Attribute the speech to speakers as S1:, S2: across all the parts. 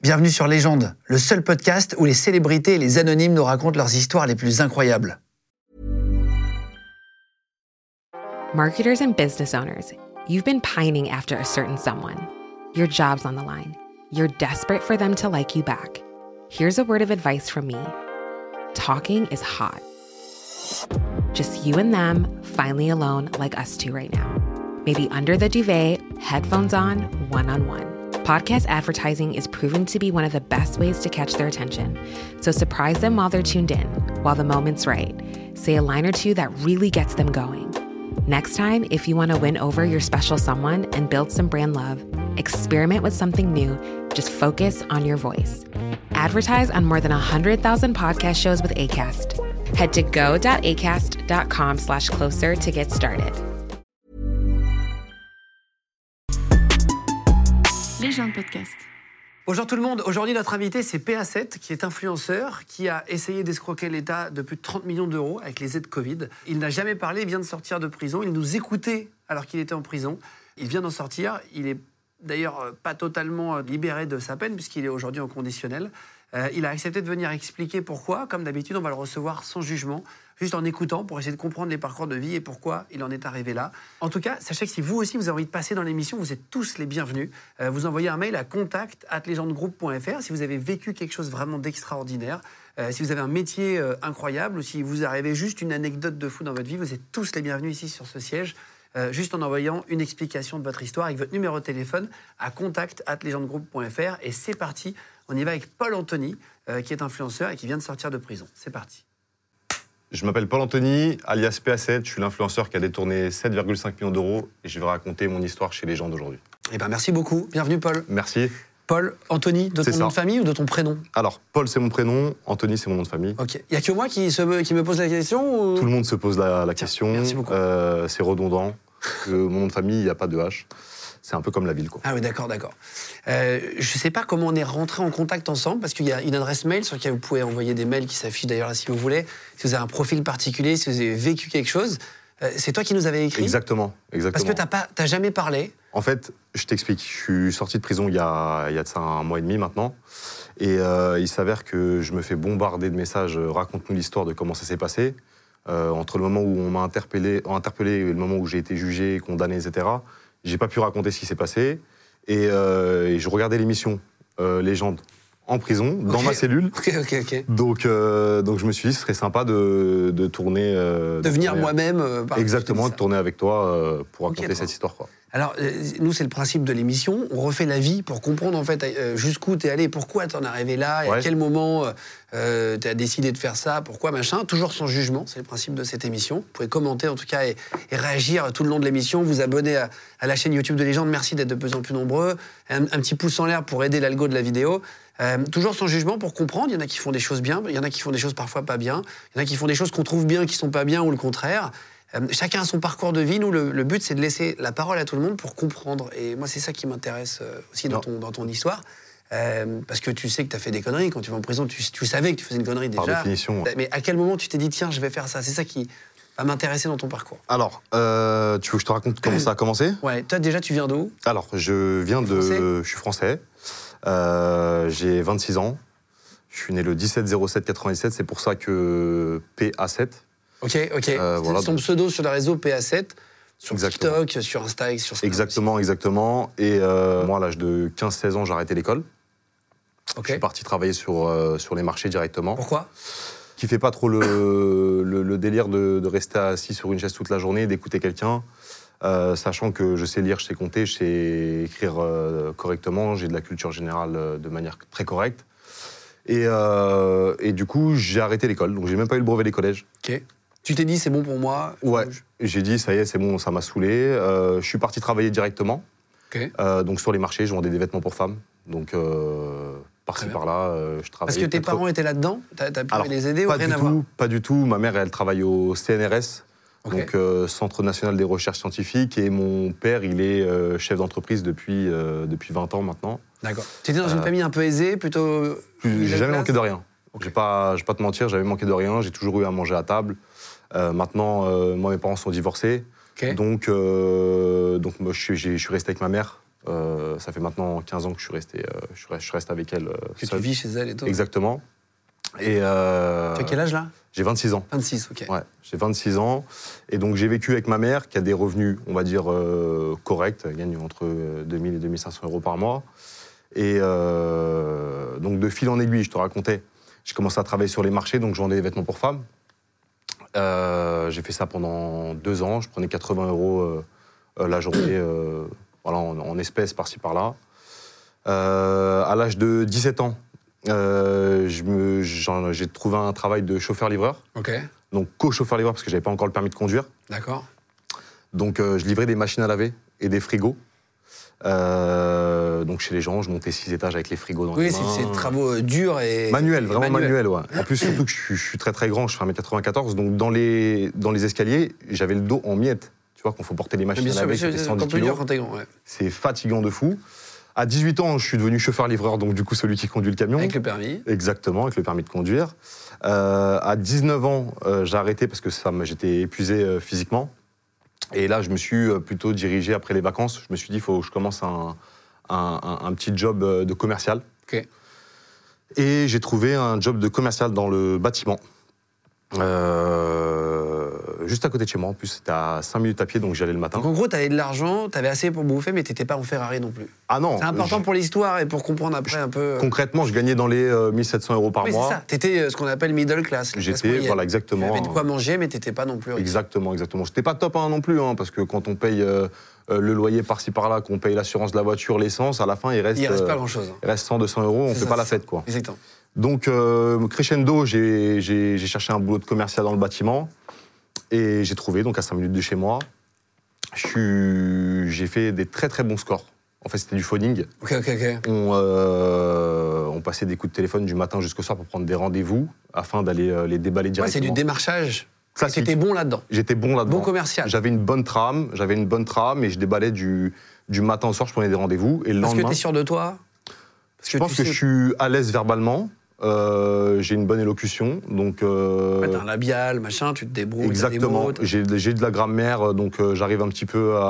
S1: Bienvenue sur Légende, le seul podcast où les célébrités et les anonymes nous racontent leurs histoires les plus incroyables.
S2: Marketers and business owners, you've been pining after a certain someone. Your job's on the line. You're desperate for them to like you back. Here's a word of advice from me talking is hot. Just you and them, finally alone, like us two right now. Maybe under the duvet, headphones on, one on one. Podcast advertising is proven to be one of the best ways to catch their attention. So surprise them while they're tuned in, while the moment's right. Say a line or two that really gets them going. Next time, if you want to win over your special someone and build some brand love, experiment with something new. Just focus on your voice. Advertise on more than 100,000 podcast shows with ACAST. Head to go.acast.com slash closer to get started.
S3: Les gens de podcast.
S1: Bonjour tout le monde, aujourd'hui notre invité c'est PA7 qui est influenceur, qui a essayé d'escroquer l'État de plus de 30 millions d'euros avec les aides Covid. Il n'a jamais parlé, il vient de sortir de prison, il nous écoutait alors qu'il était en prison, il vient d'en sortir, il est d'ailleurs euh, pas totalement euh, libéré de sa peine puisqu'il est aujourd'hui en conditionnel. Euh, il a accepté de venir expliquer pourquoi, comme d'habitude on va le recevoir sans jugement, juste en écoutant pour essayer de comprendre les parcours de vie et pourquoi il en est arrivé là. En tout cas, sachez que si vous aussi vous avez envie de passer dans l'émission, vous êtes tous les bienvenus. Euh, vous envoyez un mail à contact groupe.fr si vous avez vécu quelque chose vraiment d'extraordinaire. Euh, si vous avez un métier euh, incroyable ou si vous arrivez juste une anecdote de fou dans votre vie, vous êtes tous les bienvenus ici sur ce siège. euh, juste en envoyant une explication de votre histoire avec votre numéro de téléphone à contact groupe.fr. Et c'est parti, on y va avec Paul Anthony, euh, qui est influenceur et qui vient de sortir de prison. C'est parti.
S4: Je m'appelle Paul Anthony, alias PA7, je suis l'influenceur qui a détourné 7,5 millions d'euros et je vais raconter mon histoire chez les gens d'aujourd'hui.
S1: Eh ben, merci beaucoup, bienvenue Paul.
S4: Merci.
S1: Paul Anthony, de
S4: C'est
S1: ton nom
S4: ça.
S1: de famille ou de ton prénom
S4: Alors, Paul c'est mon prénom, Anthony c'est mon nom de famille.
S1: Ok. Il n'y a que moi qui, se- qui me pose la question ou...
S4: Tout le monde se pose la, la
S1: Tiens,
S4: question.
S1: merci beaucoup.
S4: Euh, c'est redondant. Euh, mon nom de famille, il n'y a pas de H. C'est un peu comme la ville, quoi.
S1: Ah oui, d'accord, d'accord. Euh, je ne sais pas comment on est rentré en contact ensemble, parce qu'il y a une adresse mail sur laquelle vous pouvez envoyer des mails qui s'affichent d'ailleurs là si vous voulez. Si vous avez un profil particulier, si vous avez vécu quelque chose, Euh, c'est toi qui nous avais écrit.
S4: Exactement,
S1: Parce
S4: exactement.
S1: que tu n'as jamais parlé.
S4: En fait, je t'explique. Je suis sorti de prison il y a, il y a de ça un mois et demi maintenant. Et euh, il s'avère que je me fais bombarder de messages. euh, Raconte-nous l'histoire de comment ça s'est passé. Euh, entre le moment où on m'a interpellé, euh, interpellé et le moment où j'ai été jugé, condamné, etc., j'ai pas pu raconter ce qui s'est passé. Et, euh, et je regardais l'émission euh, Légende en prison, dans
S1: Ok.
S4: ma cellule.
S1: Ok, ok, ok.
S4: Donc, euh, donc je me suis dit, ce serait sympa de, de tourner. euh, de
S1: Devenir
S4: tourner-
S1: moi-même. euh, par-
S4: Exactement,
S1: je
S4: de
S1: te dis ça.
S4: tourner avec toi euh, pour
S1: Ok,
S4: raconter
S1: bon.
S4: cette histoire. Quoi.
S1: Alors, euh, nous, c'est le principe de l'émission. On refait la vie pour comprendre, en fait, euh, jusqu'où t'es allé, pourquoi t'en es arrivé là, et à
S4: Ouais.
S1: quel moment euh, t'as décidé de faire ça, pourquoi, machin. Toujours sans jugement, c'est le principe de cette émission. Vous pouvez commenter, en tout cas, et, et réagir tout le long de l'émission. Vous abonner à, à la chaîne YouTube de Légende. Merci d'être de plus en plus nombreux. Un, un petit pouce en l'air pour aider l'algo de la vidéo. Euh, toujours sans jugement pour comprendre. Il y en a qui font des choses bien, il y en a qui font des choses parfois pas bien. Il y en a qui font des choses qu'on trouve bien, qui sont pas bien, ou le contraire. Euh, chacun a son parcours de vie. Nous, le, le but, c'est de laisser la parole à tout le monde pour comprendre. Et moi, c'est ça qui m'intéresse euh, aussi dans
S4: Non.
S1: ton, dans ton histoire. Euh, parce que tu sais que tu as fait des conneries. Quand tu vas en prison, tu, tu savais que tu faisais une connerie
S4: Par
S1: déjà.
S4: définition, ouais.
S1: Mais à quel moment tu t'es dit, tiens, je vais faire ça C'est ça qui va m'intéresser dans ton parcours.
S4: Alors, euh, tu veux que je te raconte comment ça a commencé
S1: Ouais, toi, déjà, tu viens d'où
S4: Alors, je viens de.
S1: Français
S4: Je suis français. Euh, J'ai 26 ans. Je suis né le 17-07-97. C'est pour ça que PA7.
S1: Ok, ok.
S4: Euh,
S1: C'est
S4: voilà,
S1: ton
S4: donc-
S1: pseudo sur le réseau PA7, sur
S4: Exactement.
S1: TikTok, sur Insta, sur Snap.
S4: Exactement, exactement. Et euh, moi, à l'âge de 15-16 ans, j'ai arrêté l'école.
S1: Ok.
S4: Je suis parti travailler sur, euh, sur les marchés directement.
S1: Pourquoi
S4: Qui fait pas trop le, le- le délire de, de rester assis sur une chaise toute la journée, d'écouter quelqu'un. Euh, sachant que je sais lire, je sais compter, je sais écrire euh, correctement, j'ai de la culture générale euh, de manière très correcte. Et, euh, et du coup, j'ai arrêté l'école, donc j'ai même pas eu le brevet des collèges.
S1: Ok. Tu t'es dit, c'est bon pour moi
S4: Ouais,
S1: je-
S4: j'ai dit, ça y est, c'est bon, ça m'a saoulé. Euh, je suis parti travailler directement,
S1: Ok.
S4: Euh, donc sur les marchés, je vendais des vêtements pour femmes. Donc, euh, par-ci,
S1: Très bien.
S4: par-là, euh, je travaillais.
S1: Parce que tes
S4: peut-être-
S1: parents étaient là-dedans T'as t'as pu
S4: Alors,
S1: les aider ou
S4: pas
S1: rien
S4: du
S1: à
S4: tout,
S1: voir
S4: Pas du tout. Ma mère, elle travaille au CNRS,
S1: Ok.
S4: donc euh, Centre national des recherches scientifiques, et mon père, il est euh, chef d'entreprise depuis, euh, depuis 20 ans maintenant.
S1: D'accord. Tu étais dans une
S4: Euh,
S1: famille un peu aisée, plutôt.
S4: J'ai
S1: middle
S4: jamais
S1: class
S4: manqué de rien.
S1: Ok.
S4: Je vais pas, je vais pas te mentir, j'avais manqué de rien. J'ai toujours eu à manger à table. Euh, maintenant, euh, moi, mes parents sont divorcés.
S1: Ok.
S4: Donc, euh, donc moi, je, suis- j'ai- je suis resté avec ma mère Euh, ça fait maintenant 15 ans que je suis resté, euh, je suis- je reste avec elle. euh,
S1: Que tu
S4: seul.
S1: vis chez elle et tout.
S4: Exactement. Et euh,
S1: Tu as quel âge là
S4: j'ai 26 ans.
S1: 26, ok.
S4: Ouais, j'ai 26 ans. Et donc, j'ai vécu avec ma mère, qui a des revenus, on va dire, euh, corrects. Elle gagne entre euh, 2000 et 2500 euros par mois. Et euh, donc, de fil en aiguille, je te racontais, j'ai commencé à travailler sur les marchés, donc je vendais des vêtements pour femmes. Euh, j'ai fait ça pendant deux ans. Je prenais 80 euros euh, euh, la journée, euh, voilà, en, en espèces par-ci par-là. Euh, à l'âge de 17 ans, euh, je me- j'en- j'ai trouvé un travail de chauffeur-livreur
S1: Ok,
S4: donc co-chauffeur livreur parce que j'avais pas encore le permis de conduire.
S1: d'accord.
S4: Donc euh, je livrais des machines à laver et des frigos. Euh, donc chez les gens, je montais six étages avec les frigos dans
S1: Oui,
S4: les
S1: c'est
S4: mains.
S1: c'est des travaux euh, durs et.
S4: Manuel,
S1: et
S4: vraiment manuel. ouais. En plus, surtout que je, suis- je suis très très grand, je fais 1m94, donc dans les, dans les escaliers, j'avais le dos en miettes. Tu vois, qu'on faut porter les
S1: Mais
S4: machines
S1: Bien
S4: à
S1: sûr,
S4: laver,
S1: bien sûr,
S4: c'était
S1: c'est
S4: 110
S1: encore plus
S4: kilos.
S1: dur quand t'es grand, ouais.
S4: C'est fatigant de fou. À 18 ans, je suis devenu chauffeur-livreur, donc du coup celui qui conduit le camion.
S1: Avec le permis.
S4: Exactement, avec le permis de conduire. Euh, à 19 ans, euh, j'ai arrêté parce que ça, me- j'étais épuisé euh, physiquement. Et là, je me suis euh, plutôt dirigé après les vacances. Je me suis dit, il faut que je commence un, un- un- un petit job euh, de commercial.
S1: Ok.
S4: Et j'ai trouvé un job de commercial dans le bâtiment. Euh, juste à côté de chez moi. En plus, c'était à 5 minutes à pied, donc j'allais le matin.
S1: Donc en gros, t'avais de l'argent, t'avais assez pour bouffer, mais t'étais pas en Ferrari non plus.
S4: Ah non
S1: C'est important
S4: je-
S1: pour l'histoire et pour comprendre après un peu. euh,
S4: Concrètement, je gagnais dans les euh, 1700 euros par
S1: Oui, c'est
S4: mois.
S1: ça. T'étais euh, ce qu'on appelle middle class. la classe
S4: J'étais,
S1: moyenne.
S4: voilà,
S1: Tu
S4: exactement.
S1: avais de quoi manger, mais t'étais pas non plus. riche.
S4: Exactement, exactement. C'était pas top hein, non plus, hein, parce que quand on paye euh, euh, le loyer par-ci par-là, qu'on paye l'assurance de la voiture, l'essence, à la fin il reste,
S1: Il reste
S4: euh,
S1: pas grand chose.
S4: il reste 100, 200 euros, on
S1: C'est
S4: fait
S1: ça,
S4: pas la
S1: c'est
S4: fête quoi.
S1: Exactement.
S4: Donc euh, crescendo, j'ai j'ai- j'ai cherché un boulot de commercial dans le bâtiment et j'ai trouvé donc à 5 minutes de chez moi. Je suis- J'ai fait des très très bons scores. En fait, c'était du phoning.
S1: Ok, ok, ok.
S4: On, euh, on passait des coups de téléphone du matin jusqu'au soir pour prendre des rendez-vous afin d'aller euh, les déballer
S1: Moi, c'est
S4: directement.
S1: du démarchage. Et
S4: Classique.
S1: T'étais bon là-dedans.
S4: J'étais bon là-dedans.
S1: Bon commercial.
S4: J'avais une bonne trame, j'avais une bonne trame et je déballais du, du matin au soir, je prenais des rendez-vous et le
S1: Parce que
S4: lendemain,
S1: t'es sûr de toi. Parce
S4: je pense
S1: tu
S4: que je
S1: sais-
S4: suis à l'aise verbalement, euh, j'ai une bonne élocution, donc euh,
S1: Ouais, t'as un labial, machin, tu te débrouilles. t'as des
S4: exactement,
S1: mots, t'as-
S4: j'ai j'ai de la grammaire, donc euh, j'arrive un petit peu à,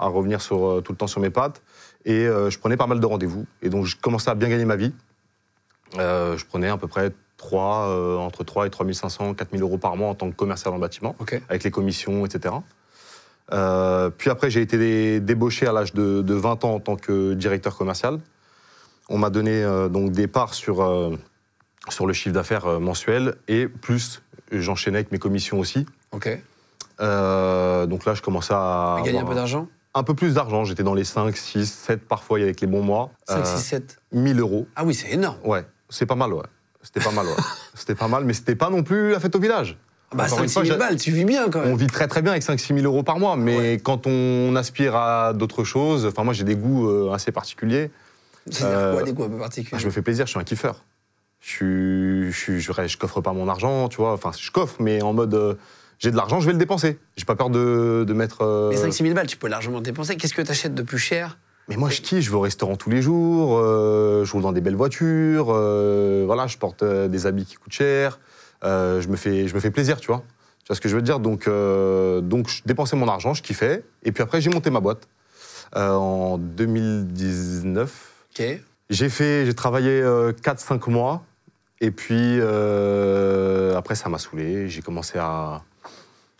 S4: à revenir sur, euh, tout le temps sur mes pattes et euh, je prenais pas mal de rendez-vous et donc je commençais à bien gagner ma vie. Euh, je prenais à peu près 3, euh, entre 3 et 3500, 4000 euros par mois en tant que commercial dans le bâtiment
S1: Ok.
S4: avec les commissions, etc. Euh, puis après, j'ai été dé- débauché à l'âge de, de 20 ans en tant que directeur commercial. On m'a donné euh, donc des parts sur, euh, sur le chiffre d'affaires euh, mensuel et plus j'enchaînais avec mes commissions aussi.
S1: Ok.
S4: Euh, donc là, je commençais à
S1: T'as gagné un
S4: avoir
S1: peu d'argent
S4: un peu plus d'argent. J'étais dans les 5, 6, 7 parfois avec les bons mois.
S1: 5,
S4: Euh,
S1: 6, 7.
S4: 1000 euros.
S1: Ah oui, c'est énorme.
S4: Ouais, c'est pas mal, ouais. C'était pas mal, ouais. c'était pas mal, mais c'était pas non plus la fête au village.
S1: Bah,
S4: Encore
S1: 5,
S4: une
S1: 6
S4: fois,
S1: 000
S4: j'a-
S1: balles, tu vis bien quand
S4: on
S1: même.
S4: vit très très bien avec 5-6 000 euros par mois, mais quand on aspire à d'autres choses, enfin moi j'ai des goûts euh, assez particuliers,
S1: C'est
S4: euh,
S1: quoi des goûts un peu
S4: Enfin,
S1: particuliers
S4: je me fais plaisir, je suis un kiffeur. Je, suis- je, suis- je, je coffre pas mon argent, tu vois, enfin je coffre, mais en mode euh, j'ai de l'argent, je vais le dépenser. J'ai pas peur de, de mettre... euh,
S1: Les 5 6 000 balles, tu peux largement dépenser. Qu'est-ce que t'achètes de plus cher
S4: Mais moi je kiffe, je vais au restaurant tous les jours, euh, je roule dans des belles voitures, euh, voilà, je porte euh, des habits qui coûtent cher, euh, je, me fais, je me fais plaisir, tu vois. Tu vois ce que je veux te dire donc, euh, donc je dépensais mon argent, je kiffais, et puis après j'ai monté ma boîte Euh, en 2019.
S1: Ok.
S4: J'ai fait, j'ai travaillé 4-5 mois, et puis euh, après ça m'a saoulé, j'ai commencé à,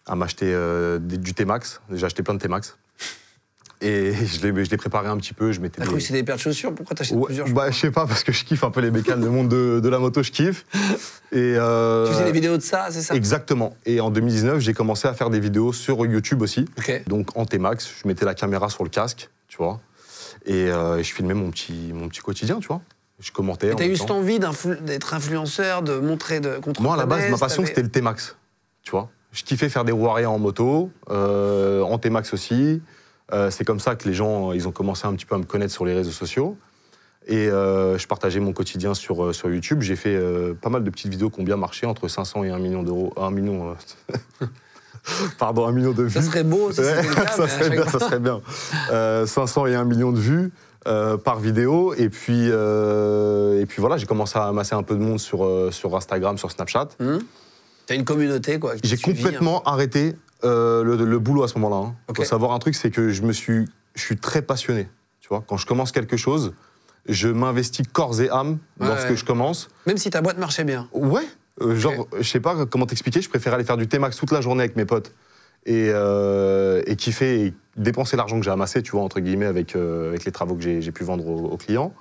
S4: à m'acheter euh, des- du T-Max, j'ai acheté plein de T-Max. Et je l'ai, je l'ai préparé un petit peu, je mettais
S1: T'as cru
S4: des-
S1: que c'était des paires de chaussures Pourquoi t'achètes
S4: Ouais,
S1: plusieurs
S4: bah, je sais pas, parce que je kiffe un peu les bécanes, le monde de, de la moto, je kiffe. Et, euh,
S1: Tu faisais des vidéos de ça, c'est ça
S4: Exactement. Et en 2019, j'ai commencé à faire des vidéos sur YouTube aussi.
S1: Ok.
S4: Donc en T-Max, je mettais la caméra sur le casque, tu vois. Et euh, je filmais mon petit, mon petit quotidien, tu vois. Je commentais.
S1: Et
S4: en
S1: T'as
S4: même
S1: eu
S4: temps.
S1: cette envie d'influ- d'être influenceur, de montrer, de contre
S4: Moi, à la base, ma passion, c'était le T-Max. Tu vois Je kiffais faire des roues arrière en moto, euh, en T-Max aussi. Euh, c'est comme ça que les gens, ils ont commencé un petit peu à me connaître sur les réseaux sociaux. Et euh, je partageais mon quotidien sur, euh, sur YouTube. J'ai fait euh, pas mal de petites vidéos qui ont bien marché, entre 500 et 1 million d'euros. 1 million. euh, Pardon, 1 million de vues.
S1: Ça serait beau, ça,
S4: Ouais,
S1: c'était le cas, mais
S4: ça,
S1: à
S4: serait
S1: chaque
S4: bien,
S1: fois-
S4: ça serait bien. Euh, 500 et 1 million de vues euh, par vidéo. Et puis, euh, et puis voilà, j'ai commencé à amasser un peu de monde sur, euh, sur Instagram, sur Snapchat.
S1: Hum T'as une communauté, quoi. qui
S4: J'ai
S1: te suit,
S4: complètement arrêté euh, le, le boulot à ce moment-là. Il
S1: hein. Ok.
S4: faut savoir un truc, c'est que je me suis, je suis très passionné. Tu vois, quand je commence quelque chose, je m'investis corps et âme dans
S1: Ouais,
S4: ce
S1: ouais.
S4: que je commence.
S1: Même si ta boîte marchait bien.
S4: Ouais. euh, genre, je sais pas comment t'expliquer, je préfère aller faire du T-Max toute la journée avec mes potes et, euh, et kiffer et dépenser l'argent que j'ai amassé, tu vois, entre guillemets, avec, euh, avec les travaux que j'ai j'ai pu vendre aux, aux clients,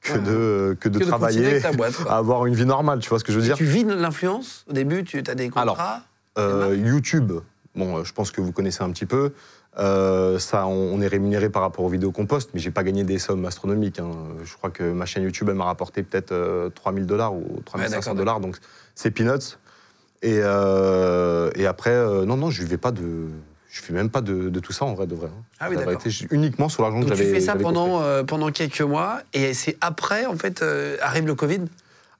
S4: que,
S1: Ouais.
S4: de, euh, que de
S1: que de continuer
S4: travailler,
S1: avec ta boîte. quoi.
S4: avoir une vie normale, tu vois ce que je veux dire
S1: Tu vides l'influence. Au début, tu as des
S4: Alors,
S1: contrats.
S4: Euh, YouTube, bon, euh, je pense que vous connaissez un petit peu. Euh, ça, on, on est rémunéré par rapport aux vidéos qu'on poste, mais j'ai pas gagné des sommes astronomiques. hein. Je crois que ma chaîne YouTube, elle m'a rapporté peut-être 3000 dollars ou 3500
S1: d'accord,
S4: dollars, donc c'est peanuts. Et, euh, et après, euh, non, non, je vivais pas de. Je fais même pas de, de tout ça en vrai de vrai. hein.
S1: Ah oui,
S4: La
S1: d'accord.
S4: vérité, je- uniquement sur l'argent que
S1: Donc tu
S4: j'avais.
S1: fais ça
S4: j'avais construit.
S1: pendant, euh, pendant quelques mois et c'est après, en fait, euh, arrive le Covid.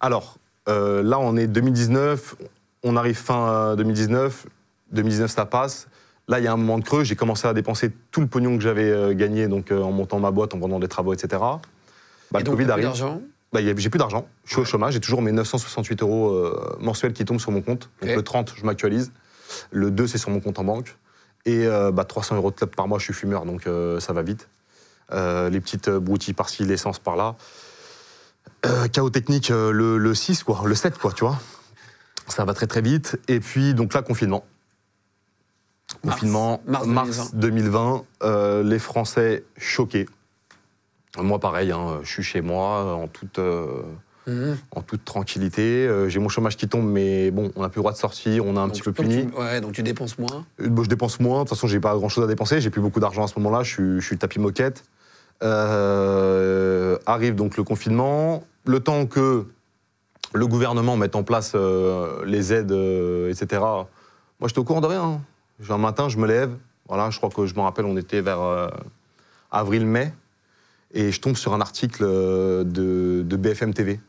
S4: Alors, euh, là, on est 2019, on arrive fin euh, 2019, 2019, ça passe. Là, il y a un moment de creux, j'ai commencé à dépenser tout le pognon que j'avais euh, gagné donc, euh, en montant ma boîte, en vendant des travaux, etc. Bah,
S1: et
S4: le
S1: donc,
S4: Covid
S1: t'as plus
S4: arrive.
S1: d'argent.
S4: Bah, y a- j'ai plus d'argent, je suis au chômage, j'ai toujours mes 968 euros euh, mensuels qui tombent sur mon compte. Donc
S1: Ok.
S4: le 30, je m'actualise. Le 2, c'est sur mon compte en banque. Et euh, bah, 300 euros de club par mois, je suis fumeur, donc euh, ça va vite. Euh, les petites euh, broutilles par-ci, l'essence par-là. Euh, chaos technique, euh, le, le 6, quoi, le 7, quoi, tu vois. Ça va très très vite. Et puis, donc là, confinement.
S1: Mars.
S4: Confinement,
S1: Mars 2020.
S4: mars, 2020, euh, les Français choqués. Moi, pareil, hein, je suis chez moi en toute, euh,
S1: Mhm.
S4: en toute tranquillité. Euh, J'ai mon chômage qui tombe, mais bon, on n'a plus le droit de sortir, on a un
S1: Donc,
S4: petit peu
S1: comme
S4: puni.
S1: tu- ouais, donc tu dépenses moins.
S4: Euh, bon, je dépense moins, de toute façon, j'ai pas grand chose à dépenser, j'ai plus beaucoup d'argent à ce moment-là, je suis, je suis tapis moquette. Euh, arrive donc le confinement, le temps que le gouvernement mette en place euh, les aides, euh, etc. Moi, j'étais au courant de rien. hein. Genre, Un matin, je me lève, voilà, je crois que je me rappelle, on était vers euh, avril-mai, et je tombe sur un article euh, de, de BFM TV.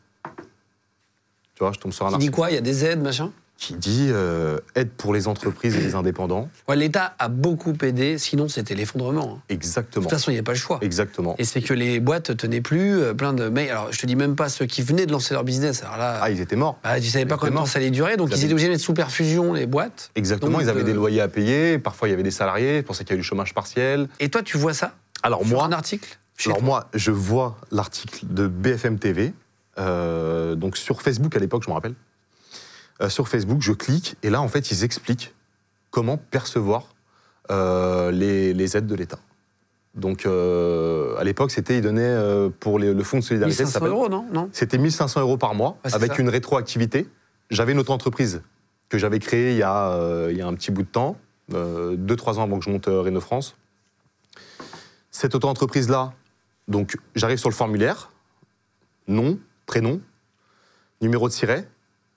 S4: Tu vois, je tombe sur un
S1: Qui dit
S4: article
S1: quoi Il y a des aides, machin
S4: qui dit euh, aide pour les entreprises et les indépendants.
S1: Ouais, L'État a beaucoup aidé, sinon c'était l'effondrement. hein. De
S4: Exactement.
S1: toute façon, il n'y a pas le choix.
S4: Exactement.
S1: Et c'est que les boîtes tenaient plus, euh, plein de mails. Alors, je te dis même pas ceux qui venaient de lancer leur business. Alors là,
S4: Ah, ils étaient morts.
S1: bah, tu savais pas combien de
S4: Exactement.
S1: temps ça allait durer, donc
S4: Ils
S1: ils
S4: avaient-
S1: étaient obligés de mettre sous perfusion les boîtes.
S4: Exactement,
S1: Donc,
S4: ils avaient
S1: euh,
S4: des loyers à payer, parfois il y avait des salariés, c'est pour ça qu'il y a eu le chômage partiel.
S1: Et toi, tu vois ça
S4: Alors
S1: Sur
S4: moi,
S1: un article chez
S4: alors
S1: toi
S4: moi je vois l'article de BFM TV, euh, donc sur Facebook à l'époque, je me rappelle. Euh, sur Facebook, je clique, et là, en fait, ils expliquent comment percevoir euh, les, les aides de l'État. Donc, euh, à l'époque, c'était, ils donnaient euh, pour les- le fonds de solidarité, ça
S1: 1500
S4: s'appelle-
S1: euros, non, non
S4: C'était 1500 euros par mois,
S1: Ouais, Ah, c'est
S4: avec
S1: ça.
S4: une rétroactivité. J'avais une autre entreprise que j'avais créée il y, a, euh, il y a un petit bout de temps, 2-3 ans avant que je monte euh, Renault France. Cette auto-entreprise-là, donc j'arrive sur le formulaire, nom, prénom, numéro de siret,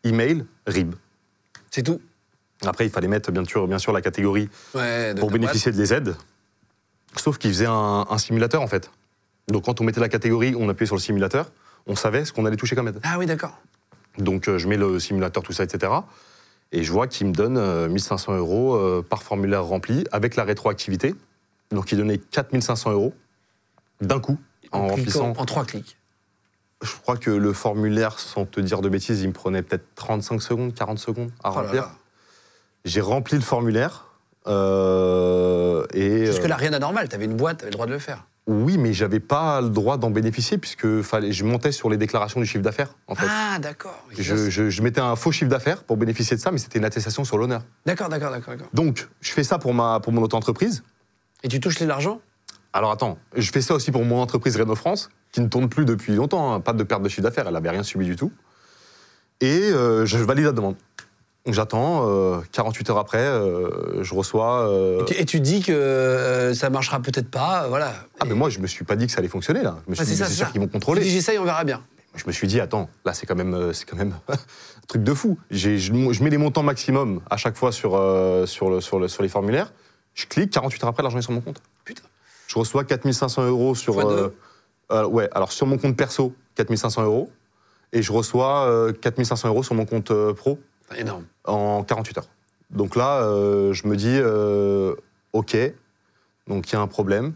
S4: email, RIB.
S1: C'est tout.
S4: Après, il fallait mettre bien sûr, bien sûr la catégorie
S1: Ouais, de
S4: pour
S1: ta
S4: bénéficier des aides. Sauf qu'il faisait un, un simulateur en fait. Donc quand on mettait la catégorie, on appuyait sur le simulateur, on savait ce qu'on allait toucher comme aide.
S1: boîte. Ah oui, d'accord.
S4: Donc euh, je mets le simulateur, tout ça, etc. Et je vois qu'il me donne euh, 1500 euros euh, par formulaire rempli avec la rétroactivité. Donc il donnait 4500 euros d'un coup en,
S1: cliquant-
S4: remplissant.
S1: En trois clics.
S4: Je crois que le formulaire, sans te dire de bêtises, il me prenait peut-être 35 secondes, 40 secondes à
S1: Oh là
S4: remplir.
S1: là.
S4: J'ai rempli le formulaire. euh, et euh,
S1: Jusque-là, rien d'anormal. T'avais une boîte, t'avais le droit de le faire.
S4: oui, mais j'avais pas le droit d'en bénéficier puisque fallait, je montais sur les déclarations du chiffre d'affaires. En fait,
S1: Ah, d'accord. Oui, ça,
S4: je,
S1: c'est-
S4: je- je mettais un faux chiffre d'affaires pour bénéficier de ça, mais c'était une attestation sur l'honneur.
S1: D'accord, d'accord, d'accord, d'accord.
S4: Donc, je fais ça pour, ma, pour mon auto-entreprise.
S1: Et tu touches l'argent
S4: Alors attends, je fais ça aussi pour mon entreprise Renault France, qui ne tourne plus depuis longtemps, hein, pas de perte de chiffre d'affaires, elle n'avait rien subi du tout. Et euh, je valide la demande. Donc, J'attends, euh, 48 heures après, euh, je reçois... euh,
S1: et, tu- et tu dis que euh, ça marchera peut-être pas, euh, voilà.
S4: Ah mais moi, je me suis pas dit que ça allait fonctionner, là. Je me suis
S1: Ouais,
S4: dit, c'est sûr qu'ils vont
S1: Tu dis,
S4: contrôler.
S1: J'essaye, on verra bien.
S4: Je me suis dit, attends, là, c'est quand même, euh, c'est quand même un truc de fou. J'ai- Je, je mets les montants maximum à chaque fois sur, euh, sur, le, sur, le, sur les formulaires. Je clique, 48 heures après, l'argent est sur mon compte.
S1: Putain.
S4: Je reçois 4500 euros sur.
S1: Fois deux.
S4: euh, euh, ouais, alors sur mon compte perso, 4500 euros. Et je reçois euh, 4500 euros sur mon compte euh, pro
S1: Énorme.
S4: en 48 heures. Donc là, euh, je me dis, euh, OK, donc il y a un problème.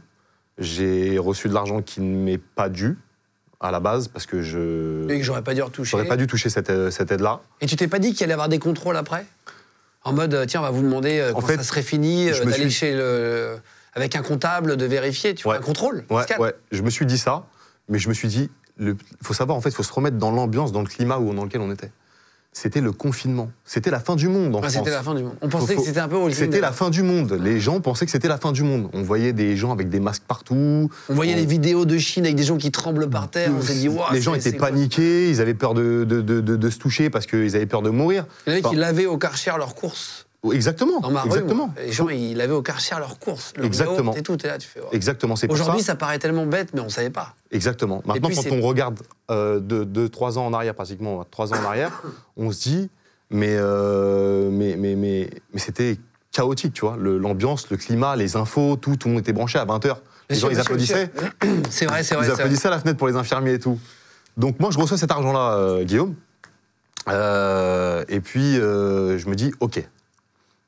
S4: J'ai reçu de l'argent qui ne m'est pas dû à la base parce que
S1: Et que
S4: je
S1: j'aurais pas dû retoucher.
S4: n'aurais Euh. pas dû toucher cette, euh, cette aide-là.
S1: Et tu t'es pas dit qu'il allait y avoir des contrôles après En mode, euh, tiens, on va vous demander euh,
S4: En
S1: quand
S4: fait,
S1: ça serait fini euh,
S4: je me
S1: d'aller
S4: suis-
S1: chez le. avec un comptable de vérifier, tu vois,
S4: Ouais.
S1: un contrôle
S4: Ouais,
S1: fiscal.
S4: ouais, je me suis dit ça, mais je me suis dit, il faut savoir, en fait, il faut se remettre dans l'ambiance, dans le climat où, dans lequel on était. C'était le confinement. C'était la fin du monde en
S1: Enfin,
S4: France.
S1: c'était la fin du monde. On pensait
S4: Faut-
S1: que c'était un peu Wall Street.
S4: C'était la fin du monde. Les gens pensaient que c'était la fin du monde. On voyait des gens avec des masques partout.
S1: On voyait les vidéos de Chine avec des gens qui tremblent par terre. On s'est dit, Ouah,
S4: les gens
S1: c'est-
S4: étaient
S1: c'est quoi
S4: paniqués, ils avaient peur de, de- de- de- de se toucher parce qu'ils avaient peur de mourir.
S1: Il y en avait qui
S4: Enfin,
S1: lavaient au Karcher leurs courses.
S4: Exactement.
S1: Dans ma rue,
S4: exactement.
S1: moi, les gens, ils lavaient au Karcher leurs courses. leurs
S4: Exactement.
S1: yaourts Et tout, t'es là, tu fais. Ouah.
S4: Exactement, c'est pour ça.
S1: Aujourd'hui, ça paraît tellement bête, mais on savait pas.
S4: Exactement. Maintenant,
S1: puis, c'est-
S4: quand on regarde euh, de, de trois ans en arrière, pratiquement hein, trois ans en arrière, on se dit, mais, euh, mais, mais, mais, mais c'était chaotique, tu vois. Le- L'ambiance, le, climat, les infos, tout, tout le monde était branché à 20h. Les gens,
S1: Monsieur,
S4: ils
S1: monsieur,
S4: applaudissaient.
S1: monsieur. C'est vrai, c'est vrai.
S4: ils
S1: c'est vrai.
S4: applaudissaient à la fenêtre pour les infirmiers et tout. Donc moi, je reçois cet argent-là, euh, Guillaume. Euh, et puis, euh, je me dis, OK.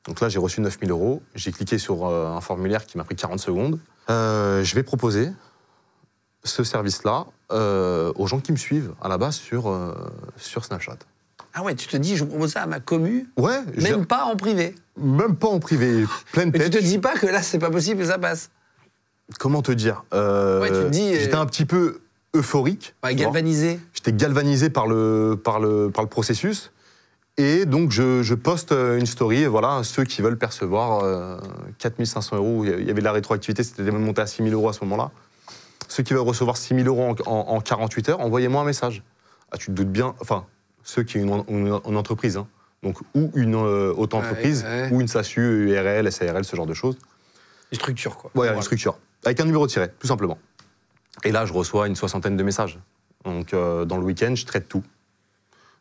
S4: Donc là, j'ai reçu 9000 euros. J'ai cliqué sur euh, un formulaire qui m'a pris 40 secondes. Euh, je vais proposer ce service-là euh, aux gens qui me suivent à la base sur, euh, sur Snapchat.
S1: Ah ouais, tu te dis, je propose ça à ma commu,
S4: Ouais, je-
S1: même pas en privé.
S4: même pas en privé, pleine
S1: Mais tu
S4: tête.
S1: te dis pas que là, c'est pas possible que ça passe.
S4: Comment te dire Euh,
S1: Ouais, tu te dis, euh,
S4: J'étais un petit peu euphorique.
S1: Ouais,
S4: tu vois.
S1: galvanisé.
S4: J'étais galvanisé par le, par le, par le processus. Et donc, je, je poste euh, une story, et voilà, ceux qui veulent percevoir euh, 4500 euros, il y a- il y avait de la rétroactivité, c'était même monté à 6000 euros à ce moment-là. Ceux qui veulent recevoir 6000 euros en, en- en 48 heures, envoyez-moi un message. Ah, tu te doutes bien, enfin, ceux qui ont une, une- une entreprise, hein. donc ou une euh, auto-entreprise,
S1: Ouais, ouais.
S4: ou une SASU, URL, SARL, ce genre de choses.
S1: Une structure, quoi.
S4: Ouais,
S1: Voilà.
S4: une structure. Avec un numéro tiré, tout simplement. Et là, je reçois une soixantaine de messages. Donc, euh, dans le week-end, je traite tout.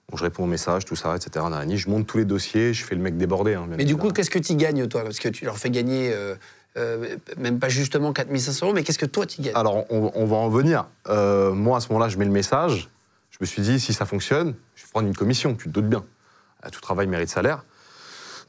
S4: Donc, je réponds aux messages, tout ça, etc. nanani. Je monte tous les dossiers, je fais le mec débordé. hein, bien
S1: Mais du coup,
S4: évidemment.
S1: qu'est-ce que tu gagnes, toi Parce que tu leur fais gagner, euh, euh, même pas justement 4500 euros, mais qu'est-ce que toi, tu gagnes
S4: Alors, on, on va en venir. Euh, moi, à ce moment-là, je mets le message. Je me suis dit, si ça fonctionne, je vais prendre une commission, tu te doutes bien. Euh, Tout travail mérite salaire.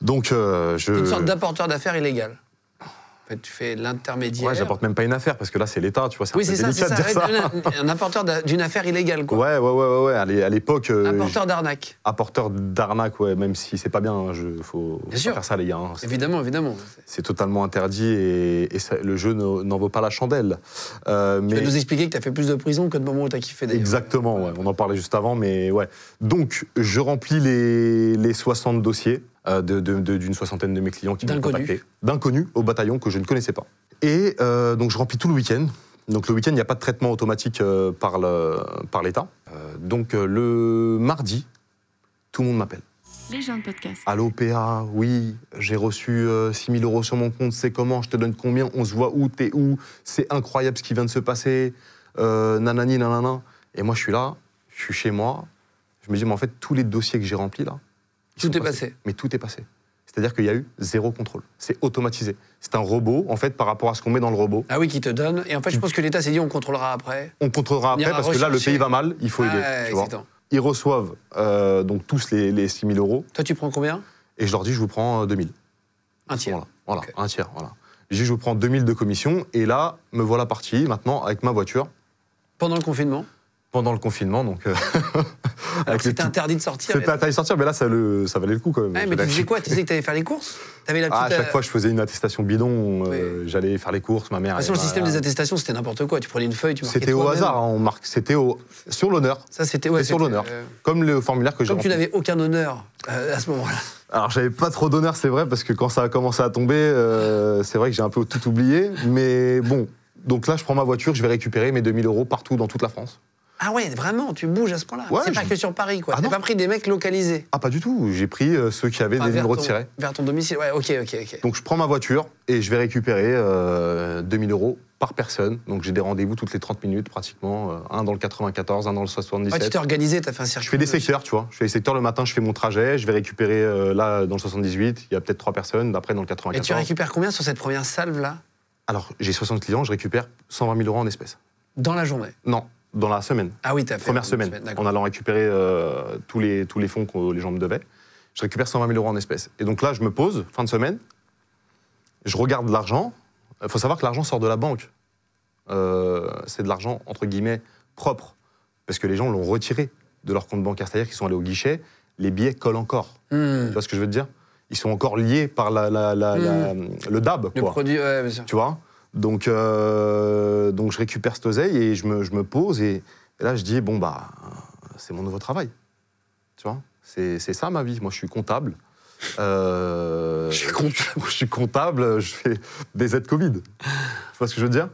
S4: Donc, euh, je.
S1: C'est Une sorte d'apporteur d'affaires illégal. En fait, tu fais l'intermédiaire.
S4: Ouais, j'apporte même pas une affaire, parce que là, c'est l'État, tu vois, c'est
S1: Oui,
S4: un peu
S1: c'est ça,
S4: délicat
S1: c'est
S4: de
S1: ça.
S4: dire ça.
S1: Un, un apporteur d'a- d'une affaire illégale, quoi.
S4: Ouais, ouais, ouais, ouais, ouais. À l'é- à l'époque. euh,
S1: un porteur d'arnaque.
S4: apporteur d'arnaque, ouais, même si c'est pas bien, il faut, faut pas
S1: sûr.
S4: faire ça, les gars. hein. C'est-
S1: Évidemment, évidemment.
S4: C'est totalement interdit et, et ça- le jeu ne- n'en vaut pas la chandelle. Euh,
S1: Tu vas
S4: mais
S1: nous expliquer que tu as fait plus de prison que de moment où tu as kiffé d'ailleurs.
S4: exactement, ouais, on en parlait juste avant, mais ouais. Donc, je remplis les, les 60 dossiers euh, de- de- de- d'une soixantaine de mes clients qui m'ont
S1: D'inconnus.
S4: contacté. D'inconnus au bataillon que je ne connaissais pas. Et euh, donc, je remplis tout le week-end. Donc, le week-end, il n'y a pas de traitement automatique euh, par le- par l'État. Euh, donc, euh, le mardi, tout le monde m'appelle.
S3: Les gens de podcast.
S4: Allô PA, oui, j'ai reçu 6000 euros sur mon compte, c'est comment, je te donne combien, on se voit où, t'es où, c'est incroyable ce qui vient de se passer, euh, nanani, nanana. Et moi je suis là, je suis chez moi, je me dis, mais en fait, tous les dossiers que j'ai remplis là, ils
S1: Tout
S4: sont
S1: est passé.
S4: Mais tout est passé. C'est-à-dire qu'il y a eu zéro contrôle. C'est automatisé. C'est un robot, en fait, par rapport à ce qu'on met dans le robot.
S1: Ah oui, qui te donne. Et en fait, je pense que l'État s'est dit on contrôlera après.
S4: On contrôlera
S1: On
S4: après
S1: ira
S4: parce que là, le
S1: rechercher.
S4: pays va mal, il faut
S1: Ah,
S4: aider.
S1: ouais,
S4: tu vois.
S1: excitant.
S4: Ils reçoivent euh, donc tous les, les 6000 euros
S1: Toi, tu prends combien
S4: et je leur dis, je vous prends euh, 2000.
S1: Un tiers.
S4: Voilà, voilà,
S1: Ok.
S4: un tiers. Voilà. J'ai dit, je vous prends 2000 de commission et là, me voilà parti maintenant avec ma voiture
S1: Pendant le confinement.
S4: pendant le confinement. Donc, euh,
S1: Alors
S4: avec
S1: que
S4: les
S1: c'était
S4: petits-
S1: interdit de sortir.
S4: c'était à taille sortir, mais là, ça, le, ça valait le coup quand même.
S1: Ouais, mais
S4: J'avais-
S1: tu faisais quoi Tu disais que tu allais faire les courses T'avais la petite.
S4: Ah, à chaque
S1: euh,
S4: fois, je faisais une attestation bidon. euh, J'allais faire les courses, ma mère.
S1: De toute façon, Ah, le
S4: elle m'a-
S1: système des attestations, c'était n'importe quoi. Tu prenais une feuille, tu marquais.
S4: C'était au
S1: toi-même.
S4: hasard, hein, on marque. C'était au... sur l'honneur.
S1: Ça, c'était ouais,
S4: C'était sur
S1: c'était,
S4: l'honneur.
S1: euh,
S4: Comme le formulaire que j'ai
S1: Comme tu
S4: rempli.
S1: n'avais aucun honneur euh, à ce moment-là.
S4: Alors j'avais pas trop d'honneur, c'est vrai, parce que quand ça a commencé à tomber, euh, c'est vrai que j'ai un peu tout oublié. Mais bon, donc là je prends ma voiture, je vais récupérer mes 2000 euros partout dans toute la France.
S1: Ah ouais, vraiment, tu bouges à ce point-là.
S4: Ouais,
S1: c'est pas
S4: je-
S1: que sur Paris, quoi.
S4: Ah
S1: T'as
S4: non.
S1: pas pris des mecs localisés.
S4: Ah pas du tout, j'ai pris euh, ceux qui avaient
S1: Enfin,
S4: des numéros
S1: ton,
S4: tirés.
S1: vers ton domicile. Ouais, ok, ok, ok.
S4: Donc je prends ma voiture et je vais récupérer euh, 2000 euros par personne. Donc j'ai des rendez-vous toutes les 30 minutes pratiquement, euh, un dans le 94, un dans le
S1: Ouais, tu
S4: 77.
S1: t'es organisé, t'as fait un circuit.
S4: je fais des secteurs, tu vois. Je fais des secteurs le matin, je fais mon trajet, je vais récupérer euh, là dans le 78, il y a peut-être trois personnes, d'après dans le
S1: Et
S4: 94.
S1: tu récupères combien sur cette première salve-là
S4: Alors j'ai 60 clients, je récupère 120 000 euros en espèces.
S1: Dans la journée
S4: Non, dans la semaine,
S1: Ah oui, t'as fait.
S4: première
S1: une
S4: semaine,
S1: d'accord.
S4: en allant récupérer euh, tous, les, tous les fonds que les gens me devaient. Je récupère 120 000 euros en espèces. Et donc là, je me pose, fin de semaine, je regarde l'argent. Il faut savoir que l'argent sort de la banque. Euh, c'est de l'argent, entre guillemets, propre. Parce que les gens l'ont retiré de leur compte bancaire. C'est-à-dire qu'ils sont allés au guichet, les billets collent encore.
S1: Hmm.
S4: Tu vois ce que je veux te dire ils sont encore liés par la, la- la- la- le DAB.
S1: Le
S4: quoi.
S1: produit, ouais, bien sûr.
S4: Tu vois donc, euh, donc je récupère cette oseille et je me, je me pose et, et là je dis bon bah c'est mon nouveau travail. Tu vois C'est c'est ça ma vie. Moi je suis comptable. Euh,
S1: Je suis comptable.
S4: je suis comptable, je fais des aides Covid. Tu vois ce que je veux dire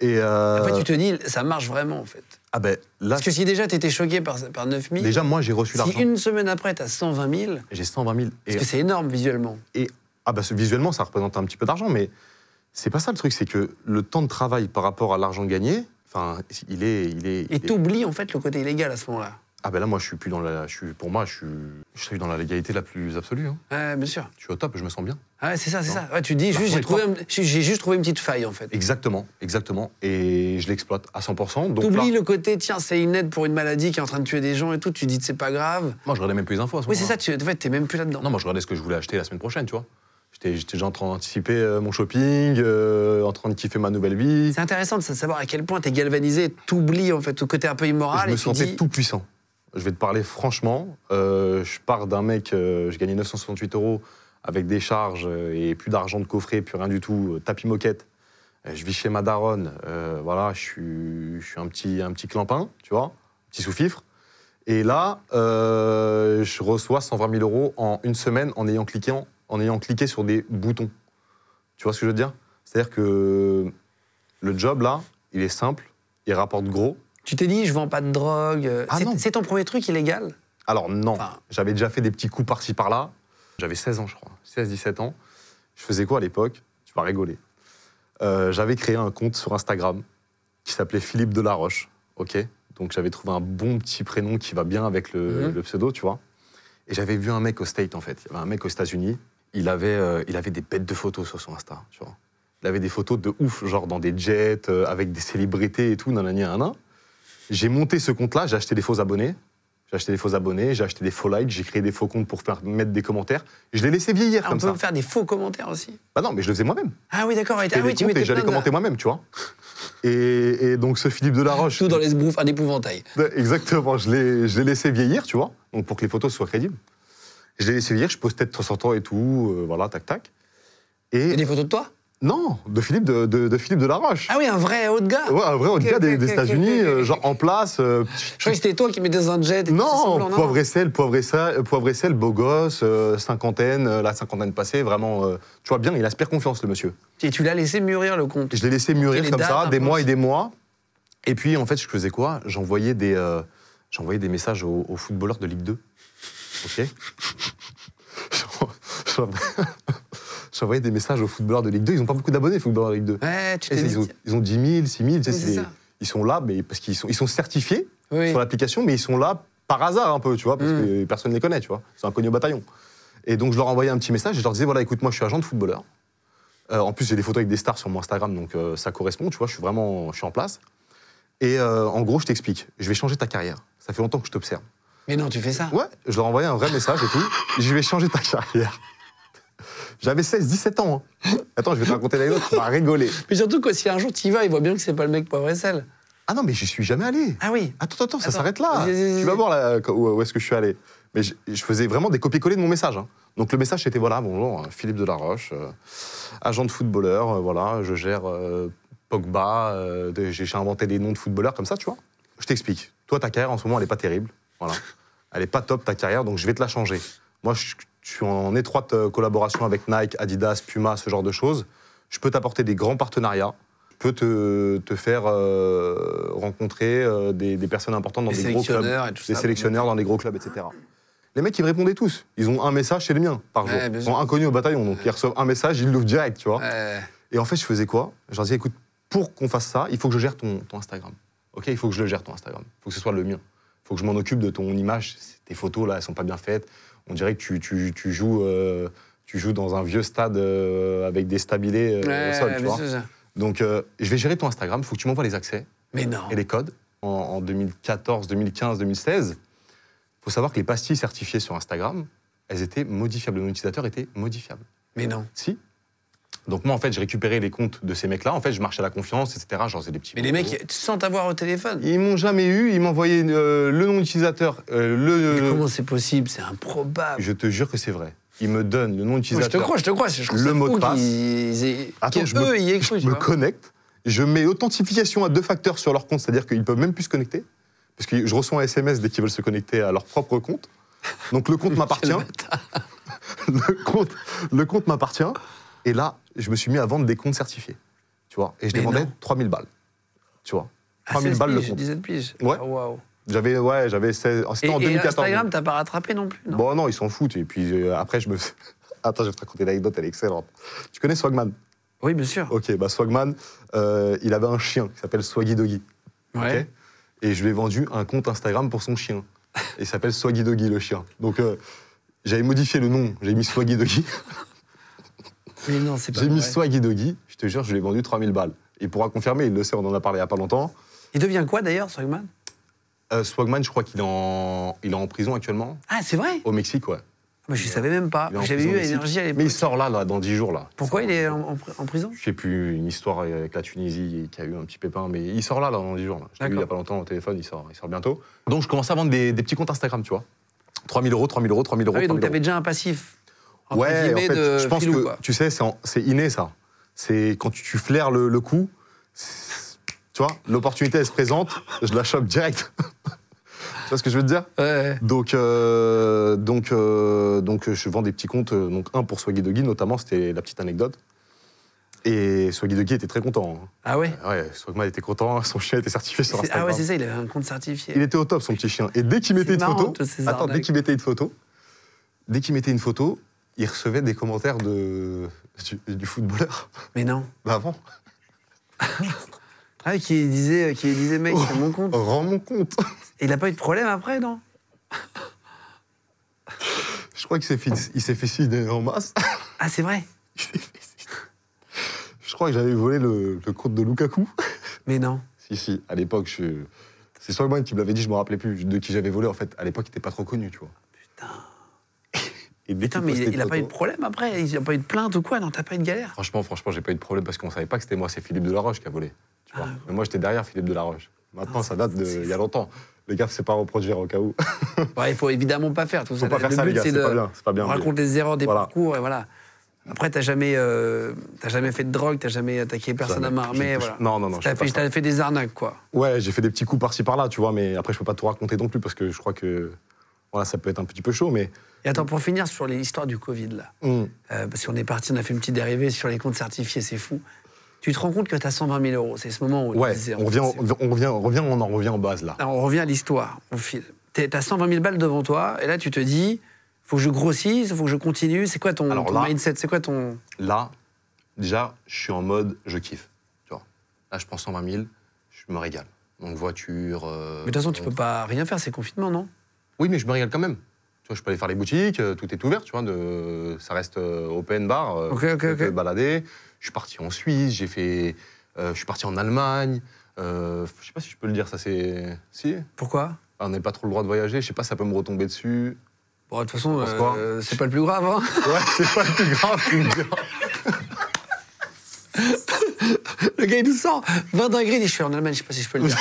S4: Et euh,
S1: Après, tu te dis, ça marche vraiment, en fait.
S4: ah ben là
S1: Parce que si déjà, tu étais choqué par, par 9 000,
S4: déjà moi j'ai reçu
S1: si
S4: l'argent.
S1: une semaine après, tu as 120 000,
S4: J'ai 120 000 et
S1: parce que c'est énorme visuellement.
S4: Et ah bah, visuellement, ça représente un petit peu d'argent, mais c'est pas ça le truc, c'est que le temps de travail par rapport à l'argent gagné, enfin, il est, il est.
S1: Et
S4: il est-
S1: t'oublies, en fait, le côté illégal à ce moment-là.
S4: Ah ben là, moi, je suis plus dans la, je suis, pour moi, je suis, je suis dans la légalité la plus absolue. hein.
S1: Ouais, bien sûr.
S4: Je suis au top, je me sens bien.
S1: Ah ouais, c'est ça, c'est
S4: Non.
S1: ça. Ouais, tu dis,
S4: Bah,
S1: juste,
S4: faut
S1: j'ai
S4: y
S1: trouvé un- j'ai juste trouvé une petite faille, en fait.
S4: Exactement, exactement, et je l'exploite à 100%. Donc là,
S1: T'oublies le côté, tiens, c'est une aide pour une maladie qui est en train de tuer des gens et tout, tu dis que c'est pas grave.
S4: moi, je regardais même plus les infos. à ce
S1: Oui, c'est
S4: moment-là.
S1: ça, tu, en fait, t'es même plus là-dedans.
S4: Non, moi, je regardais ce que je voulais acheter la semaine prochaine, tu vois. J'étais, j'étais déjà en train d'anticiper euh, mon shopping, euh, en train de kiffer ma nouvelle vie.
S1: C'est intéressant de savoir à quel point t'es galvanisé, t'oublies, en fait, le côté un peu immoral. et
S4: je me
S1: Ah, tu
S4: sentais
S1: dis-
S4: tout puissant. Je vais te parler franchement. euh, je pars d'un mec, euh, je gagnais 968 euros avec des charges euh, et plus d'argent de coffret, plus rien du tout, euh, tapis moquette. Euh, je vis chez ma daronne, euh, voilà, je suis, je suis un, petit, un petit clampin, tu vois, petit sous-fifre. Et là, euh, je reçois 120 000 euros en une semaine en ayant cliqué, en, en ayant cliqué sur des boutons. Tu vois ce que je veux dire C'est-à-dire que le job, là, il est simple, il rapporte gros.
S1: Tu t'es dit, je vends pas de drogue. euh,
S4: Ah
S1: c'est-
S4: non.
S1: c'est ton premier truc illégal
S4: Alors non,
S1: Enfin-
S4: j'avais déjà fait des petits coups par-ci par-là. J'avais 16 ans, je crois, 16-17 ans. Je faisais quoi à l'époque Tu vas rigoler. Euh, j'avais créé un compte sur Instagram qui s'appelait Philippe Delaroche, ok Donc j'avais trouvé un bon petit prénom qui va bien avec le,
S1: Mhm.
S4: le pseudo, tu vois. Et j'avais vu un mec au State en fait. Il y avait un mec aux États-Unis. Il avait, euh, il avait des bêtes de photos sur son Insta, tu vois. Il avait des photos de ouf, genre dans des jets, euh, avec des célébrités et tout, nanani, nanana. J'ai monté ce compte-là, j'ai acheté des faux abonnés. J'ai acheté des faux abonnés, j'ai acheté des faux likes, j'ai créé des faux comptes pour faire mettre des commentaires. Je l'ai laissé vieillir
S1: Ah, On
S4: comme
S1: peut
S4: ça.
S1: faire des faux commentaires aussi.
S4: Bah non, mais je le faisais moi-même.
S1: Ah oui, d'accord.
S4: Et
S1: Ah oui, tu mettais
S4: et j'allais
S1: plein de-
S4: commenter moi-même, tu vois. Et, et donc ce Philippe Delaroche.
S1: Tout dans l'esbrouf, un épouvantail.
S4: Ouais, Exactement, je l'ai, je l'ai laissé vieillir, tu vois, donc pour que les photos soient crédibles. Je l'ai laissé vieillir, je postais de temps en temps et tout, euh, voilà, tac, tac.
S1: Il y a
S4: Et
S1: des photos de toi
S4: non, de Philippe de, de, de Philippe Delaroche.
S1: Ah oui, un vrai haut de gars.
S4: Ouais, un vrai haut de
S1: Ok,
S4: gars des,
S1: ok,
S4: des
S1: ok, ok,
S4: États-Unis,
S1: ok,
S4: euh,
S1: ok.
S4: genre en place. euh,
S1: Je croyais que c'était toi qui mettais un jet. et tout ce
S4: non,
S1: semblant,
S4: poivre et sel, poivre et sel, euh, poivre et sel, beau gosse, euh, cinquantaine, euh, la cinquantaine passée, vraiment, euh, tu vois bien, il aspire confiance le monsieur.
S1: Et tu l'as laissé mûrir le compte.
S4: Je l'ai laissé mûrir
S1: les
S4: comme
S1: dates,
S4: ça, des
S1: un peu
S4: mois
S1: aussi.
S4: et des mois. Et puis, en fait, je faisais quoi J'envoyais des, euh, j'envoyais des messages aux, aux footballeurs de Ligue 2. OK J'envoyais des messages aux footballeurs de Ligue 2. Ils n'ont pas beaucoup d'abonnés, les footballeurs de Ligue 2.
S1: Ouais, tu
S4: Et
S1: t'es
S4: Ils ont,
S1: dit.
S4: ils ont 10 000, 6 000. tu sais,
S1: Oui,
S4: c'est
S1: c'est
S4: des-
S1: ça.
S4: ils sont là mais parce qu'ils sont, ils sont certifiés
S1: Oui.
S4: sur l'application, mais ils sont là par hasard un peu, tu vois, parce
S1: Mm.
S4: que personne ne les connaît, tu vois. C'est inconnu au bataillon. Et donc je leur envoyais un petit message et je leur disais voilà, écoute, moi je suis agent de footballeur. Euh, en plus, j'ai des photos avec des stars sur mon Instagram, donc euh, ça correspond, tu vois, je suis vraiment je suis en place. Et euh, en gros, je t'explique, je vais changer ta carrière. Ça fait longtemps que je t'observe.
S1: Mais non, tu fais ça.
S4: Ouais, je leur envoyais un vrai message et tout. Je vais changer ta carrière. J'avais 16-17 ans. hein. Attends, je vais te raconter l'anecdote, tu vas rigoler.
S1: Mais surtout que si un jour tu y vas, il voit bien que c'est pas le mec poivre et sel.
S4: Ah non, mais j'y suis jamais allé.
S1: Ah oui.
S4: Attends, attends, ça
S1: Attends.
S4: s'arrête là.
S1: Vas-y, vas-y,
S4: Tu vas
S1: vas-y.
S4: voir là, quand- où, où est-ce que je suis allé. Mais je, je faisais vraiment des copier-coller de mon message. hein. Donc le message c'était voilà, bonjour, Philippe Delaroche, euh, agent de footballeur, euh, voilà, je gère euh, Pogba, euh, de- j'ai j'ai inventé des noms de footballeurs comme ça, tu vois. Je t'explique. Toi, ta carrière en ce moment, elle n'est pas terrible. Voilà. Elle n'est pas top, ta carrière, donc je vais te la changer. Moi, je, je suis en étroite euh, collaboration avec Nike, Adidas, Puma, ce genre de choses. Je peux t'apporter des grands partenariats. Je peux te, te faire euh, rencontrer euh, des, des personnes importantes dans
S1: Des
S4: des gros clubs.
S1: sélectionneurs et tout
S4: Des
S1: ça.
S4: sélectionneurs dans des gros clubs, etc. Les mecs, ils me répondaient tous. Ils ont un message chez les miens par jour.
S1: Ouais, bien
S4: ils
S1: sûr.
S4: sont inconnus au bataillon, donc ils reçoivent un message, ils l'ouvrent direct, tu vois.
S1: Ouais.
S4: Et en fait, je faisais quoi Je leur disais, écoute, pour qu'on fasse ça, il faut que je gère ton, ton Instagram. Ok, il faut que je le gère ton Instagram. Il faut que ce soit le mien. Il faut que je m'en occupe de ton image. Tes photos là, elles sont pas bien faites. On dirait que tu, tu- tu joues, euh, tu joues dans un vieux stade euh, avec des stabilés euh,
S1: Ouais,
S4: au sol, tu
S1: mais
S4: vois.
S1: c'est ça.
S4: Donc, euh, je vais gérer ton Instagram. Il faut que tu m'envoies les accès
S1: Mais non.
S4: et les codes en, en 2014, 2015, 2016. Il faut savoir que les pastilles certifiées sur Instagram, elles étaient modifiables. Nos utilisateurs étaient modifiables.
S1: Mais non.
S4: Si. Donc moi, en fait, j'ai récupéré les comptes de ces mecs-là. En fait, je marchais à la confiance, etc. J'en faisais des petits.
S1: Mais les mecs, sans t'avoir au téléphone.
S4: ils m'ont jamais eu. Ils m'envoyaient euh, le nom d'utilisateur, euh,
S1: Mais
S4: le.
S1: comment c'est possible C'est improbable.
S4: Je te jure que c'est vrai. il me donne le nom
S1: Oui, je
S4: d'utilisateur.
S1: te crois, je te crois. Je trouve
S4: Le
S1: ça
S4: mot de
S1: fou
S4: passe.
S1: qu'ils aient-
S4: Attends,
S1: que
S4: je me-
S1: eux y aient cru,
S4: je
S1: tu
S4: me
S1: vois.
S4: connecte, je mets authentification à deux facteurs sur leur compte, c'est-à-dire qu'ils peuvent même plus se connecter, parce que je reçois un SMS dès qu'ils veulent se connecter à leur propre compte. Donc le compte m'appartient.
S1: Ah,
S4: le compte, le compte m'appartient. Et là, je me suis mis à vendre des comptes certifiés, tu vois. Et je
S1: Mais
S4: demandais
S1: non.
S4: 3000 balles, tu vois.
S1: Ah,
S4: 3000
S1: 16
S4: balles le
S1: piges,
S4: compte.
S1: 17 piges.
S4: Ouais.
S1: Ah, waouh.
S4: J'avais, ouais, j'avais, 16
S1: Et,
S4: c'était en
S1: et
S4: 2014.
S1: Instagram, t'as pas rattrapé non plus. Non
S4: Bon, non, ils s'en foutent. Et puis euh, après, je me. Attends, je vais te raconter l'anecdote, elle est excellente. Tu connais Swagman
S1: Oui, bien sûr.
S4: Ok, bah Swagman, euh, il avait un chien qui s'appelle Swaggy Doggy. ok
S1: Ouais.
S4: et je lui ai vendu un compte Instagram pour son chien. Et il s'appelle Swaggy Doggy, le chien. Donc euh, j'avais modifié le nom, j'ai mis Swaggy Doggy.
S1: Bah Mais non, c'est pas
S4: J'ai mis
S1: vrai.
S4: Swaggy Doggy, je te jure, je lui ai vendu 3000 balles. Il pourra confirmer, il le sait, on en a parlé il n'y a pas longtemps.
S1: Il devient quoi d'ailleurs, Swagman
S4: Euh, Swagman, je crois qu'il est, en... il est en prison actuellement,
S1: Ah, c'est vrai
S4: au Mexique, ouais.
S1: Moi, Je savais même pas.
S4: Il est en
S1: J'avais
S4: prison
S1: eu
S4: ici.
S1: énergie à
S4: Mais il
S1: l'époque.
S4: sort là, là dans 10 jours. là.
S1: Pourquoi
S4: sort
S1: il est
S4: dans-
S1: en, en- en prison
S4: Je sais plus, une histoire avec la Tunisie qui a eu un petit pépin, mais il sort là, là dans 10 jours. Là. Je l'ai eu il n'y a
S1: D'accord.
S4: pas longtemps au téléphone, il sort, il sort bientôt. Donc je commence à vendre des, des petits comptes Instagram, tu vois. 3000 euros, 3000 euros, 3000 euros.
S1: Ah oui,
S4: 3000
S1: donc
S4: euros.
S1: t'avais déjà un passif. entre
S4: ouais, en
S1: guillemets,
S4: fait,
S1: de
S4: je pense
S1: filou,
S4: que,
S1: quoi.
S4: tu sais, c'est en- c'est inné, ça. C'est quand tu, tu flaires le, le coup, c'est- tu vois, l'opportunité, elle se présente, je la chope direct. tu vois ce que je veux te dire
S1: Ouais.
S4: donc, euh, donc, euh, donc, euh, je vends des petits comptes. euh, Donc, un pour Swaggy Doggy, notamment, c'était la petite anecdote. Et Swaggy Doggy était très content. hein.
S1: Ah ouais
S4: Ouais, Swagman était content, son chien était certifié
S1: C'est-
S4: sur
S1: Ah
S4: Instagram.
S1: ouais, c'est ça, il avait un compte
S4: il
S1: certifié.
S4: était au top, son petit chien. Et dès qu'il mettait une
S1: marrant,
S4: photo,
S1: toutes ces
S4: attends, dès
S1: arnaques.
S4: qu'il mettait une photo, dès qu'il mettait une photo, il recevait des commentaires de du, du footballeur Bah,
S1: Mais non.
S4: d'avant.
S1: Ah, qui disait, qui disait mec,
S4: Oh.
S1: c'est mon compte.
S4: Rends mon compte.
S1: Et il a pas eu de problème après, non
S4: Je crois qu'il s'est fait, il s'est fait signer en masse.
S1: Ah, c'est vrai
S4: Je crois que j'avais volé le, le compte de Lukaku.
S1: Mais non.
S4: Si, si, à l'époque, je... c'est Swagman qui me l'avait dit, je me rappelais plus de qui j'avais volé. En fait, à l'époque, il n'était pas trop connu, tu vois. Putain. Et dès
S1: Putain,
S4: qu'il
S1: mais
S4: postait
S1: il,
S4: une
S1: il a pas eu
S4: photo-
S1: de problème après Il a pas eu de plainte ou quoi Non, t'as pas eu de galère
S4: Franchement, franchement, j'ai pas eu de problème parce qu'on savait pas que c'était moi, c'est Philippe Delaroche qui a volé. Tu vois. Mais moi, j'étais derrière Philippe Delaroche. Maintenant, ça date d'il y a longtemps. Les gars, c'est pas à reproduire au cas où.
S1: Ouais, il faut évidemment pas faire tout ça.
S4: Faut pas
S1: Le
S4: faire ça,
S1: but,
S4: les gars,
S1: c'est
S4: c'est
S1: de-
S4: pas bien. C'est pas bien.
S1: On
S4: mais-
S1: raconte les erreurs des
S4: Voilà.
S1: parcours et voilà. Après, t'as jamais, euh, t'as jamais fait de drogue, t'as jamais attaqué personne
S4: Jamais.
S1: à main armée.
S4: Je-
S1: Voilà.
S4: non, non, non, je
S1: T'as
S4: fais pas
S1: fait,
S4: ça.
S1: t'as fait des arnaques, quoi.
S4: Ouais, j'ai fait des petits coups par-ci par-là, tu vois, mais après, je peux pas tout raconter non plus parce que je crois que voilà, ça peut être un petit peu chaud, mais.
S1: Et attends, pour finir sur l'histoire du Covid, là.
S4: hum,
S1: Euh, parce qu'on est parti, on a fait une petite dérivée sur les comptes certifiés, c'est fou. Tu te rends compte que t'as 120 000 euros. C'est ce moment où
S4: Ouais,
S1: tu disais,
S4: on revient,
S1: c'est-
S4: on, revient, on, revient, on en revient en base là.
S1: Alors, on revient à l'histoire, on file. T'es- T'as 120 000 balles devant toi, et là, tu te dis, faut que je grossisse, faut que je continue. C'est quoi ton,
S4: Alors
S1: ton
S4: là- euh,
S1: mindset C'est quoi ton.
S4: là, déjà, je suis en mode je kiffe. Tu vois. Là, je prends 120 000, je me régale. Donc, voiture.
S1: Mais
S4: euh,
S1: de toute façon, tu
S4: on-
S1: peux pas rien faire, c'est confinement, non
S4: Oui, mais je me régale quand même. Tu vois, je peux aller faire les boutiques, euh, tout est ouvert, tu vois, de... ça reste euh, open bar. euh,
S1: Ok,
S4: je
S1: ok,
S4: peux
S1: ok.
S4: te balader. Je suis parti en Suisse, j'ai fait. euh, je suis parti en Allemagne. euh, je sais pas si je peux le dire, ça c'est. Si Ah,
S1: Pourquoi
S4: On n'est pas trop le droit de voyager, je sais pas, ça peut me retomber dessus.
S1: Bon, de toute façon,
S4: Pense quoi
S1: euh, c'est pas le plus grave. Hein
S4: Ouais, c'est pas le plus grave, tu me diras.
S1: le gars, il nous sort 20 degrés, il dit, je suis en Allemagne, je sais pas si je peux le dire.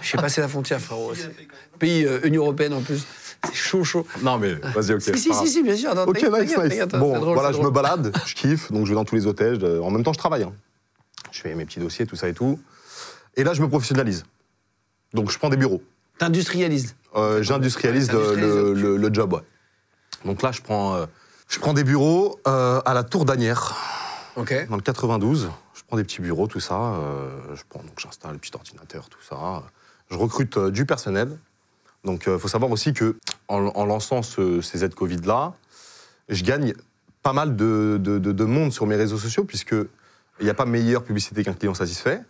S1: je suis passé la frontière, frérot. C'est Pays euh, Union Européenne en plus. C'est chaud, chaud.
S4: Non, mais vas-y, ok.
S1: Si,
S4: c'est
S1: si,
S4: pas grave.
S1: si, si, bien sûr. attends,
S4: Ok,
S1: t'inquiète,
S4: nice,
S1: t'inquiète,
S4: nice.
S1: t'inquiète,
S4: bon,
S1: c'est drôle,
S4: voilà,
S1: c'est
S4: je
S1: drôle.
S4: me balade, je kiffe, donc je vais dans tous les hôtels. je- En même temps, je travaille. hein. Je fais mes petits dossiers, tout ça et tout. Et là, je me professionnalise. Donc, je prends des bureaux.
S1: T'industrialises.
S4: Euh, J'industrialise le,
S1: T'industrialises,
S4: le-
S1: tu-
S4: le- le job, ouais. Donc là, je prends, euh, je prends des bureaux euh, à la Tour d'Anière,
S1: Ok.
S4: dans le 92. Je prends des petits bureaux, tout ça. euh, je prends, donc j'installe le petit ordinateur, tout ça. Je recrute euh, du personnel. Donc, il faut savoir aussi que en, en lançant ce- ces aides Covid là, je gagne pas mal de, de- de- de monde sur mes réseaux sociaux puisque il n'y a pas meilleure publicité qu'un client satisfait.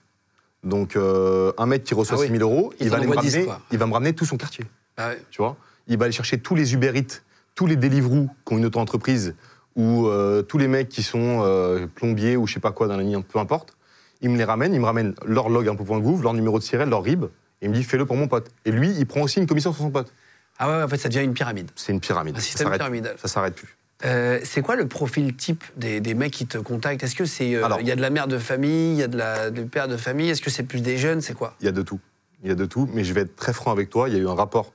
S4: Donc, euh, un mec qui reçoit
S1: Ah oui.
S4: 6 000 euros,
S1: Il
S4: il,
S1: t'en
S4: va aller me
S1: envoie dix,
S4: ramener,
S1: quoi.
S4: il va me ramener tout son quartier
S1: Ah ouais.
S4: tu vois. Il va aller chercher tous les Uber Eats, tous les Deliveroo qui ont une auto-entreprise, ou euh, tous les mecs qui sont euh, plombiers ou je sais pas quoi dans la ligne, peu importe. Il me les ramène, il me ramène leur log impôts.gouv, leur numéro de sirène, leur RIB, et il me dit fais-le pour mon pote. Et lui, il prend aussi une commission sur son pote.
S1: Ah ouais, ouais, en fait, ça devient une pyramide.
S4: C'est une pyramide.
S1: Un
S4: Ça
S1: système
S4: s'arrête-
S1: pyramidal.
S4: Ça s'arrête plus.
S1: Euh, c'est quoi le profil type des, des mecs qui te contactent Est-ce que c'est. euh,
S4: Alors-
S1: il y a de la mère de famille, il y a de la, du père de famille, est-ce que c'est plus des jeunes C'est quoi
S4: Il y a de tout. Il y a de tout, mais je vais être très franc avec toi. Il y a eu un rapport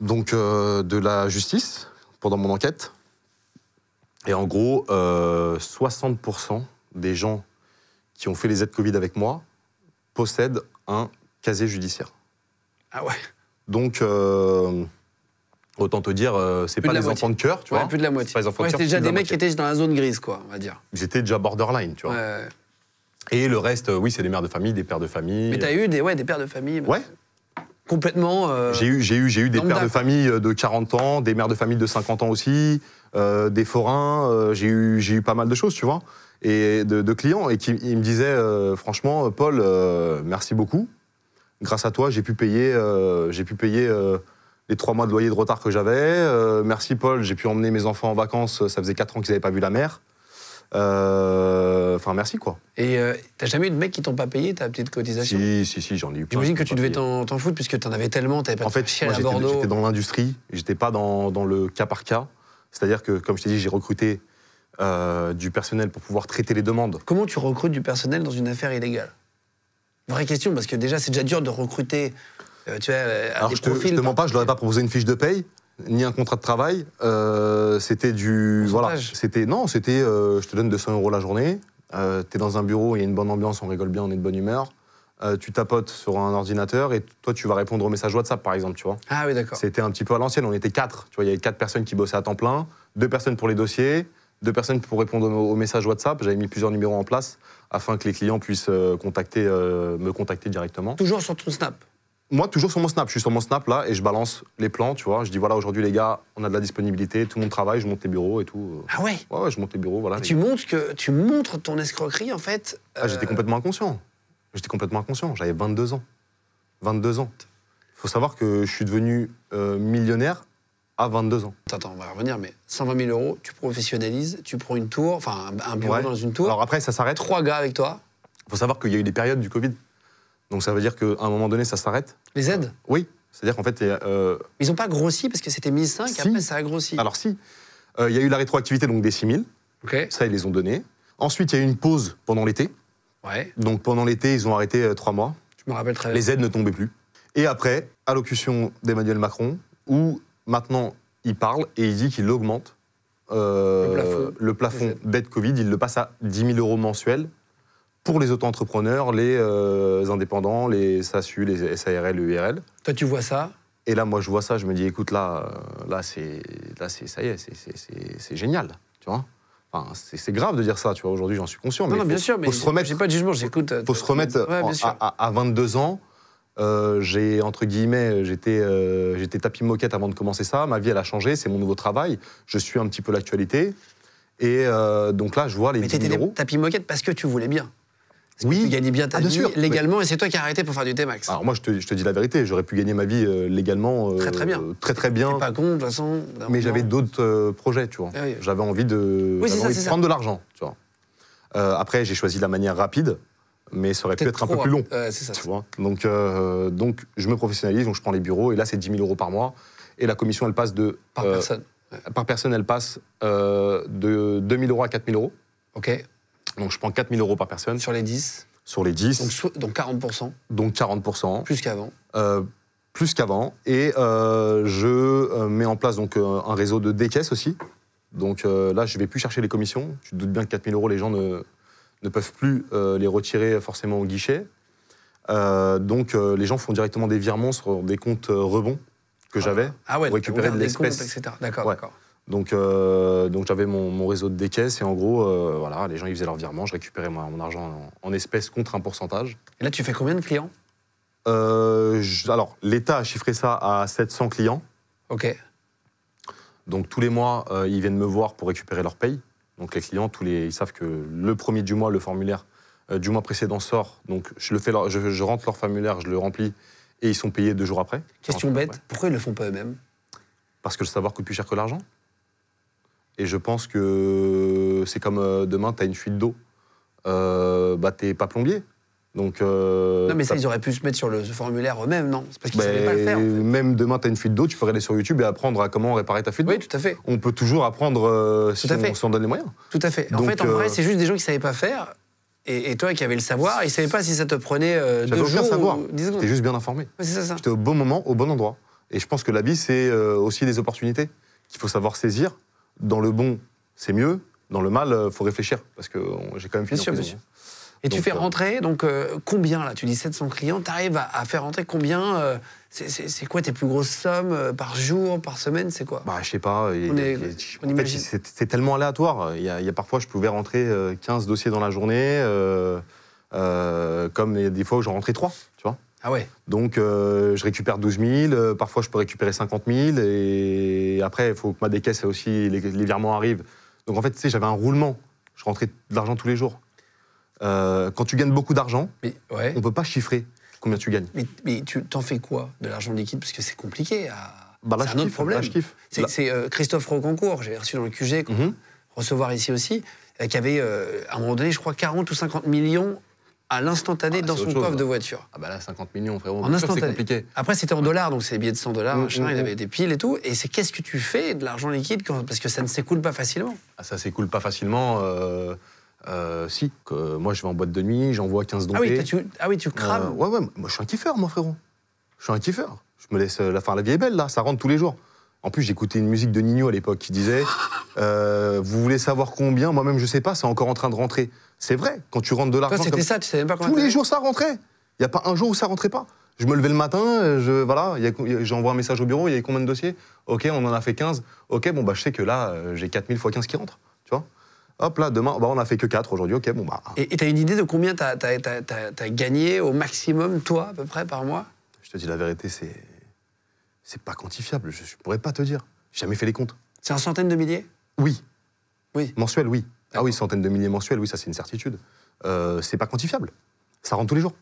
S4: donc euh, de la justice pendant mon enquête Et en gros, euh, 60% des gens qui ont fait les aides Covid avec moi possèdent un casier judiciaire.
S1: Ah ouais.
S4: Donc, euh, autant te dire, euh, c'est
S1: Plus
S4: pas
S1: de la
S4: les
S1: moitié.
S4: enfants de cœur, tu
S1: Ouais,
S4: vois.
S1: plus de la moitié.
S4: Pas les enfants de
S1: Ouais,
S4: cœur,
S1: c'était déjà
S4: plus de
S1: des
S4: la
S1: mecs qui étaient dans la zone grise, quoi, on va dire.
S4: Ils étaient déjà borderline, tu vois.
S1: Ouais.
S4: Et le reste, euh, oui, c'est des mères de famille, des pères de famille.
S1: Mais t'as eu des, ouais, des pères de famille bah,
S4: euh, Ouais,
S1: complètement. euh,
S4: j'ai eu, j'ai eu, j'ai eu des
S1: lambda,
S4: pères de
S1: quoi.
S4: famille euh, de 40 ans, des mères de famille de 50 ans aussi, euh, des forains. euh, j'ai eu, j'ai eu pas mal de choses, tu vois, et de, de clients et qui ils me disaient euh, franchement, Paul, euh, merci beaucoup. Grâce à toi, j'ai pu payer, euh, j'ai pu payer euh, les trois mois de loyer de retard que j'avais. Euh, merci Paul, j'ai pu emmener mes enfants en vacances. Ça faisait quatre ans qu'ils n'avaient pas vu la mer. Euh, Enfin, merci quoi.
S1: Et euh, t'as jamais eu de mecs qui t'ont pas payé ta petite cotisation
S4: Si, si, si, j'en ai eu. plein
S1: J'imagine
S4: qui
S1: que
S4: m'ont
S1: tu
S4: pas
S1: devais
S4: payé.
S1: t'en t'en foutre puisque t'en avais tellement, t'avais pas
S4: En
S1: de
S4: fait,
S1: chier
S4: moi,
S1: à
S4: j'étais-
S1: Bordeaux.
S4: j'étais dans l'industrie, j'étais pas dans, dans le cas par cas. C'est-à-dire que, comme je t'ai dit, j'ai recruté euh, du personnel pour pouvoir traiter les demandes.
S1: Comment tu recrutes du personnel dans une affaire illégale Vraie question, parce que déjà, c'est déjà dur de recruter. euh, tu vois, euh, à
S4: Alors,
S1: des
S4: je te,
S1: profils
S4: je te mens
S1: par-
S4: pas, je leur ai pas proposé une fiche de paye, ni un contrat de travail. Euh, c'était du. Voilà.
S1: Pourcentage.
S4: C'était. Non, c'était. euh, je te donne 200 euros la journée. Euh, T'es dans un bureau, il y a une bonne ambiance, on rigole bien, on est de bonne humeur. Euh, tu tapotes sur un ordinateur et toi, tu vas répondre aux messages WhatsApp, par exemple, tu vois.
S1: Ah oui, d'accord.
S4: C'était un petit peu à l'ancienne, on était quatre. Tu vois, il y avait quatre personnes qui bossaient à temps plein, deux personnes pour les dossiers, deux personnes pour répondre aux, aux messages WhatsApp. J'avais mis plusieurs numéros en place afin que les clients puissent euh, contacter, euh, me contacter directement.
S1: Toujours sur ton snap.
S4: Moi, toujours sur mon Snap, je suis sur mon Snap là et je balance les plans, tu vois. Je dis voilà, aujourd'hui les gars, on a de la disponibilité, tout le monde travaille, je monte les bureaux et tout. Euh,
S1: Ah ouais
S4: Ouais, ouais, je monte les bureaux, voilà.
S1: Et
S4: les
S1: tu, montres que, tu montres ton escroquerie, en fait.
S4: Ah, j'étais
S1: euh,
S4: complètement inconscient. J'étais complètement inconscient. J'avais 22 ans. 22 ans. Faut savoir que je suis devenu euh, millionnaire à 22 ans.
S1: Attends, attends, on va y revenir, mais 120 000 euros, tu professionnalises, tu prends une tour, enfin un- un bureau
S4: Ouais.
S1: dans une tour,
S4: Alors après, ça s'arrête.
S1: trois gars avec toi,
S4: faut savoir qu'il y a eu des périodes du Covid. Donc ça veut dire qu'à un moment donné, ça s'arrête.
S1: les aides.
S4: Oui. C'est-à-dire qu'en fait, il y a, euh,
S1: Ils n'ont pas grossi parce que c'était 1005
S4: Si.
S1: et après ça a grossi.
S4: alors si, euh, il y a eu la rétroactivité donc des 6000,
S1: Ok.
S4: ça ils les ont donnés. Ensuite, il y a eu une pause pendant l'été.
S1: Ouais,
S4: Donc pendant l'été, ils ont arrêté euh, trois mois.
S1: je me rappelle très bien.
S4: Les aides ne tombaient plus. Et après, allocution d'Emmanuel Macron, où maintenant il parle et il dit qu'il augmente euh,
S1: Le plafond.
S4: le
S1: Des
S4: plafond
S1: aides.
S4: d'aide Covid, il le passe à 10 000 euros mensuels pour les auto-entrepreneurs, les euh, indépendants, les SASU, les SARL, URL.
S1: Toi, tu vois ça,
S4: Et là, moi, je vois ça, je me dis, écoute, là, euh, là, c'est, là, c'est, ça y est, c'est, c'est, c'est, c'est génial, tu vois. Enfin, c'est, c'est grave de dire ça, tu vois. Aujourd'hui, j'en suis conscient,
S1: Non,
S4: mais
S1: non,
S4: faut,
S1: bien sûr, mais
S4: faut se remettre,
S1: j'ai pas de jugement, j'écoute. euh,
S4: faut se
S1: t'as-
S4: remettre
S1: Ouais,
S4: en-
S1: bien sûr.
S4: à, à- à 22 ans. euh, j'ai entre guillemets, j'étais, euh, j'étais tapis moquette avant de commencer ça. Ma vie, elle a changé. C'est mon nouveau travail. Je suis un petit peu l'actualité. Et euh, donc là, je vois les
S1: mais
S4: 10
S1: t'étais
S4: 000
S1: des
S4: euros.
S1: tapis moquettes parce que tu voulais bien. Parce
S4: Oui.
S1: que tu gagnais bien ta
S4: Ah, bien
S1: vie
S4: sûr, Ah. mais-
S1: légalement et c'est toi qui as arrêté pour faire du T-Max.
S4: Alors moi, je te, je te dis la vérité. J'aurais pu gagner ma vie euh, légalement, euh,
S1: Très, très bien.
S4: très très bien.
S1: T'es pas con, de toute façon. d'un
S4: Mais
S1: moment.
S4: j'avais d'autres euh, projets, tu vois.
S1: Ah oui.
S4: J'avais envie de,
S1: Oui, c'est
S4: j'avais
S1: ça,
S4: envie
S1: c'est
S4: de
S1: ça.
S4: prendre de l'argent, tu vois. Euh, après, j'ai choisi la manière rapide, mais ça aurait pu
S1: Peut-être
S4: être un peu
S1: trop,
S4: plus long,
S1: euh, c'est ça.
S4: tu vois. Donc, euh, donc, je me professionnalise, donc je prends les bureaux, et là, c'est 10 000 euros par mois. Et la commission, elle passe de...
S1: Par
S4: euh,
S1: personne. Ouais.
S4: Par personne, elle passe euh, de 2 000 euros à 4 000 euros.
S1: Ok.
S4: Donc, je prends 4 000 euros par personne
S1: Sur les 10.
S4: sur les
S1: Donc,
S4: 10,
S1: so- donc 40%,
S4: donc 40
S1: plus qu'avant.
S4: euh, plus qu'avant. Et euh, je euh, mets en place donc euh, un réseau de décaisses aussi. Donc euh, là, je vais plus chercher les commissions. Tu te doutes bien que 4000 euros, les gens ne, ne peuvent plus euh, les retirer forcément au guichet. Euh, donc euh, les gens font directement des virements sur des comptes euh, rebonds que j'avais.
S1: Ah ouais,
S4: Pour
S1: donc t'as
S4: récupérer
S1: ouvert
S4: de
S1: des
S4: l'espèce.
S1: comptes, etc. D'accord,
S4: Ouais.
S1: d'accord.
S4: Donc, euh, donc j'avais mon, mon réseau de décaisses et en gros, euh, voilà, les gens ils faisaient leurs virements, je récupérais moi, mon argent en, en espèces contre un pourcentage.
S1: Et là, tu fais combien de clients
S4: Euh, je- alors l'État a chiffré ça à 700 clients.
S1: Ok.
S4: Donc tous les mois, euh, ils viennent me voir pour récupérer leur paye. Donc les clients, tous les, ils savent que le premier du mois, le formulaire euh, du mois précédent sort. Donc je, le fais leur- je, je rentre leur formulaire, je le remplis et ils sont payés deux jours après.
S1: Question
S4: 48
S1: bête,
S4: après.
S1: pourquoi ils le font pas eux-mêmes
S4: Parce que le savoir coûte plus cher que l'argent. Et je pense que c'est comme euh, demain, tu as une fuite d'eau. Euh, bah t'es pas plombier. Donc, euh,
S1: Non, mais ça,
S4: t'as-
S1: ils auraient pu se mettre sur le formulaire eux-mêmes, non C'est parce qu'ils savaient
S4: bah,
S1: pas le faire. en fait.
S4: Même demain, tu as une fuite d'eau, tu peux aller sur YouTube et apprendre à comment réparer ta fuite
S1: Oui,
S4: d'eau.
S1: tout à fait.
S4: On peut toujours apprendre euh, si,
S1: Tout à
S4: on,
S1: fait.
S4: si on donne les moyens.
S1: Tout à fait. En
S4: Donc,
S1: fait, en vrai,
S4: euh,
S1: c'est juste des gens qui savaient pas faire. Et, et toi qui avais le savoir, ils savaient pas si ça te prenait euh,
S4: J'avais
S1: deux
S4: aucun
S1: jours
S4: savoir.
S1: ou 10 secondes.
S4: J'étais juste bien informé.
S1: Ouais, c'est ça, ça.
S4: J'étais au bon moment, au bon endroit. Et je pense que la vie, c'est euh, aussi des opportunités qu'il faut savoir saisir dans le bon c'est mieux. Dans le mal, euh, faut réfléchir, parce que on- j'ai quand même fini
S1: Bien sûr,
S4: en
S1: bien
S4: prison.
S1: Et tu
S4: Donc,
S1: fais
S4: euh,
S1: rentrer, donc euh, combien là Tu dis 700 clients, tu arrives à, à faire rentrer combien euh, c'est- C'est c'est quoi tes plus grosses sommes euh, par jour, par semaine C'est quoi
S4: Bah, je sais pas. il-
S1: On est-
S4: il-
S1: on
S4: en fait,
S1: imagine.
S4: c'est c'est tellement aléatoire. Il y, a, il y a parfois, je pouvais rentrer euh, 15 dossiers dans la journée, euh, euh, comme il y a des fois où j'en rentrais 3, tu vois.
S1: Ah ouais
S4: Donc, euh, je récupère 12 000, euh, parfois je peux récupérer 50 000, et après, il faut que ma décaisse aussi, les, les virements arrivent. Donc, en fait, tu sais, j'avais un roulement. Je rentrais de l'argent tous les jours. Euh, quand tu gagnes beaucoup d'argent,
S1: Mais, ouais.
S4: on peut pas chiffrer combien tu gagnes.
S1: mais, mais tu t'en fais quoi de l'argent liquide Parce que c'est compliqué. à-
S4: Bah, là,
S1: c'est
S4: je
S1: un autre
S4: kiffe,
S1: problème.
S4: là, je kiffe.
S1: C'est
S4: Là-
S1: c'est, euh, Christophe Rocancourt, j'ai reçu dans le QG, qu'on
S4: Mhm.
S1: recevoir ici aussi, euh, qui avait euh, à un moment donné, je crois, 40 ou 50 millions à l'instantané
S4: Ah,
S1: dans
S4: c'est
S1: son
S4: autre chose,
S1: coffre de
S4: là.
S1: voiture.
S4: Ah bah là, 50 millions, frérot.
S1: En
S4: bien sûr que C'est
S1: instantané.
S4: compliqué.
S1: Après, c'était en dollars, donc c'est des billets de 100 dollars,
S4: Mhm,
S1: machin, il
S4: mhm.
S1: avait des piles et tout. Et c'est qu'est-ce que tu fais de l'argent liquide quand- Parce que ça ne s'écoule pas facilement.
S4: Ah, ça s'écoule pas facilement. euh, euh, si, que moi je vais en boîte de nuit, j'envoie 15
S1: Ah oui,
S4: dompés.
S1: toi, tu, ah oui, tu
S4: Euh,
S1: crames.
S4: ouais, ouais, moi je suis un kiffeur, moi frérot. Je suis un kiffeur. Je me laisse. euh, La, fin, la vie est belle là, ça rentre tous les jours. En plus, j'écoutais une musique de Nino à l'époque qui disait euh, Vous voulez savoir combien Moi-même, je sais pas, c'est encore en train de rentrer. C'est vrai, quand tu rentres de
S1: Toi,
S4: l'argent.
S1: c'était
S4: comme-
S1: ça, tu savais même pas comment
S4: Tous les
S1: t'avais-
S4: jours, ça rentrait. Il n'y a pas un jour où ça rentrait pas. Je me levais le matin, euh, je, voilà, il y a co- il y a- j'envoie un message au bureau, il y a combien de dossiers Ok, on en a fait 15. Ok, bon, bah, je sais que là, euh, j'ai 4000 fois 15 qui rentrent. Tu vois Hop, là, demain, bah, on a fait que 4 aujourd'hui. Ok, bon, bah,
S1: Et et t'as une idée de combien t'as as, gagné au maximum, toi, à peu près, par mois
S4: je te dis la vérité, c'est. C'est pas quantifiable, je, je pourrais pas te dire. J'ai jamais fait les comptes.
S1: C'est en centaines de milliers
S4: Oui.
S1: Oui.
S4: Mensuel, oui. Ah oui, centaines de milliers mensuels, oui, ça c'est une certitude. Euh, c'est pas quantifiable. Ça rentre tous les jours.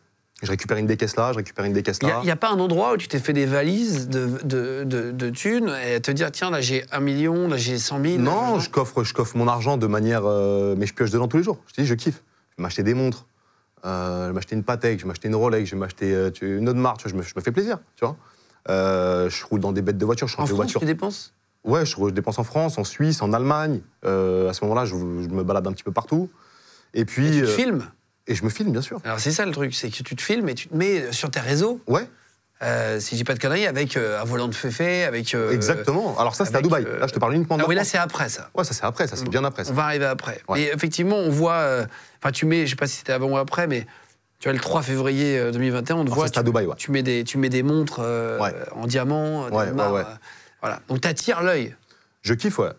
S4: Je récupère une décaisse là, je récupère une décaisse
S1: Il
S4: là.
S1: n'y a, pas un endroit où tu t'es fait des valises de, de, de- de thunes et te dire, tiens, là j'ai un million, là j'ai 100 000
S4: Non, je coffre, je coffre mon argent de manière. euh, mais je pioche dedans tous les jours. Je te dis, je kiffe. Je vais m'acheter des montres, euh, je vais m'acheter une Patek, je vais m'acheter une Rolex, je vais m'acheter euh, tu- une Audemars, tu vois, je me, je me fais plaisir, tu vois. Euh, je roule dans des bêtes de voitures, je
S1: En
S4: change de
S1: France,
S4: voiture.
S1: tu dépenses
S4: Ouais, je, je dépense en France, en Suisse, en Allemagne. Euh, à ce moment-là, je, je me balade un petit peu partout. Et puis.
S1: Et tu te
S4: euh,
S1: filmes.
S4: et je me filme, bien sûr.
S1: Alors c'est ça le truc, c'est que tu te filmes et tu te mets sur tes réseaux,
S4: Ouais,
S1: euh, si je dis pas de conneries, avec euh, un volant de féfé, avec. euh,
S4: exactement. Alors ça, c'était à
S1: avec,
S4: Dubaï.
S1: euh,
S4: Là, je te parle uniquement de.
S1: Non, mais
S4: la
S1: là
S4: France.
S1: c'est Mm. après ça.
S4: Ouais, ça c'est après, ça c'est bien après. ça.
S1: On va arriver après.
S4: Ouais.
S1: Mais effectivement, on voit. euh, Enfin, tu mets, je sais pas si c'était avant ou après, mais tu vois, le 3 février euh, 2021, on te
S4: Alors,
S1: voit.
S4: Ah, ça, c'était à
S1: tu-
S4: Dubaï, ouais.
S1: Tu mets des, tu mets des montres euh,
S4: Ouais.
S1: en diamant, euh, des
S4: Ouais, ouais,
S1: marres,
S4: ouais.
S1: euh, voilà. Donc t'attires l'œil,
S4: Je kiffe, ouais.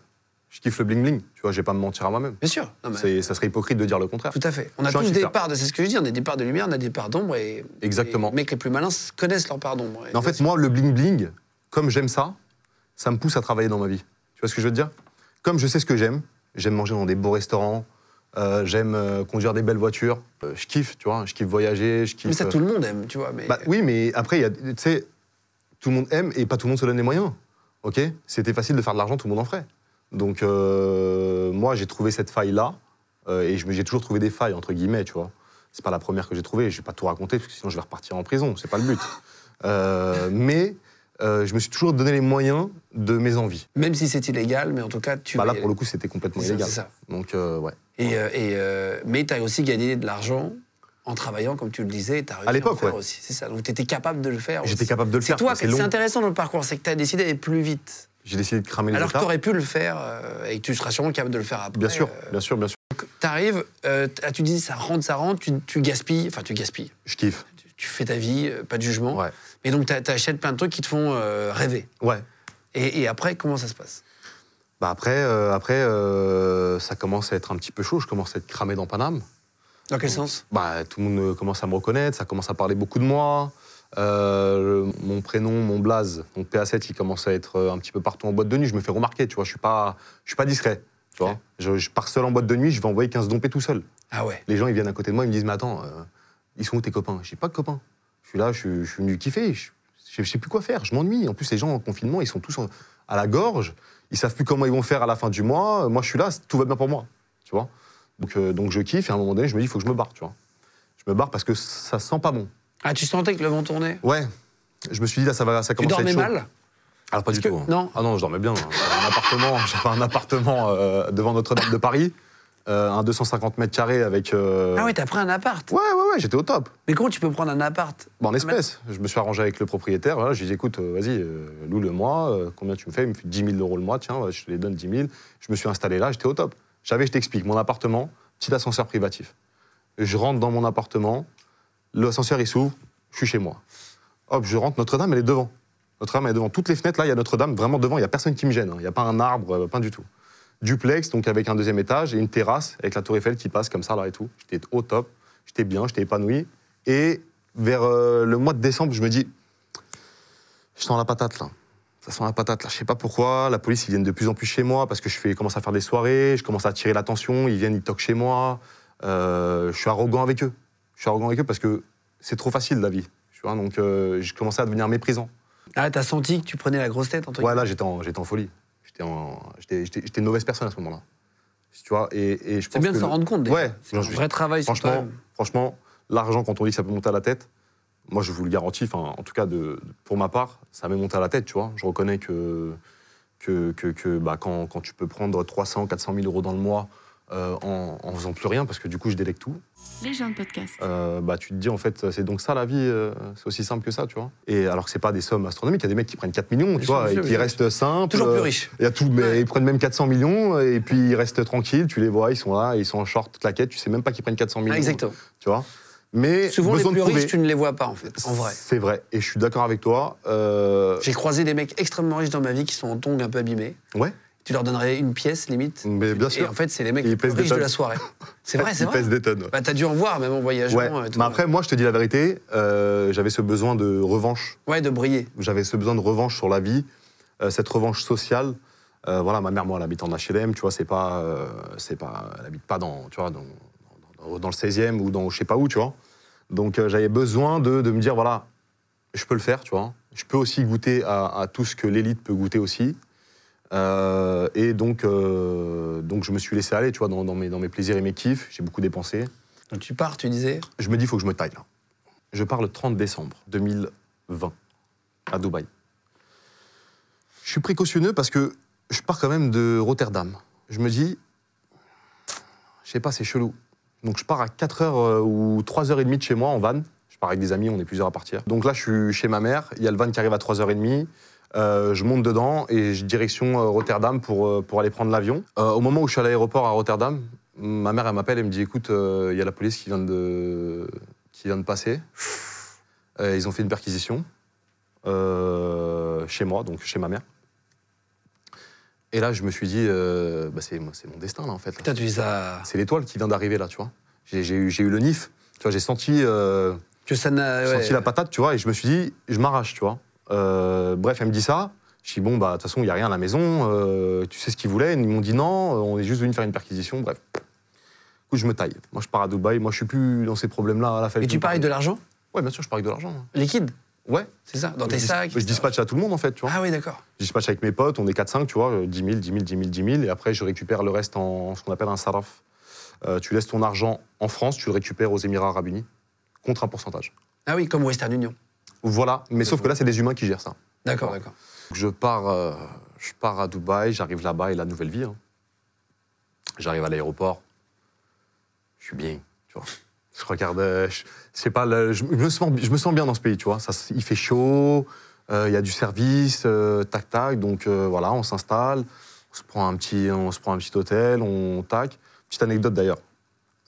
S4: Je kiffe le bling bling. Tu vois, je vais pas me mentir à moi-même.
S1: bien sûr. Non, mais
S4: C'est- Ça serait hypocrite de dire le contraire.
S1: Ah, bah. tout à fait. On a
S4: Je suis un
S1: tous des
S4: kiffer.
S1: parts, de- c'est ce que je dis, on a des parts de lumière, on a des parts d'ombre et
S4: Exactement.
S1: et Les mecs les plus malins connaissent leur part d'ombre. Et
S4: Mais en fait, moi, le bling-bling, comme j'aime ça, ça me pousse à travailler dans ma vie. Tu vois ce que je veux te dire Comme je sais ce que j'aime, j'aime manger dans des beaux restaurants, euh, j'aime euh, conduire des belles voitures, euh, je kiffe, tu vois, je kiffe voyager, je kiffe...
S1: mais ça,
S4: euh,
S1: tout le monde aime, tu vois. Mais
S4: bah, oui, mais après, il y a- tu sais, tout le monde aime et pas tout le monde se donne les moyens. Ok C'était facile de faire de l'argent, tout le monde en ferait. Donc, euh, moi, j'ai trouvé cette faille-là euh, et je me- j'ai toujours trouvé des failles, entre guillemets, tu vois. C'est pas la première que j'ai trouvée, je vais pas tout raconter parce que sinon je vais repartir en prison, c'est pas le but. Euh, mais euh, je me suis toujours donné les moyens de mes envies.
S1: même si c'est illégal, mais en tout cas, tu.
S4: Bah,
S1: vas
S4: là,
S1: y
S4: pour
S1: aller.
S4: le coup, c'était complètement
S1: C'est ça,
S4: illégal.
S1: c'est ça.
S4: Donc, euh, ouais.
S1: Et, euh, et, euh, mais tu as aussi gagné de l'argent en travaillant, comme tu le disais, tu as réussi à
S4: l'époque,
S1: le faire
S4: ouais.
S1: aussi. C'est ça. Donc tu étais capable de le faire.
S4: J'étais
S1: aussi.
S4: capable de le
S1: C'est
S4: faire,
S1: Toi,
S4: mais c'est
S1: c'est
S4: long.
S1: intéressant dans le parcours, c'est que tu as décidé d'aller plus vite.
S4: J'ai décidé de cramer les
S1: alors que tu
S4: étapes.
S1: aurais pu le faire euh, et que tu seras sûrement capable de le faire après. Euh,
S4: Bien sûr, bien sûr, bien sûr.
S1: Tu arrives, euh, ah, tu dis ça rentre, ça rentre, tu, tu gaspilles, enfin tu gaspilles,
S4: Je kiffe.
S1: tu, tu fais ta vie, euh, pas de jugement.
S4: Ouais.
S1: Mais donc tu achètes plein de trucs qui te font euh, rêver.
S4: Ouais.
S1: Et, et après, comment ça se passe
S4: Bah après, euh, après euh, ça commence à être un petit peu chaud. Je commence à être cramé dans Paname.
S1: Dans quel sens
S4: Bah, tout le monde euh, commence à me reconnaître, ça commence à parler beaucoup de moi. Euh, le- mon prénom, mon blaze, mon PA7, il commence à être euh, un petit peu partout en boîte de nuit. Je me fais remarquer, tu vois. Je suis pas, je suis pas discret. Tu vois.
S1: Ok.
S4: Je, je pars seul en boîte de nuit, je vais envoyer 15 dompés tout seul.
S1: Ah ouais.
S4: Les gens, ils viennent à côté de moi, ils me disent Mais attends, euh, ils sont où tes copains Je dis Pas de copains. Je suis là, je, suis- je suis venu kiffer. Je, je sais plus quoi faire, je m'ennuie. En plus, les gens en confinement, ils sont tous en- à la gorge. Ils savent plus comment ils vont faire à la fin du mois. Moi, je suis là, tout va bien pour moi. Tu vois donc, euh, donc, je kiffe et à un moment donné, je me dis Il faut que je me barre. Tu vois je me barre parce que ça sent pas bon.
S1: Ah, tu sentais que le vent tournait
S4: Ouais. Je me suis dit, là, ça, va, ça
S1: Tu
S4: commence à être
S1: dormais
S4: chaud.
S1: mal
S4: Alors pas
S1: Parce
S4: du
S1: que-
S4: tout. hein.
S1: non.
S4: Ah non, je dormais bien. hein. J'avais un appartement, j'avais un appartement euh, devant Notre-Dame de Paris. euh, un 250 mètres carrés avec. euh,
S1: Ah ouais, t'as pris un appart.
S4: Ouais, ouais, ouais, j'étais au top.
S1: Mais comment tu peux prendre un appart
S4: Bah, en espèces. Je me suis arrangé avec le propriétaire. Voilà, je lui ai dit, écoute, euh, vas-y, euh, loue le mois. euh, combien tu me fais Il me fait 10 000 euros le mois. Tiens, ouais, je te les donne 10 000. Je me suis installé là, j'étais au top. J'avais, je t'explique, mon appartement, petit ascenseur privatif. Je rentre dans mon appartement, l'ascenseur il s'ouvre, je suis chez moi. Hop, je rentre, Notre-Dame, elle est devant. Notre-Dame, elle est devant. Toutes les fenêtres, là, il y a Notre-Dame, vraiment devant, il n'y a personne qui me gêne. hein. Il n'y a pas un arbre, euh, pas du tout. Duplex, donc avec un deuxième étage et une terrasse avec la Tour Eiffel qui passe comme ça, là et tout. J'étais au top, j'étais bien, j'étais épanoui. Et vers euh, le mois de décembre, je me dis, je sens la patate, là. Ça sent la patate, là. Je sais pas pourquoi. La police, ils viennent de plus en plus chez moi parce que je fais, commence à faire des soirées, je commence à attirer l'attention, ils viennent, ils toquent chez moi. Euh, je suis arrogant avec eux. Je suis arrogant avec eux parce que c'est trop facile, la vie. Tu vois, donc euh, je commençais à devenir méprisant.
S1: Ah, t'as senti que tu prenais la grosse tête, entre
S4: Ouais, là, j'étais en, j'étais en folie. J'étais, en- j'étais, j'étais- j'étais une mauvaise personne à ce moment-là. Tu vois, et, et je
S1: C'est
S4: pense
S1: bien de
S4: que
S1: s'en
S4: le-
S1: rendre compte. déjà.
S4: Ouais,
S1: c'est un
S4: je-
S1: vrai travail sur
S4: franchement,
S1: toi-même.
S4: franchement, l'argent, quand on dit que ça peut monter à la tête, moi, je vous le garantis, enfin, en tout cas, de, pour ma part, ça m'est monté à la tête, tu vois. Je reconnais que, que, que, que, bah, quand, quand tu peux prendre 300, 400 000 euros dans le mois euh, en, en faisant plus rien, parce que du coup, je délègue tout,
S3: Les gens de podcast.
S4: euh, bah, tu te dis, en fait, c'est donc ça la vie, euh, c'est aussi simple que ça, tu vois. Et alors que c'est pas des sommes astronomiques, il y a des mecs qui prennent 4 millions,
S1: Bien
S4: tu
S1: sûr,
S4: vois,
S1: bien
S4: et
S1: sûr,
S4: qui
S1: bien sûr.
S4: restent simples.
S1: Toujours plus
S4: euh,
S1: riche.
S4: il y a tout, mais
S1: Ouais.
S4: ils prennent même 400 millions et puis ils restent tranquilles, tu les vois, ils sont là, ils sont en short toute la quête, tu sais même pas qu'ils prennent 400 millions.
S1: Ah, exactement.
S4: Tu vois Mais
S1: Souvent, les
S4: besoin de
S1: plus riches,
S4: prouver.
S1: tu ne les vois pas, en fait, en vrai.
S4: C'est vrai, et je suis d'accord avec toi. euh,
S1: J'ai croisé des mecs extrêmement riches dans ma vie qui sont en tongs un peu abîmés.
S4: Ouais,
S1: Tu leur donnerais une pièce, limite.
S4: mais bien
S1: Et
S4: sûr.
S1: en fait, c'est les mecs
S4: Et ils
S1: les plus
S4: pèsent des
S1: riches de
S4: tonnes.
S1: la soirée. C'est vrai, c'est
S4: ils
S1: vrai.
S4: pèsent des tonnes. ouais.
S1: Bah, t'as dû en voir, même en voyageant.
S4: Ouais,
S1: euh, tout.
S4: mais après, moi, je te dis la vérité, euh, j'avais ce besoin de revanche
S1: Ouais, de briller.
S4: j'avais ce besoin de revanche sur la vie, euh, cette revanche sociale. Euh, voilà, ma mère, moi, elle habite en HLM, tu vois, c'est pas, euh, c'est pas, elle habite pas dans, tu vois, dans, dans- dans le 16e ou dans je sais pas où, tu vois. Donc euh, j'avais besoin de, de me dire, voilà, je peux le faire, tu vois. Je peux aussi goûter à, à tout ce que l'élite peut goûter aussi. Euh, et donc, euh, donc je me suis laissé aller, tu vois, dans, dans mes, dans mes plaisirs et mes kiffs. J'ai beaucoup dépensé.
S1: Donc, tu pars, tu disais.
S4: Je me dis, il faut que je me taille là. Je pars le 30 décembre 2020 à Dubaï. Je suis précautionneux parce que je pars quand même de Rotterdam. Je me dis, je sais pas, c'est chelou. Donc je pars à 4h ou 3h30 de chez moi en van. Je pars avec des amis, on est plusieurs à partir. Donc là, je suis chez ma mère, il y a le van qui arrive à 3h30. Euh, je monte dedans et je direction euh, Rotterdam pour, euh, pour aller prendre l'avion. Euh, au moment où je suis à l'aéroport à Rotterdam, ma mère elle m'appelle et me dit écoute, euh, il y a la police qui vient de, qui vient de passer. Euh, ils ont fait une perquisition euh, chez moi, donc chez ma mère. Et là, je me suis dit euh, bah, c'est c'est mon destin là en fait. là.
S1: Putain, tu dis ça.
S4: C'est l'étoile qui vient d'arriver là, tu vois. J'ai j'ai eu, j'ai eu le nif, tu vois, j'ai senti, euh,
S1: Que ça n'a.
S4: j'ai
S1: Eh ouais.
S4: senti la patate, tu vois, et je me suis dit, je m'arrache, tu vois. Euh, bref, elle me dit ça. Je dis, bon, bah, de toute façon, il n'y a rien à la maison, euh, tu sais ce qu'ils voulaient. Ils m'ont dit, non, Euh, on est juste venu faire une perquisition, bref. Du coup, je me taille. Moi, je pars à Dubaï, moi, je suis plus dans ces problèmes-là. à la euh,
S1: Et tu parles de l'argent
S4: Ouais, bien sûr, je parle de l'argent. hein.
S1: liquide,
S4: Ouais.
S1: c'est ça Dans
S4: Je
S1: tes
S4: dis-
S1: sacs
S4: Je dispatche à tout le monde, en fait, tu vois.
S1: Ah oui, d'accord.
S4: Je dispatche avec mes potes, on est 4-5, tu vois, euh, 10 000, 10 000, 10 000, 10 000, et après je récupère le reste en ce qu'on appelle un saraf. Euh, tu laisses ton argent en France, tu le récupères aux Émirats Arabes Unis, contre un pourcentage.
S1: Ah oui, comme Western Union.
S4: Voilà, mais sauf que là, c'est des humains qui gèrent ça.
S1: D'accord, d'accord.
S4: Donc, Je pars, euh, je pars à Dubaï, j'arrive là-bas et la nouvelle vie. hein. J'arrive à l'aéroport, je suis bien, tu vois. Je regarde, euh, je, je sais pas, le- je, je me sens, je me sens bien dans ce pays, tu vois. Ça, se- il fait chaud, euh, il y a du service, euh, tac tac. Donc euh, voilà, on s'installe, on se prend un petit, on se prend un petit hôtel, on tac. Petite anecdote d'ailleurs,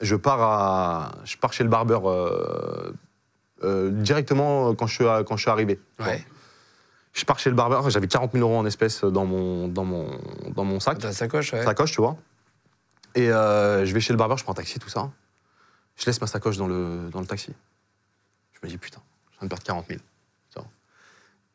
S4: je pars à, je pars chez le barbeur euh, euh, directement quand je suis à- quand je suis arrivé. tu vois.
S1: Ouais.
S4: Je pars chez le barbeur, j'avais 40 000 euros en espèces dans mon, dans mon, dans mon sac,
S1: Dans la sacoche, ouais.
S4: sacoche, tu vois. Et euh, je vais chez le barbeur, je prends un taxi, tout ça. Je laisse ma sacoche dans le, dans le taxi. Je me dis, putain, je viens de perdre 40 000. tu vois.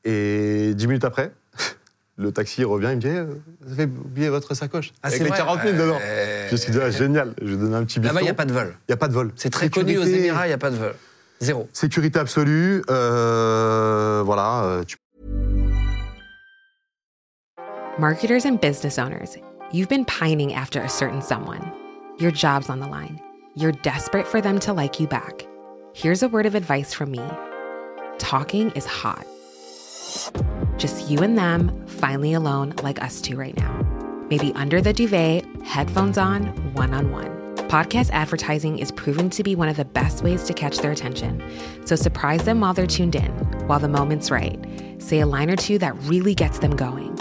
S4: Et 10 minutes après, le taxi revient, il me dit, Eh, vous avez oublié votre sacoche.
S1: Ah,
S4: avec
S1: c'est
S4: les
S1: vrai,
S4: 40 000 dedans.
S1: euh,
S4: Je me suis dit, ah, génial, je vais donner un petit bifton.
S1: Là-bas, il n'y a pas de vol.
S4: Il y a pas de vol.
S1: C'est très
S4: Sécurité.
S1: connu aux Émirats, il n'y a pas de vol. Zéro.
S4: Sécurité absolue, euh, voilà, euh, tu
S2: Marketers and business owners, you've been pining after a certain someone. Your job's on the line. You're desperate for them to like you back. Here's a word of advice from me talking is hot. Just you and them, finally alone, like us two right now. Maybe under the duvet, headphones on, one on one. Podcast advertising is proven to be one of the best ways to catch their attention. So surprise them while they're tuned in, while the moment's right. Say a line or two that really gets them going.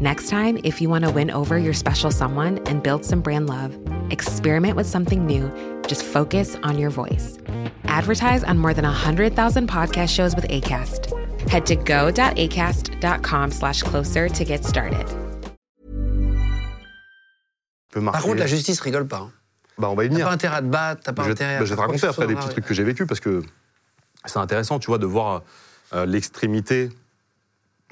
S2: Next time, if you want to win over your special someone and build some brand love, experiment with something new. Just focus on your voice. Advertise on more than 100,000 podcast shows with ACAST. Head to go.acast.com slash closer to get started.
S4: peut marquer.
S1: Par contre, la justice rigole pas. hein.
S4: Bah, on va y
S1: T'as
S4: venir.
S1: pas intérêt à te battre, t'as pas
S4: Je vais-
S1: intérêt à.
S4: bah, je vais te
S1: faire quoi que
S4: raconter
S1: ce
S4: après
S1: soit
S4: des
S1: dans
S4: petits
S1: la
S4: trucs que j'ai vécu parce que c'est intéressant, tu vois, de voir euh, l'extrémité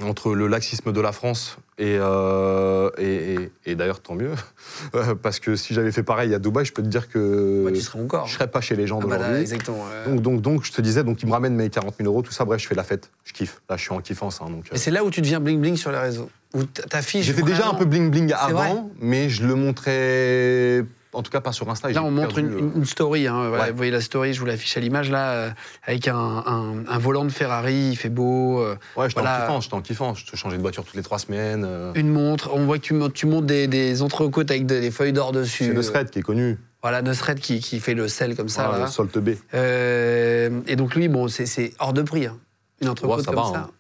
S4: entre le laxisme de la France et, euh, et, et- et d'ailleurs tant mieux parce que si j'avais fait pareil à Dubaï, je peux te dire
S1: rue.
S4: que
S1: Bah, tu serais encore.
S4: je serais pas chez les gens
S1: Ah, bah, là,
S4: d'aujourd'hui.
S1: exactement. euh.
S4: donc, donc, donc, je te disais, donc ils me ramènent mes 40 000 euros, tout ça, bref, je fais la fête, je kiffe. Là, je suis en kiffance. hein, donc, euh,
S1: Et c'est là où tu deviens bling bling sur les réseaux. Où t- t'affiches.
S4: J'étais déjà un peu bling bling
S1: vrai.
S4: avant, mais je le montrais, en tout cas pas sur Insta. et
S1: Là,
S4: j'ai
S1: on montre
S4: perdu,
S1: une,
S4: euh,
S1: une- une story. hein, voilà,
S4: Ouais.
S1: Vous voyez la story, je vous l'affiche à l'image là, euh, avec un, un- un volant de Ferrari, il fait beau, euh,
S4: Ouais, j'étais
S1: voilà.
S4: en kiffance, j'étais en kiffance. Je te changeais de voiture toutes les trois semaines. euh,
S1: une montre. On voit que tu montes, tu montes des, des entrecôtes avec des, des feuilles d'or dessus.
S4: C'est Nusret qui est connu,
S1: Voilà, Nusret qui, qui fait le sel comme euh, ça.
S4: voilà,
S1: là.
S4: le Solt B.
S1: Euh, et donc lui, bon, c'est- c'est hors de prix. hein. Une entrecôte
S4: Ouais, ça
S1: comme
S4: va,
S1: ça.
S4: hein.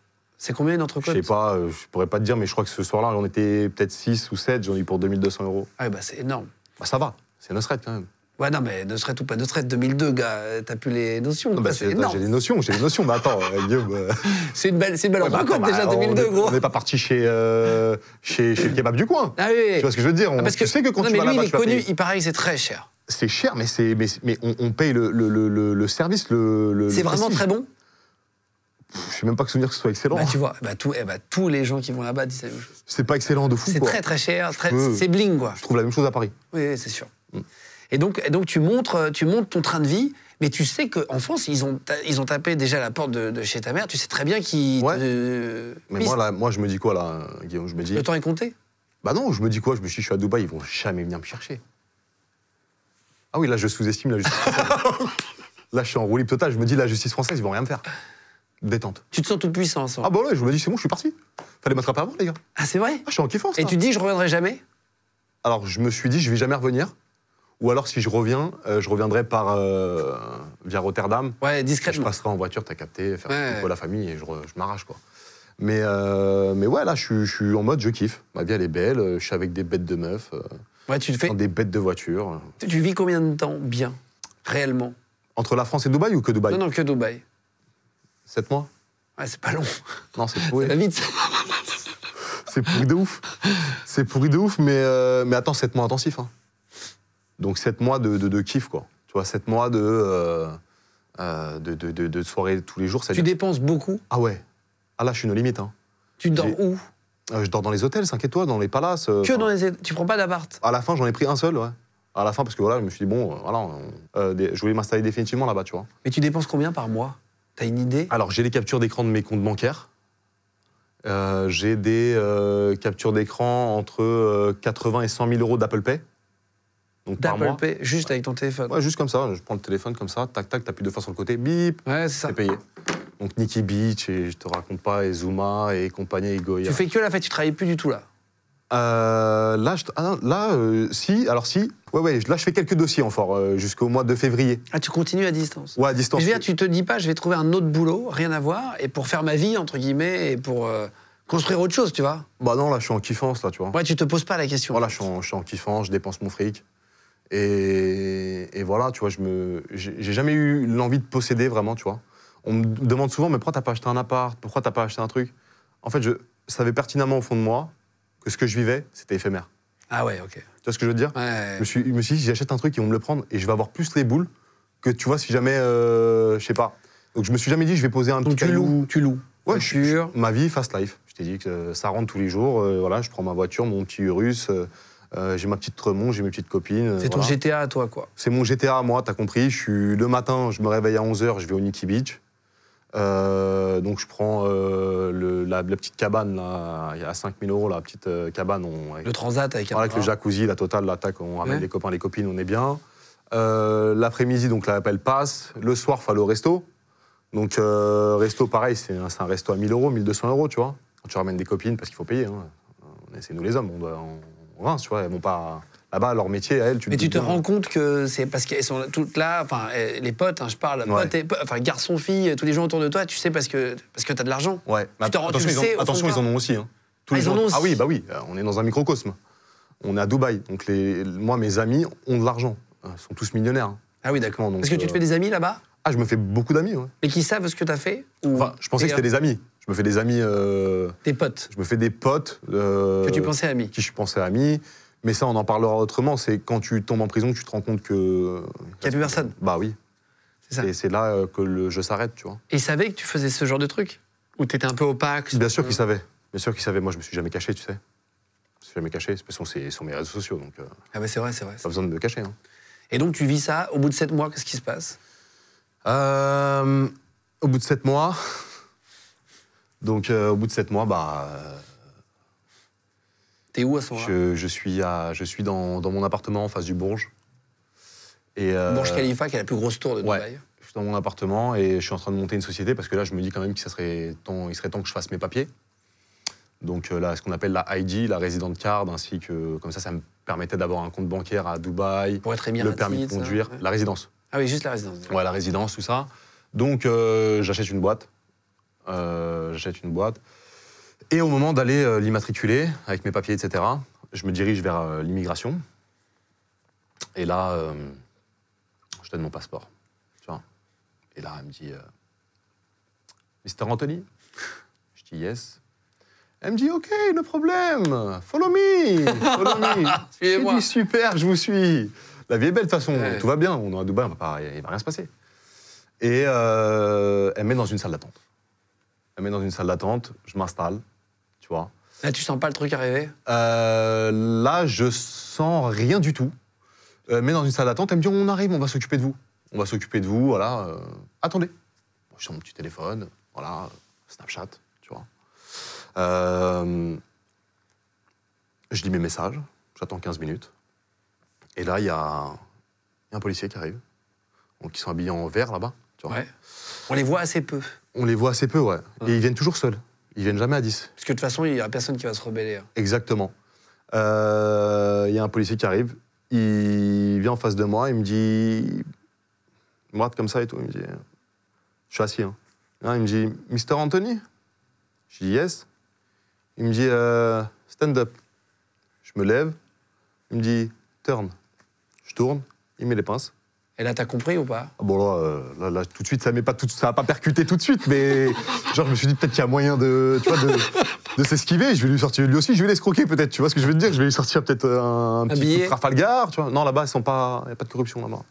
S1: C'est combien une
S4: Je
S1: entrecôte
S4: sais pas, euh, je pourrais pas te dire, mais je crois que ce soir-là, j'en étais peut-être 6 ou 7, j'en ai eu pour 2200 euros.
S1: Ah, bah, c'est énorme.
S4: Bah, ça va, c'est Nusret quand même.
S1: Ouais, non, mais Nusret ou pas Nusret, 2002, gars, euh, t'as plus les notions.
S4: Non,
S1: quoi,
S4: bah,
S1: c'est
S4: c'est- j'ai
S1: énorme.
S4: des notions, j'ai des notions, mais attends, euh, Guillaume. euh,
S1: C'est une belle, c'est une belle
S4: bah,
S1: entrecôte
S4: attends,
S1: déjà,
S4: bah, on
S1: 2002,
S4: est-
S1: gros.
S4: On n'est pas parti chez, euh, chez, chez le kebab du coin.
S1: Ah oui, oui.
S4: Tu vois ce que je veux dire on,
S1: Ah, parce que,
S4: Tu sais que quand
S1: non,
S4: tu
S1: mais
S4: vas
S1: lui,
S4: là-bas,
S1: il est
S4: tu vas
S1: connu,
S4: payer.
S1: il paraît que c'est très cher.
S4: C'est cher, mais, c'est- mais, mais on, on paye le, le, le- le- le service, le. le-
S1: C'est
S4: le
S1: vraiment
S4: prestige.
S1: très bon
S4: Je sais même pas que souvenir que ce soit excellent.
S1: Bah, tu vois, bah, tout, eh bah, tous les gens qui vont là-bas disent la même chose.
S4: C'est pas excellent de fou,
S1: C'est
S4: quoi.
S1: très très cher, très-
S4: peux-
S1: c'est bling quoi.
S4: Je trouve la même chose à Paris.
S1: Oui, oui, c'est sûr. Mm. Et donc, et donc tu, montres, euh, tu montres ton train de vie, mais tu sais qu'en France, ils ont, ta- ils ont tapé déjà la porte de, de chez ta mère. Tu sais très bien qu'ils.
S4: Ouais.
S1: te-
S4: Mais
S1: piste.
S4: moi, là, moi, je me dis quoi, là, euh, Guillaume Je me dis.
S1: le temps est compté.
S4: Bah non, je me dis quoi Je me suis je suis à Dubaï, ils vont jamais venir me chercher. Ah oui, là, je sous-estime la justice française. là, je suis en roue libre totale. Je me dis, la justice française, ils vont rien me faire. Détente.
S1: Tu te sens tout puissant. ça.
S4: Ah bah ouais, je me dis, c'est bon, je suis parti. Fallait m'attraper avant, les gars.
S1: Ah, c'est vrai
S4: Ah, je suis en kiffance.
S1: Et
S4: là.
S1: tu te dis, je reviendrai jamais
S4: Alors, je me suis dit, je vais jamais revenir. Ou alors, si je reviens, euh, je reviendrai par euh, via Rotterdam.
S1: Ouais,
S4: Et Je
S1: discrètement.
S4: passerai en voiture, t'as capté, faire
S1: Ouais,
S4: un
S1: ouais.
S4: coup à la famille et je, re- je m'arrache, quoi. Mais, euh, mais ouais, là, je, suis- je suis en mode, je kiffe. Ma vie, elle est belle. euh, Je suis avec des bêtes de meufs, euh,
S1: Ouais, tu, te fais,
S4: dans des bêtes de euh. voitures.
S1: tu- tu vis combien de temps bien Réellement
S4: Entre la France et Dubaï ou que Dubaï
S1: Non, non, que Dubaï.
S4: 7 mois
S1: Ouais, c'est pas long.
S4: Non, c'est
S1: Ça
S4: pourri.
S1: va vite.
S4: c'est pourri de ouf. C'est pourri de ouf, mais, euh, mais attends, 7 mois intensifs. hein. Donc 7 mois de, de, de kiff, quoi. Tu vois, 7 mois de, euh, euh, de, de, de- de soirée tous les jours. Ça
S1: tu
S4: dure-
S1: dépenses beaucoup.
S4: Ah ouais. Ah là, je suis nos limites. Hein.
S1: Tu dors
S4: J'ai-
S1: où
S4: Euh, je dors dans les hôtels, 5 étoiles, dans les palaces. euh,
S1: Que
S4: enfin,
S1: dans les. Tu prends pas d'appart.
S4: À la fin, j'en ai pris un seul, ouais. À la fin, parce que voilà, je me suis dit, bon, euh, voilà, on- euh, des- je voulais m'installer définitivement là-bas, tu vois.
S1: Mais tu dépenses combien par mois T'as une idée
S4: Alors, j'ai les captures d'écran de mes comptes bancaires. Euh, j'ai des euh, captures d'écran entre euh, 80 et 100 000 euros d'Apple Pay. Donc, par
S1: D'Apple
S4: mois.
S1: Pay, juste avec ton téléphone.
S4: Ouais, juste comme ça. Je prends le téléphone comme ça, tac, tac, t'appuies deux fois sur le côté, bip,
S1: Ouais, c'est ça.
S4: t'es payé. Donc, Nikki Beach, et je te raconte pas, et Zuma, et compagnie, et Goya.
S1: Tu fais que la fête, tu travailles plus du tout là.
S4: Euh, là, je- ah non, là euh, si, alors si. Ouais, ouais, là, je fais quelques dossiers encore, euh, jusqu'au mois de février.
S1: Ah, tu continues à distance.
S4: Ouais, à
S1: Mais
S4: distance.
S1: je veux dire, tu te dis pas, je vais trouver un autre boulot, rien à voir, et pour faire ma vie, entre guillemets, et pour euh, construire autre chose, tu vois.
S4: Bah non, là, je suis en kiffance, là, tu vois.
S1: Ouais, tu te poses pas la question.
S4: Voilà, je suis, en, je suis en kiffant, je dépense mon fric. Et, et voilà, tu vois, je me, j'ai j'ai jamais eu l'envie de posséder vraiment, tu vois. On me demande souvent, mais pourquoi t'as pas acheté un appart Pourquoi t'as pas acheté un truc En fait, je savais pertinemment au fond de moi que ce que je vivais, c'était éphémère.
S1: Ah ouais, ok.
S4: Tu vois ce que je veux dire
S1: Ouais.
S4: je, me suis, je me suis dit, j'achète un truc, ils vont me le prendre et je vais avoir plus les boules que, tu vois, si jamais, euh, je sais pas. Donc je me suis jamais dit, je vais poser un
S1: Donc
S4: petit
S1: tu
S4: caillou.
S1: loues, tu loues.
S4: Ouais, je suis-
S1: Voiture.
S4: Ma vie, fast life. Je t'ai dit que euh, ça rentre tous les jours. euh, voilà, je prends ma voiture, mon petit Urus. euh, euh, j'ai ma petite Tremont, j'ai mes petites copines. euh,
S1: C'est ton
S4: voilà.
S1: GTA à toi, quoi.
S4: C'est mon GTA à moi, t'as compris. Je suis le matin, je me réveille à 11h, je vais au Nikki Beach. Euh, donc je prends euh, le- la, la petite cabane là, à 5000 euros, la petite euh, cabane. On, avec,
S1: Le transat avec hein. un.
S4: voilà, avec le jacuzzi, la totale, l'attaque, on ramène
S1: Ouais.
S4: les copains, les copines, on est bien. Euh, L'après-midi, donc l'appel passe. Le soir, fallait au resto. Donc, euh, resto, pareil, c'est un, c'est un resto à 1000 euros, 1200 euros, tu vois. Quand tu ramènes des copines, parce qu'il faut payer. hein. On est- C'est nous les hommes, on, doit, on, on rince, tu vois. Elles vont pas. Là-bas, leur métier, à elle, tu
S1: Mais
S4: dis,
S1: tu te
S4: bon,
S1: rends compte que c'est parce qu'elles sont toutes là, enfin, euh, les potes, hein, je parle,
S4: Ouais.
S1: potes et- po- enfin, garçons, filles, tous les gens autour de toi, tu sais parce que, parce que t'as de l'argent.
S4: Ouais, mais
S1: te rends- tu
S4: attention,
S1: le
S4: ils, en-
S1: sais, au fond
S4: attention,
S1: de
S4: ils
S1: toi.
S4: en ont aussi. hein. Tous
S1: Ah,
S4: les
S1: ils en
S4: gens-
S1: ont aussi.
S4: Ah oui, bah oui, euh, on est dans un microcosme. On est à Dubaï, donc les, moi, mes amis ont de l'argent. Ils sont tous millionnaires. hein.
S1: Ah oui, d'accord.
S4: Non, donc,
S1: Parce que tu te
S4: euh,
S1: fais des amis là-bas,
S4: Ah, je me fais beaucoup d'amis. ouais.
S1: mais qui savent ce que t'as fait ou
S4: Enfin, je pensais que
S1: Et, euh,
S4: c'était des amis. Je me fais des amis. euh,
S1: Tes potes,
S4: je me fais des potes. euh,
S1: que tu pensais amis.
S4: Qui je pensais amis. Mais ça, on en parlera autrement. C'est quand tu tombes en prison que tu te rends compte que.
S1: Qu'il y a plus personne.
S4: Bah oui.
S1: C'est ça.
S4: Et c'est là euh, que le jeu s'arrête, tu vois.
S1: Et ils savaient que tu faisais ce genre de truc Ou t'étais un peu opaque
S4: Bien sûr qu'ils savaient. Bien sûr qu'ils savaient. Moi, je me suis jamais caché, tu sais. Je me suis jamais caché. De toute façon, c'est sur mes réseaux sociaux, donc euh,
S1: Ah ouais, c'est vrai, c'est vrai.
S4: pas besoin de me cacher. hein.
S1: Et donc tu vis ça, au bout de 7 mois, qu'est-ce qui se passe
S4: Euh, au bout de 7 mois. Donc, euh, au bout de 7 mois, bah, euh,
S1: T'es où à ce moment-là
S4: je, je suis, à, je suis dans, dans mon appartement en face du Bourge. Et, euh,
S1: Burj Khalifa, qui est la plus grosse tour de
S4: ouais.
S1: Dubaï.
S4: Je suis dans mon appartement et je suis en train de monter une société parce que là, je me dis quand même qu'il serait temps, il serait temps que je fasse mes papiers. Donc, euh, là, ce qu'on appelle la ID, la Resident Card, ainsi que. Comme ça, ça me permettait d'avoir un compte bancaire à Dubaï,
S1: Pour être émirati,
S4: le permis de
S1: ça,
S4: conduire,
S1: ouais.
S4: la résidence.
S1: Ah oui, juste la résidence.
S4: Ouais, la résidence, tout ça. Donc, euh, j'achète une boîte. Euh, j'achète une boîte. Et au moment d'aller euh, l'immatriculer, avec mes papiers, etc., je me dirige vers euh, l'immigration. Et là, euh, je donne mon passeport. Tu vois Et là, elle me dit euh, Mr. Anthony Je dis Yes. Elle me dit OK, no problème. Follow me. Follow me.
S1: Suivez-moi.
S4: Je dis, Super, je vous suis. La vie est belle de toute façon.
S1: Ouais.
S4: Tout va bien. On est à Dubaï, on va pas- il ne va rien se passer. Et euh, elle me met dans une salle d'attente. Elle me met dans une salle d'attente. Je m'installe. Tu vois
S1: Là, tu sens pas le truc arriver
S4: euh, là, je sens rien du tout. Euh, mais dans une salle d'attente, elle me dit on arrive, on va s'occuper de vous. On va s'occuper de vous, voilà. euh, attendez. Bon, je sors mon petit téléphone, voilà, euh, Snapchat, tu vois. Euh, je lis mes messages, j'attends 15 minutes. Et là, il y a il y a un policier qui arrive. Donc, ils sont habillés en vert là-bas, tu vois.
S1: Ouais. On les voit assez peu.
S4: On les voit assez peu, ouais. Et ils viennent toujours seuls. Ils viennent jamais à 10.
S1: Parce que de toute façon, il y aura personne qui va se rebeller. hein.
S4: Exactement. Euh, Il y a un policier qui arrive, il vient en face de moi, il me dit. Il me regarde comme ça et tout, il me dit. euh, Je suis assis, hein. Là, il me dit Mr. Anthony Je dis yes. Il me dit euh, stand up. Je me lève, il me dit turn. Je tourne, il met les pinces.
S1: Et là, t'as compris ou pas
S4: Ah Bon là, euh, là, là, tout de suite, ça m'est pas tout, ça a pas percuté tout de suite, mais genre je me suis dit peut-être qu'il y a moyen de, tu vois, de, de s'esquiver. Je vais lui sortir lui aussi, je vais l'escroquer peut-être. Tu vois ce que je veux te dire Je vais lui sortir peut-être un, petit coup de
S1: billet.
S4: Trafalgar, tu vois. Non là-bas, ils sont pas, y a pas de corruption là-bas.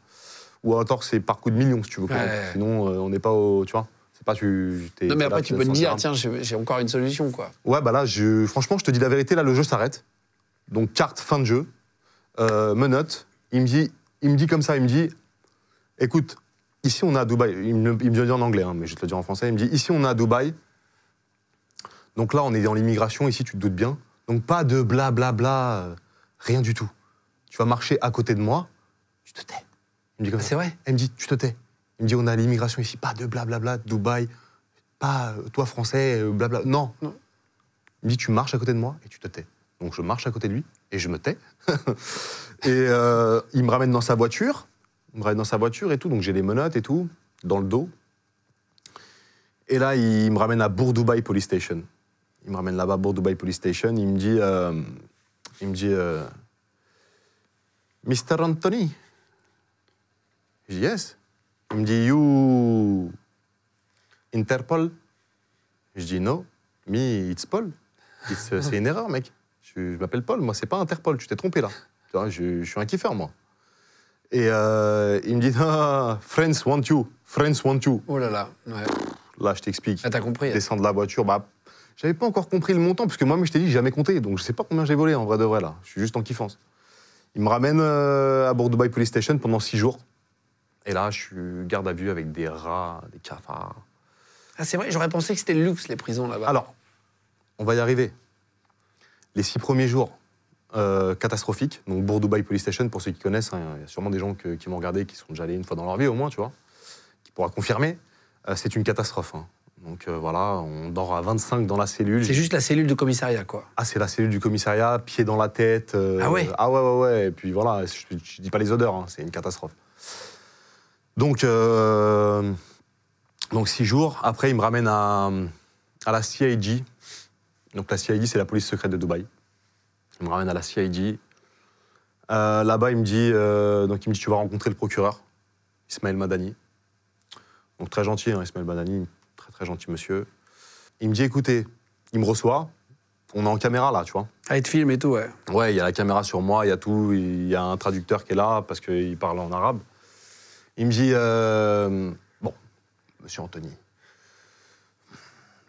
S4: Ou alors c'est par coup de millions si tu veux. quand même.
S1: Ouais.
S4: Sinon euh, on n'est pas au, tu vois. C'est pas tu. t'es-
S1: Non, mais
S4: t'es là,
S1: après, tu peux te
S4: sens
S1: dire,
S4: un-
S1: tiens, j'ai j'ai encore une solution, quoi.
S4: Ouais bah là, je, franchement, je te dis la vérité, là le jeu s'arrête. Donc carte fin de jeu, euh, menottes. Il me dit, il me dit comme ça, il me dit, écoute, ici on est à Dubaï. Il me, il me le dit en anglais, hein, mais je vais te le dire en français. Il me dit, ici on est à Dubaï. Donc là, on est dans l'immigration. Ici, tu te doutes bien. Donc pas de blablabla, euh, rien du tout. Tu vas marcher à côté de moi. Tu te tais. Il me dit comme
S1: Ah,
S4: ça.
S1: c'est vrai.
S4: Elle me dit, tu te tais. Il me dit, on a l'immigration ici, pas de blablabla, Dubaï, pas euh, toi français, euh, blabla. Non.
S1: Non.
S4: Il me dit, tu marches à côté de moi et tu te tais. Donc je marche à côté de lui et je me tais. et euh, il me ramène dans sa voiture. Il me ramène dans sa voiture et tout. Donc j'ai les menottes et tout, dans le dos. Et là, il me ramène à Bourg-Dubaï Police Station. Il me ramène là-bas, Bourg-Dubaï Police Station. Il me dit, euh, il me dit, euh, Mr. Anthony. Je dis yes. Il me dit you Interpol. Je dis no, me it's Paul. It's- euh, c'est une erreur mec. Je, je m'appelle Paul, moi c'est pas Interpol, tu t'es trompé là. Tu vois, je, je suis un kiffeur moi. Et euh, il me dit ah, friends want you, friends want you.
S1: Oh là là. Ouais.
S4: Là je t'explique.
S1: Ah, t'as compris.
S4: Descendre de la voiture, bah j'avais pas encore compris le montant parce que moi je t'ai dit j'ai jamais compté, donc je sais pas combien j'ai volé en vrai de vrai là. Je suis juste en kiffance. Il me ramène euh, à Bordeaux Police Station pendant six jours. Et là, je suis garde à vue avec des rats, des cafards.
S1: Ah, c'est vrai, j'aurais pensé que c'était le luxe, les prisons là-bas.
S4: Alors, on va y arriver. Les six premiers jours, euh, catastrophiques. Donc, Bourg-Dubaï Police Station, pour ceux qui connaissent, hein, il y a sûrement des gens que- qui m'ont regardé, qui sont déjà allés une fois dans leur vie au moins, tu vois, qui pourra confirmer. Euh, c'est une catastrophe. hein. Donc euh, voilà, on dort à 25 dans la cellule.
S1: C'est juste la cellule de commissariat, quoi.
S4: Ah, c'est la cellule du commissariat, pied dans la tête. euh,
S1: Ah ouais
S4: Ah ouais, ouais, ouais. Et puis voilà, je, je dis pas les odeurs, hein, c'est une catastrophe. Donc, euh, donc six jours. Après, il me ramène à, à la CIG. Donc la CIG, c'est la police secrète de Dubaï. Il me ramène à la CIG. Euh, Là-bas, il me dit, euh, donc il me dit, tu vas rencontrer le procureur, Ismaël Madani. Donc très gentil, hein, Ismaël Madani, très très gentil monsieur. Il me dit, écoutez, il me reçoit. On est en caméra là, tu vois.
S1: Avec film et tout, ouais.
S4: Ouais, il y a la caméra sur moi, il y a tout, il y a un traducteur qui est là parce qu'il parle en arabe. Il me dit euh, Bon, monsieur Anthony,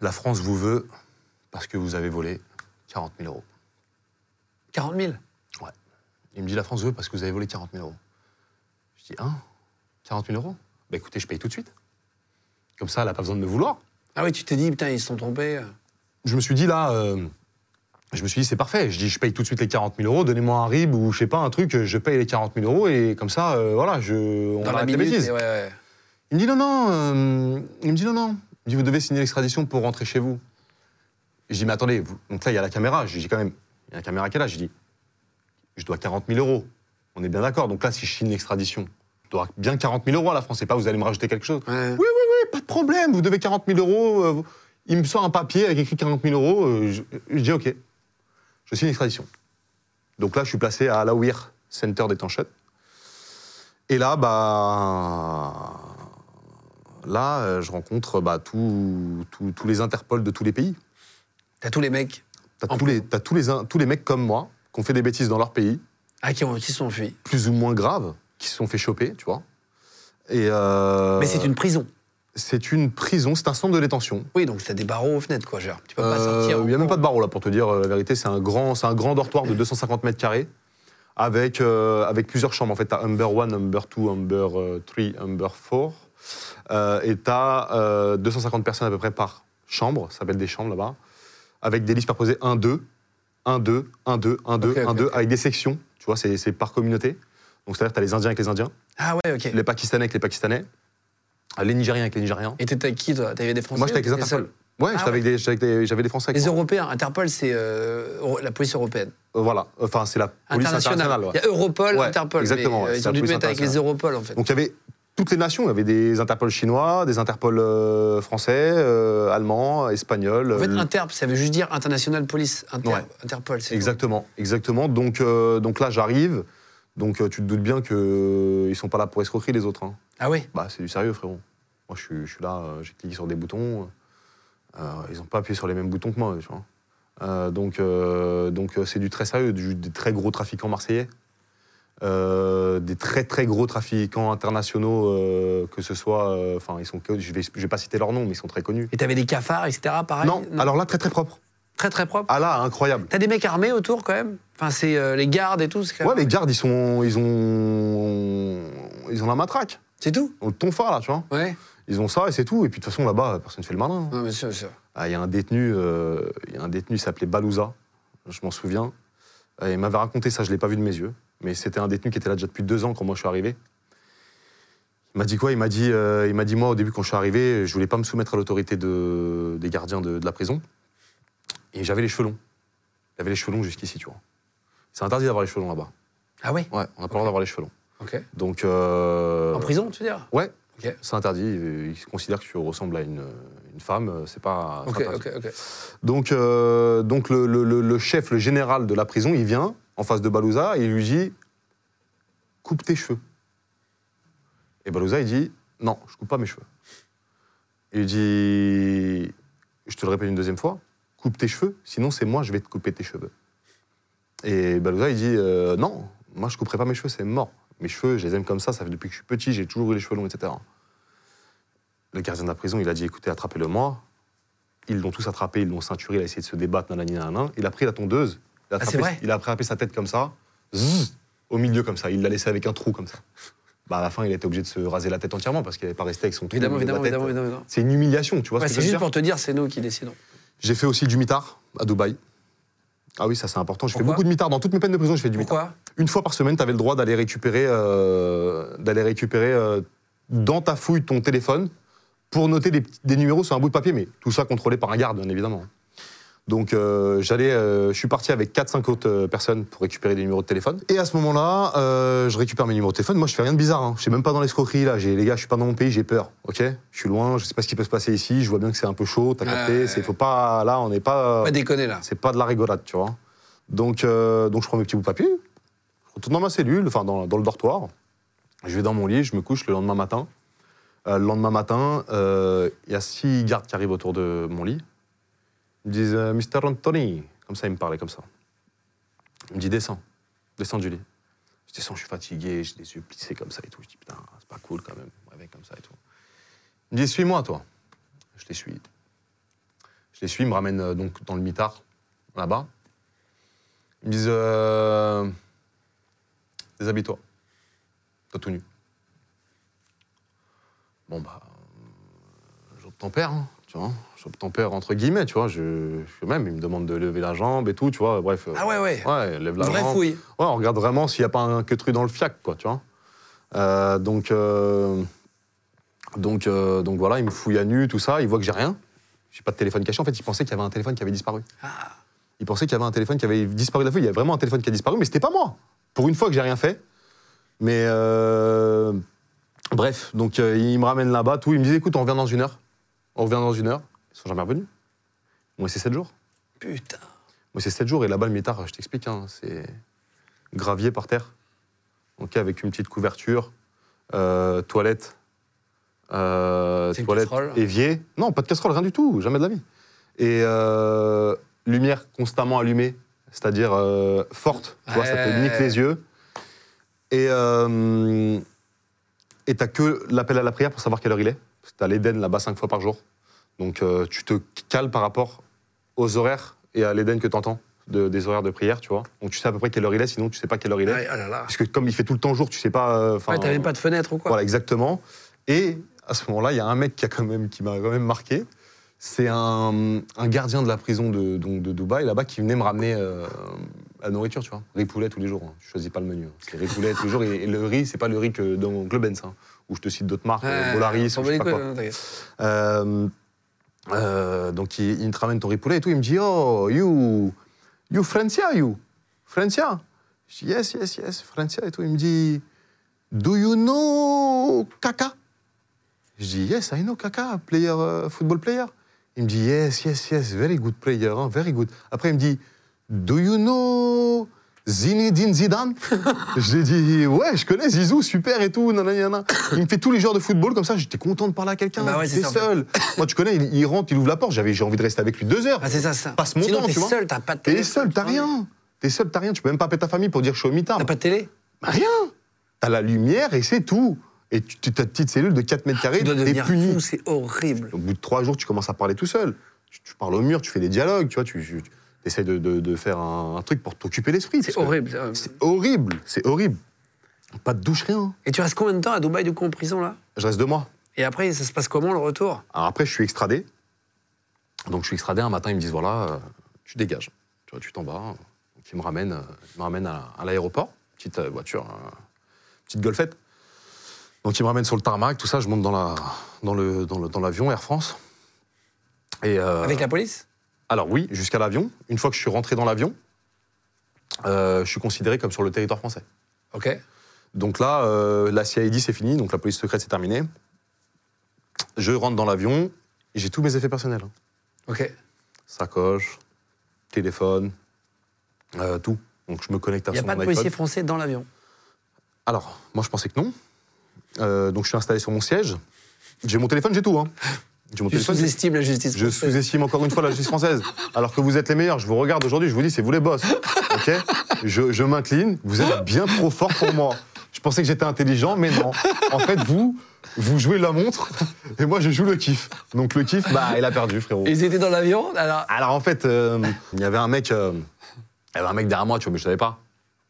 S4: la France vous veut parce que vous avez volé 40 000 euros.
S1: 40 000
S4: Ouais. Il me dit La France veut parce que vous avez volé 40 000 euros. Je dis Hein 40 000 euros Bah écoutez, je paye tout de suite. Comme ça, elle n'a pas besoin de me vouloir.
S1: Ah oui, tu t'es dit, putain, ils se sont trompés. euh,
S4: je me suis dit là, euh, je me suis dit c'est parfait. Je dis je paye tout de suite les 40 000 euros, donnez-moi un rib ou je sais pas un truc, je paye les 40 000 euros et comme ça, euh, voilà, je, on
S1: Dans la
S4: arrête les
S1: minute.
S4: bêtises.
S1: et ouais, ouais.
S4: Il me dit non non, euh, il me dit non non, il me dit vous devez signer l'extradition pour rentrer chez vous. Je dis mais attendez, vous- donc là il y a la caméra, je dis quand même, il y a la caméra qui est là, je dis je dois 40 000 euros. On est bien d'accord. Donc là si je signe l'extradition, je dois bien 40 000 euros à la France. C'est pas vous allez me rajouter quelque chose.
S1: Ouais.
S4: Oui, oui, oui, pas de problème, vous devez 40 000 euros. euh, vous- il me sort un papier avec écrit 40 000 euros. euh, je, je dis OK. Je signe l'extradition. Donc là, je suis placé à l'Aouir Center d'Étanchette. Et là, bah. Là, euh, je rencontre bah, tous- tous- tous les Interpols de tous les pays.
S1: T'as tous les mecs
S4: T'as
S1: En
S4: tous, les, t'as tous, les, in- tous les mecs comme moi qui ont fait des bêtises dans leur pays
S1: ah, qui, ont, qui se sont fuis.
S4: plus ou moins graves, qui se sont fait choper, tu vois. Et euh,
S1: Mais c'est une prison.
S4: c'est une prison, c'est un centre de détention.
S1: Oui, donc t'as des barreaux aux fenêtres, quoi, genre. Tu peux pas
S4: Euh,
S1: sortir.
S4: Il n'y a même pas de barreau là pour te dire euh, la vérité. C'est un grand, c'est un grand dortoir de 250 mètres carrés avec euh, avec plusieurs chambres. En fait, t'as Humber 1, Humber 2, Humber 3, Humber 4, euh, et t'as euh, 250 personnes à peu près par chambre. Ça s'appelle des chambres là-bas, avec des listes superposées 1, 2, 1, 2, 1, 2, 1, 2,
S1: Ok,
S4: 1,
S1: ok,
S4: 2,
S1: ok.
S4: avec des sections. Tu vois, c'est c'est par communauté. Donc c'est-à-dire t'as les Indiens avec les Indiens,
S1: Ah ouais, ok.
S4: les Pakistanais avec les Pakistanais, euh, les Nigériens avec les Nigériens.
S1: Et t'étais avec qui, toi T'avais des Français
S4: Moi j'étais avec les
S1: ou t'étais
S4: Interpol.
S1: seul
S4: Ouais,
S1: Ah
S4: j'étais avec des- j'étais avec des- j'avais des Français. avec
S1: Les
S4: moi.
S1: Européens, Interpol, c'est euh, euro- la police européenne.
S4: Euh, Voilà, enfin c'est la police internationale.
S1: Internationale.
S4: ouais.
S1: Il y a Europol,
S4: Ouais,
S1: Interpol.
S4: exactement,
S1: mais, euh,
S4: ouais, c'est
S1: ils
S4: la
S1: ont dû te
S4: police
S1: mettre avec les Europol, en fait.
S4: Donc il y avait toutes les nations, il y avait des Interpol chinois, des Interpol euh, français, euh, allemands, espagnols.
S1: En fait,
S4: euh,
S1: Interp, ça veut juste dire international police. Inter-
S4: Ouais.
S1: Interpol, c'est
S4: Exactement, exactement. Donc, euh, donc là j'arrive, donc euh, tu te doutes bien qu'ils ne sont pas là pour escroquerie les autres. hein.
S1: tout. Ah oui
S4: Bah c'est du sérieux frérot. Moi je suis, je suis là, euh, j'ai cliqué sur des boutons, euh, ils n'ont pas appuyé sur les mêmes boutons que moi, tu vois. Euh, donc euh, donc euh, c'est du très sérieux, du- des très gros trafiquants marseillais. Euh, des très très gros trafiquants internationaux, euh, que ce soit, euh, enfin ils sont, que- je vais, je vais pas citer leur nom, mais ils sont très connus.
S1: Et t'avais des cafards, etc., pareil
S4: non, alors là très très propre.
S1: Très, très propre.
S4: Ah là incroyable.
S1: T'as des mecs armés autour, quand même Enfin, c'est euh, les gardes et tout, c'est quand
S4: Ouais
S1: même-
S4: les gardes ils sont, ils ont, ils ont la matraque,
S1: C'est tout
S4: ils ont le tonfard là, tu vois.
S1: Ouais.
S4: Ils ont ça et c'est tout. Et puis de toute façon là-bas personne ne fait le malin. hein.
S1: Non, mais sûr, sûr.
S4: Ah, Il y a un détenu, euh, il y a un détenu il s'appelait Balouza, je m'en souviens. Euh, il m'avait raconté ça, je ne l'ai pas vu de mes yeux. Mais c'était un détenu qui était là déjà depuis deux ans quand moi je suis arrivé. Il m'a dit quoi Il m'a dit, euh, il m'a dit moi au début quand je suis arrivé, je voulais pas me soumettre à l'autorité de- des gardiens de, de la prison. Et j'avais les cheveux longs. J'avais les cheveux longs jusqu'ici, tu vois. C'est interdit d'avoir les cheveux longs là-bas.
S1: Ah ouais
S4: Ouais, on n'a pas le droit d'avoir les cheveux longs.
S1: Ok.
S4: Donc. euh,
S1: En prison, tu veux dire
S4: Ouais.
S1: Ok.
S4: C'est interdit. Ils ils considèrent que tu ressembles à une, une femme. euh, C'est pas. c'est
S1: Ok,
S4: interdit.
S1: ok, ok.
S4: Donc, euh, donc le, le- le- le chef, le général de la prison, il vient en face de Balouza et il lui dit Coupe tes cheveux. Et Balouza, il dit Non, je coupe pas mes cheveux. Il lui dit Je te le répète une deuxième fois, coupe tes cheveux, sinon c'est moi, je vais te couper tes cheveux. Et Balouza, il dit Euh, Non, moi, je couperai pas mes cheveux, c'est mort. Mes cheveux, je les aime comme ça, ça fait depuis que je suis petit, j'ai toujours eu les cheveux longs, etc. Le gardien de la prison, il a dit Écoutez, attrapez-le-moi. Ils l'ont tous attrapé, ils l'ont ceinturé, il a essayé de se débattre, nanani, nanana. Il a pris la tondeuse, il
S1: Ah,
S4: a, attrapé-
S1: c'est vrai
S4: il a attrapé sa tête comme ça, zzz, au milieu comme ça, il l'a laissé avec un trou comme ça. Bah, à la fin, il a été obligé de se raser la tête entièrement parce qu'il n'avait pas resté avec son trou.
S1: Évidemment,
S4: au milieu de la
S1: évidemment,
S4: tête.
S1: évidemment, évidemment.
S4: C'est une humiliation, tu vois
S1: Ouais,
S4: ce
S1: c'est
S4: que je
S1: juste
S4: veux dire
S1: pour te dire, c'est nous qui décidons.
S4: J'ai fait aussi du mitard à Dubaï. Ah oui, ça c'est important. Je fais
S1: Pourquoi
S4: beaucoup de mitard. Dans toutes mes peines de prison, je fais du mitard.
S1: Pourquoi
S4: Une fois par semaine, tu avais le droit d'aller récupérer, euh, d'aller récupérer euh, dans ta fouille ton téléphone pour noter des, petits- des numéros sur un bout de papier, mais tout ça contrôlé par un garde, bien évidemment. Donc euh, j'allais, euh, je suis parti avec 4-5 autres euh, personnes pour récupérer des numéros de téléphone. Et à ce moment-là, euh, je récupère mes numéros de téléphone. Moi, je fais rien de bizarre. Hein. Je suis même pas dans l'escroquerie là. J'ai les gars, je suis pas dans mon pays, j'ai peur. Ok, je suis loin, je sais pas ce qui peut se passer ici. Je vois bien que c'est un peu chaud. T'as
S1: Ouais,
S4: capté
S1: ouais,
S4: C'est
S1: ouais.
S4: faut pas. Là, on n'est pas. euh,
S1: Pas déconner là.
S4: C'est pas de la rigolade, tu vois. Donc, euh, donc je prends mes petits bouts de papier, je retourne dans ma cellule, enfin dans, dans le dortoir. Je vais dans mon lit, je me couche le lendemain matin. Euh, le lendemain matin, euh, il y a six gardes qui arrivent autour de mon lit. Ils me disent euh, Mr. Anthony. Comme ça, ils me parlaient comme ça. Ils me disent Descends, descends du lit. Je descends, je suis fatigué, j'ai des yeux plissés comme ça et tout. Je dis Putain, c'est pas cool quand même, me réveille comme ça et tout. Ils me disent Suis-moi, toi. Je les suis. Je les suis, ils me ramènent euh, donc dans le mitard là-bas. Ils me disent euh, Déshabille-toi. T'as tout nu. Bon, bah. euh, J'obtempère, hein, tu vois. J'obtempère entre guillemets, tu vois. Je, je- même, ils me demandent de lever la jambe et tout, tu vois. Bref. euh,
S1: Ah ouais, ouais.
S4: Ouais, lève la
S1: Vraie
S4: jambe.
S1: fouille.
S4: Ouais, on regarde vraiment s'il n'y a pas un queutru dans le fiac, quoi, tu vois. Euh, donc, euh, donc, euh, donc voilà, il me fouille à nu, tout ça, il voit que j'ai rien. J'ai pas de téléphone caché. En fait, il pensait qu'il y avait un téléphone qui avait disparu.
S1: Ah.
S4: Il pensait qu'il y avait un téléphone qui avait disparu de la fouille. Il y avait vraiment un téléphone qui a disparu, mais c'était pas moi. Pour une fois que j'ai rien fait. Mais euh, bref, donc euh, il me ramène là-bas, tout. Il me dit écoute, on revient dans une heure. On revient dans une heure. Ils sont jamais revenus. Moi, c'est sept jours.
S1: Putain.
S4: Moi, c'est 7 jours et là-bas, le mitard, je t'explique, hein, c'est gravier par terre. Ok, avec une petite couverture, euh, toilette, euh,
S1: C'est une
S4: toilette,
S1: casserole
S4: évier. Non, pas de casserole, rien du tout, jamais de la vie. Et euh, lumière constamment allumée, c'est-à-dire euh, forte, tu vois, ça te
S1: Ouais.
S4: nique les yeux. Et euh, et t'as que l'appel à la prière pour savoir quelle heure il est. Parce que t'as l'Éden là-bas cinq fois par jour. Donc euh, tu te cales par rapport aux horaires et à l'Éden que t'entends, de, des horaires de prière, tu vois. Donc tu sais à peu près quelle heure il est, sinon tu sais pas quelle heure il est.
S1: Ouais, oh là là.
S4: Parce que comme il fait tout le temps jour, tu sais pas. euh, 'fin,
S1: Ouais, t'as même pas de fenêtre ou quoi
S4: Voilà, exactement. Et à ce moment-là, il y a un mec qui a quand même qui m'a quand même marqué. C'est un, un gardien de la prison de, donc de Dubaï là-bas qui venait me ramener euh, la nourriture, tu vois. Riz poulet tous les jours. hein. Je choisis pas le menu. hein. C'est riz poulet tous les jours. Et, et le riz, c'est pas le riz que dans Globens, hein, où je te cite d'autres marques, euh,
S1: Ouais,
S4: Volaris,
S1: on
S4: ou
S1: s'en
S4: je
S1: bat
S4: sais
S1: les
S4: pas
S1: couilles,
S4: quoi.
S1: non, non, t'inquiète.
S4: Euh, euh, donc il, il te ramène ton riz poulet et tout, il me dit Oh, you, you Francia, you, Francia. Je dis Yes, yes, yes, Francia et tout. Il me dit Do you know Kaka Je dis Yes, I know Kaka, player, euh, football player. Il me dit Yes, yes, yes, very good player, hein, very good. Après il me dit Do you know Zinedine Zidane Je lui ai dit Ouais, je connais Zizou, super et tout, nanana, nanana. Il me fait tous les genres de football comme ça, j'étais content de parler à quelqu'un.
S1: Bah ouais, c'est
S4: J'étais
S1: ça, en fait.
S4: seul. Moi, tu connais, il, il rentre, il ouvre la porte. J'avais, j'ai envie de rester avec lui deux heures.
S1: Ah, c'est ça, ça.
S4: Passe mon
S1: Sinon,
S4: temps,
S1: t'es
S4: tu vois.
S1: seul, t'as pas de
S4: T'es
S1: téléphone,
S4: seul, t'as
S1: tu vois.
S4: rien. T'es seul, t'as rien. Tu peux même pas appeler ta famille pour dire je suis au mitard.
S1: T'as pas de télé
S4: Bah, Rien. T'as la lumière et c'est tout. Et tu, tu- ta petite cellule de 4 mètres carrés,
S1: Ah, Tu dois
S4: t'es
S1: devenir
S4: puni.
S1: fou, c'est horrible.
S4: Au bout de trois jours, tu commences à parler tout seul. Tu, tu parles au mur, tu fais des dialogues, tu vois, tu, tu- tu essaies de, de- de faire un, un truc pour t'occuper l'esprit.
S1: C'est
S4: parce que
S1: horrible. euh,
S4: C'est horrible, c'est horrible. Pas de douche, rien.
S1: Et tu restes combien de temps à Dubaï, du coup, en prison, là
S4: Je reste deux mois.
S1: Et après, ça se passe comment, le retour
S4: Alors après, je suis extradé. Donc je suis extradé un matin, ils me disent voilà, euh, tu dégages. Tu vois, tu t'en vas. Donc ils me ramènent, euh, ils me ramènent à, à l'aéroport, petite euh, voiture, euh, petite golfette. Donc ils me ramènent sur le tarmac, tout ça, je monte dans la dans le dans le- dans l'avion Air France. Et euh,
S1: Avec la police
S4: alors oui, jusqu'à l'avion. Une fois que je suis rentré dans l'avion, euh, je suis considéré comme sur le territoire français.
S1: Ok.
S4: Donc là, euh, la CID c'est fini, donc la police secrète c'est terminé. Je rentre dans l'avion, et j'ai tous mes effets personnels. hein
S1: Ok.
S4: sacoche, téléphone, euh, tout. Donc je me connecte à
S1: Il n'y a
S4: son
S1: pas de
S4: iPod.
S1: policier français dans l'avion.
S4: Alors, moi je pensais que non. Euh, donc je suis installé sur mon siège. J'ai mon téléphone, j'ai tout. Hein. J'ai mon
S1: Tu
S4: téléphone.
S1: sous-estimes la justice
S4: Je
S1: française.
S4: sous-estime encore une fois la justice française. Alors que vous êtes les meilleurs. Je vous regarde aujourd'hui, je vous dis, c'est vous les boss. Ok Je, je m'incline. Vous êtes bien trop fort pour moi. Je pensais que j'étais intelligent, mais non. En fait, vous, vous jouez la montre et moi, je joue le kiff. Donc le kiff, bah, il a perdu, frérot.
S1: Ils étaient dans l'avion, alors.
S4: Alors en fait, euh, il y avait un mec, euh, il y avait un mec derrière moi, tu vois, mais je savais pas.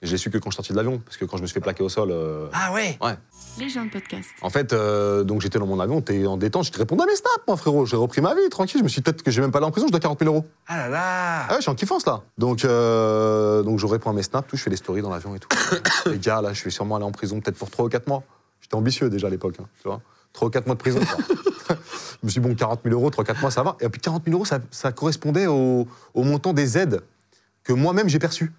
S4: Et Je l'ai su que quand je suis sorti de l'avion, parce que quand je me suis fait plaquer au sol. euh,
S1: Ah ouais
S4: Ouais.
S3: Les gens de podcast.
S4: En fait, euh, donc j'étais dans mon avion, t'es en détente, je te répondais à mes snaps, moi frérot. J'ai repris ma vie, tranquille. Je me suis dit, peut-être que j'ai même pas allé en prison, je dois 40 000 euros.
S1: Ah là là
S4: Ah ouais, je suis en kiffance là. Donc, euh, donc je réponds à mes snaps, tout, je fais des stories dans l'avion et tout. Les gars, là, je vais sûrement aller en prison peut-être pour 3 ou 4 mois. J'étais ambitieux déjà à l'époque, hein, tu vois. 3 ou 4 mois de prison. quoi. Je me suis dit, bon, 40 000 euros, 3-4 mois, ça va. Et puis 40 000 euros, ça, ça correspondait au, au montant des aides que moi-même j'ai perçues.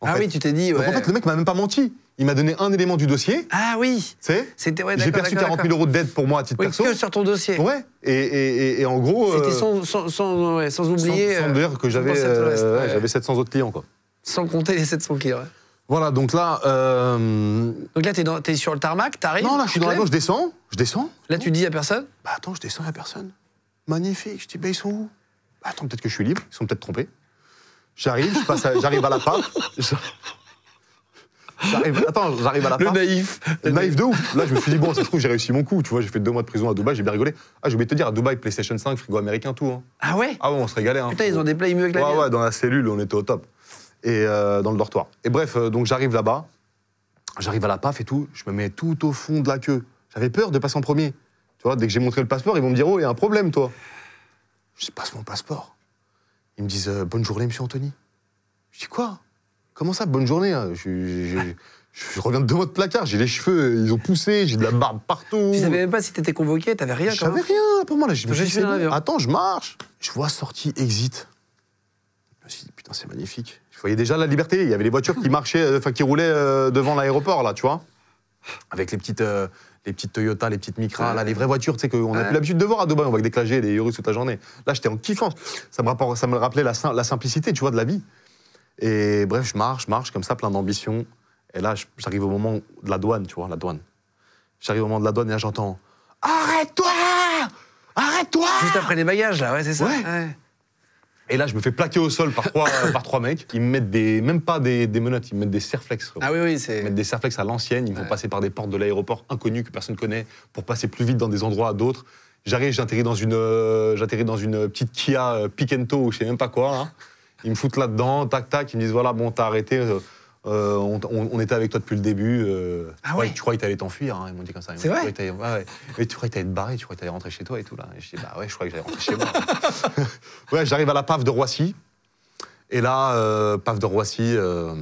S4: en
S1: ah
S4: fait.
S1: oui, tu t'es dit.
S4: Donc en
S1: ouais.
S4: fait, le mec m'a même pas menti. Il m'a donné un élément du dossier, tu
S1: Ah oui
S4: sais.
S1: C'était. Ouais,
S4: j'ai
S1: d'accord,
S4: perçu
S1: d'accord,
S4: 40 000
S1: d'accord.
S4: euros d'aide pour moi à titre
S1: Oui,
S4: perso.
S1: que sur ton dossier.
S4: Ouais. Et, et- et- et en gros.
S1: C'était
S4: euh,
S1: sans, sans, sans, ouais, sans
S4: sans-
S1: oublier.
S4: sans
S1: euh,
S4: dire que j'avais
S1: penser à tout le reste,
S4: euh,
S1: ouais.
S4: ouais, j'avais 700 autres clients, quoi.
S1: sans compter les 700 qui. ouais.
S4: Voilà, donc là. euh,
S1: Donc là, t'es dans- t'es sur le tarmac, t'arrives.
S4: Non, là, je
S1: tu
S4: suis dans
S1: te
S4: la
S1: lèves.
S4: gauche, je descends. Je descends.
S1: Là, tu dis à personne.
S4: Bah attends, je descends, la personne. Magnifique. Je dis, bah ils sont où Bah, Attends, peut-être que je suis libre. Ils sont peut-être trompés. J'arrive, je passe à- j'arrive à la pâte. J'arrive- Attends, j'arrive à la
S1: Le
S4: pâte.
S1: naïf. Le
S4: Naïf de ouf. Là, je me suis dit, bon, ça se trouve, j'ai réussi mon coup. Tu vois, j'ai fait deux mois de prison à Dubaï, j'ai bien rigolé. Ah, j'ai oublié de te dire, à Dubaï, PlayStation 5, frigo américain, tout. hein.
S1: Ah ouais
S4: Ah ouais, on se régalait. Hein.
S1: Putain, ils ont des play mieux que la
S4: Ouais,
S1: mienne.
S4: ouais, dans la cellule, on était au top. Et euh, dans le dortoir. Et bref, euh, donc j'arrive là-bas, j'arrive à la PAF et tout, je me mets tout au fond de la queue. J'avais peur de passer en premier. Tu vois, dès que j'ai montré le passeport, ils vont me dire Oh, il y a un problème, toi. Je dis Passe mon passeport. Ils me disent euh, Bonne journée, monsieur Anthony. Je dis Quoi Comment ça, bonne journée hein je, je- je- je- je reviens de deux mois de placard, j'ai les cheveux, ils ont poussé, j'ai de la barbe partout.
S1: Tu savais même pas si t'étais convoqué, t'avais rien
S4: Je
S1: quand
S4: savais
S1: même.
S4: rien pour moi là. Je me
S1: T'as
S4: suis dit,
S1: juste fait
S4: c'est
S1: dans
S4: bon.
S1: l'avion.
S4: attends, je marche. Je vois sortie exit. Je me suis dit, putain, c'est magnifique. Je voyais déjà la liberté. Il y avait les voitures qui marchaient, euh, enfin qui roulaient euh, devant l'aéroport là, tu vois. Avec les petites, euh, les petites Toyota, les petites Micra,
S1: Ouais.
S4: là, les vraies voitures, tu sais, qu'on
S1: Ouais.
S4: a plus l'habitude de voir à Dubaï. On va que des clagés, des Urus toute la journée. Là, j'étais en kiffant. Ça me, rapport- ça me rappelait la, sim- la simplicité, tu vois, de la vie. Et bref, je marche, je marche comme ça, plein d'ambition. Et là, je- j'arrive au moment de la douane, tu vois, la douane. J'arrive au moment de la douane et là, j'entends Arrête-toi Arrête-toi
S1: Juste après les bagages, là, ouais, c'est ça.
S4: Ouais.
S1: ouais.
S4: Et là, je me fais plaquer au sol par trois, par trois mecs. Ils me mettent des, même pas des, des menottes, ils me mettent des serflex. frérot.
S1: Ah oui, oui,
S4: Ils
S1: c'est.
S4: me mettent des serflex à l'ancienne, ils me font
S1: Ouais.
S4: passer par des portes de l'aéroport inconnues que personne connaît pour passer plus vite dans des endroits à d'autres. J'arrive, j'atterris dans, une, euh, j'atterris dans une petite Kia euh, Piquento ou je sais même pas quoi. là. Ils me foutent là-dedans, tac tac, ils me disent voilà, bon, t'as arrêté, euh, euh, on, t- on- on était avec toi depuis le début. euh,
S1: Ah
S4: tu croyais-
S1: ouais.
S4: Tu croyais que t'allais t'enfuir, hein, ils m'ont dit comme ça. Ils m'ont
S1: C'est
S4: dit,
S1: vrai
S4: tu croyais que t'allais- ouais, ouais. Mais tu croyais que t'allais te barrer, tu croyais que t'allais rentrer chez toi et tout là. Et je dis bah ouais, je croyais que j'allais rentrer chez moi. ouais, j'arrive à la PAF de Roissy. Et là, euh, PAF de Roissy, euh,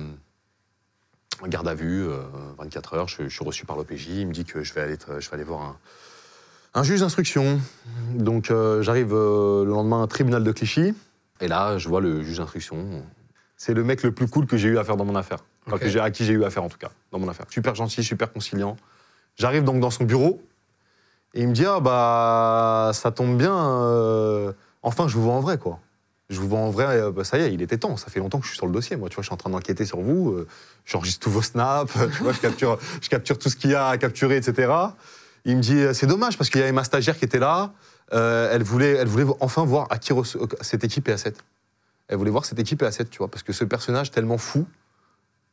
S4: garde à vue, euh, 24 heures, je, je suis reçu par l'OPJ, il me dit que je vais aller, être- je vais aller voir un, un juge d'instruction. Donc euh, j'arrive euh, le lendemain au tribunal de Clichy, et là, je vois le juge d'instruction. C'est le mec le plus cool que j'ai eu à faire dans mon affaire. Enfin,
S1: Ok.
S4: que j'ai- à qui j'ai eu affaire, en tout cas, dans mon affaire. Super gentil, super conciliant. J'arrive donc dans son bureau, et il me dit Ah, bah, ça tombe bien, euh, enfin, je vous vois en vrai, quoi. Je vous vois en vrai, euh, bah, ça y est, il était temps. Ça fait longtemps que je suis sur le dossier, moi. Tu vois, je suis en train d'enquêter sur vous. euh, J'enregistre tous vos snaps, tu vois, je capture, je capture tout ce qu'il y a à capturer, etc. Il me dit, euh, c'est dommage parce qu'il y avait ma stagiaire qui était là. euh, elle, voulait, elle voulait enfin voir à qui res- cette équipe est à 7. Elle voulait voir cette équipe est à 7, tu vois, parce que ce personnage tellement fou,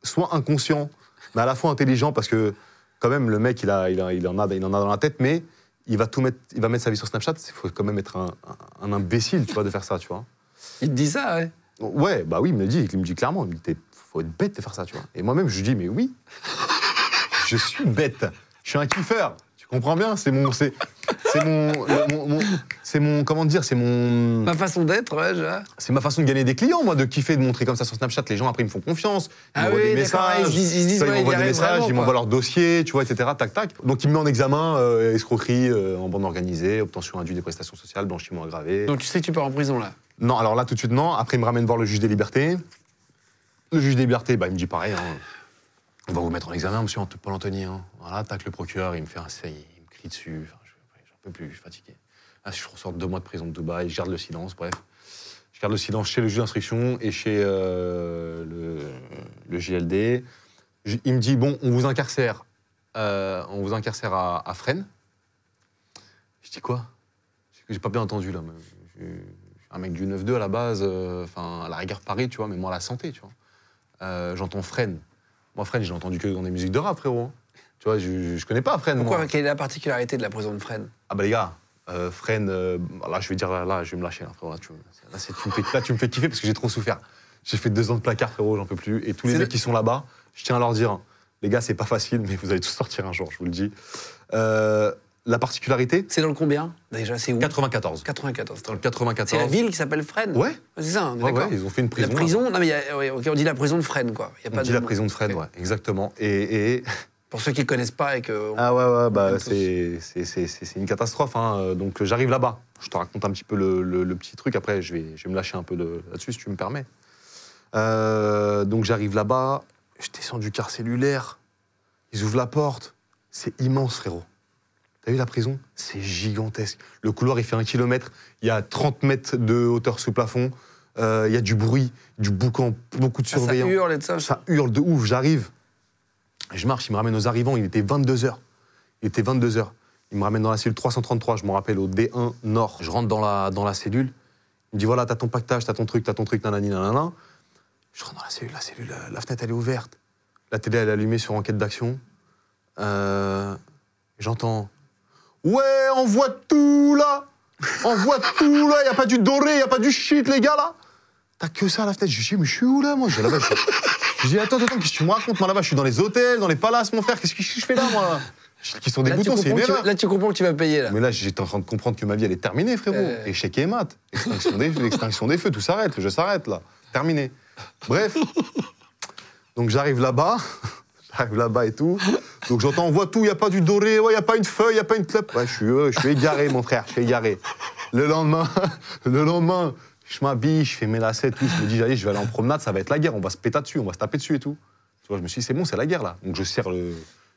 S4: soit inconscient, mais à la fois intelligent, parce que quand même, le mec, il, a, il, a- il en, a, il en a dans la tête, mais il va tout mettre, il va mettre sa vie sur Snapchat. Il faut quand même être un, un imbécile, tu vois, de faire ça, tu vois.
S1: Il te dit ça, ouais.
S4: Ouais, bah oui, il me le dit, il me dit clairement, il me dit, T'es- faut être bête de faire ça, tu vois. Et moi-même, je lui dis, mais oui, je suis bête, je suis un kiffeur, tu comprends bien, c'est mon, c'est, c'est mon, le- mon- mon- c'est mon, comment dire, c'est mon,
S1: Ma façon d'être, ouais, je.
S4: c'est ma façon de gagner des clients, moi, de kiffer, de montrer comme ça sur Snapchat. Les gens après ils me font confiance, ils
S1: Ah
S4: m'envoient
S1: oui,
S4: des
S1: d'accord, ils
S4: messages,
S1: se disent- ils se disent,
S4: tu vois,
S1: ouais, il y
S4: m'envoient des
S1: arrive
S4: messages,
S1: vraiment,
S4: ils
S1: quoi.
S4: m'envoient leur dossier, tu vois, etc. Tac, tac. Donc il me met en examen, euh, escroquerie euh, en bande organisée, obtention indue des prestations sociales, blanchiment aggravé.
S1: Donc tu sais que tu pars en prison, là.
S4: Non, alors là, tout de suite, non. Après, il me ramène voir le juge des libertés. Le juge des libertés, bah, il me dit pareil. hein. On va vous mettre en examen, monsieur Ant- Paul Anthony. hein. Voilà, tac, le procureur, il me fait un ça y est, il me crie dessus. Enfin, je- J'en peux plus, je suis fatigué. Ah, je ressors de deux mois de prison de Dubaï, je garde le silence, bref. Je garde le silence chez le juge d'instruction et chez euh, le, le JLD. Je- il me dit bon, on vous incarcère, euh, on vous incarcère à, à Fresnes. Je dis quoi J'ai pas bien entendu là. mais je- je suis un mec du 9-2 à la base, euh, enfin à la rigueur Paris, tu vois, mais moi la santé, tu vois. Euh, J'entends Fresnes. Moi Fresnes, j'ai entendu que dans des musiques de rap, frérot. hein. Tu vois, je, je connais pas Fresnes. moi.
S1: Pourquoi Quelle est la particularité de la prison de Fresnes
S4: Ah bah les gars, euh, Fresnes, euh, là je vais dire, là, là, je vais me lâcher, là, frérot. Là, tu, me- là, c'est- tu me fais, là, tu me fais kiffer parce que j'ai trop souffert. J'ai fait deux ans de placard, frérot, j'en peux plus. Et tous les
S1: C'est
S4: mecs
S1: le-
S4: qui sont là-bas, je tiens à leur dire, hein, les gars, c'est pas facile, mais vous allez tous sortir un jour, je vous le dis. Euh, la particularité
S1: C'est dans le combien Déjà, c'est où
S4: 94.
S1: 94.
S4: Dans le
S1: C'est
S4: 94.
S1: la ville qui s'appelle Fresnes
S4: Ouais,
S1: C'est ça, on est
S4: ouais,
S1: d'accord
S4: ouais, ils ont fait une
S1: La
S4: prison. là.
S1: prison, non mais il y a- ouais, ok, on dit la prison de Fresnes, quoi. Il Y a
S4: On
S1: pas
S4: dit
S1: de
S4: la
S1: nom.
S4: prison de Fresnes,
S1: Ok.
S4: ouais, exactement. Et, et
S1: Pour ceux qui ne connaissent pas et que.
S4: Ah ouais, ouais,
S1: Comme
S4: bah,
S1: euh, tous.
S4: c'est- c'est c'est- c'est- c'est une catastrophe. hein. Euh, Donc euh, j'arrive là-bas. Je te raconte un petit peu le, le- le petit truc. Après, je vais, je vais me lâcher un peu de- là-dessus, si tu me permets. Euh, donc j'arrive là-bas. Je descends du car cellulaire. Ils ouvrent la porte. C'est immense, frérot. T'as vu la prison C'est gigantesque. Le couloir, il fait un kilomètre. Il y a 30 mètres de hauteur sous plafond. Euh, Il y a du bruit, du boucan, beaucoup de
S1: Ah, ça
S4: surveillants.
S1: hurle et tout ça.
S4: Ça hurle de ouf, j'arrive. Je marche, il me ramène aux arrivants, il était 22h. Il était 22h. Il me ramène dans la cellule 333, je m'en rappelle, au D1 Nord. Je rentre dans la, dans la cellule. Il me dit voilà, t'as ton pactage, t'as ton truc, t'as ton truc, nanani, nanana. Je rentre dans la cellule, la cellule, la, la fenêtre, elle est ouverte. La télé, elle est allumée sur enquête d'action. Euh, J'entends Ouais, on voit tout là On voit tout là, y a pas du doré, y a pas du shit, les gars là T'as que ça à la fenêtre. Je dis, mais je suis où là, moi Je dis, là-bas, je suis- je dis, attends, attends, qu'est-ce que tu me racontes Moi là-bas, je suis dans les hôtels, dans les palaces, mon frère, qu'est-ce que je fais là, moi là Je dis, Qui sont des
S1: Là, tu
S4: boutons, c'est
S1: comprends
S4: une
S1: que tu-
S4: erreur.
S1: là, tu comprends que tu vas payer. Là.
S4: Mais là, j'étais en train de comprendre que ma vie, elle est terminée, frérot.
S1: Euh.
S4: Échec et mat. Extinction des, l'extinction des feux, tout s'arrête, le jeu s'arrête, là. Terminé. Bref. Donc, j'arrive là-bas. J'arrive là-bas et tout. Donc, j'entends, on voit tout, il n'y a pas du doré, il ouais, n'y a pas une feuille, il n'y a pas une clope. Ouais, je suis, euh, je suis égaré, mon frère, je suis égaré. Le lendemain, le lendemain, je m'habille, je fais mes lacets, tout. Je me dis, allez, je vais aller en promenade, ça va être la guerre, on va se péter dessus, on va se taper dessus et tout. Tu vois, je me suis dit, c'est bon, c'est la guerre, là. Donc, je serre le.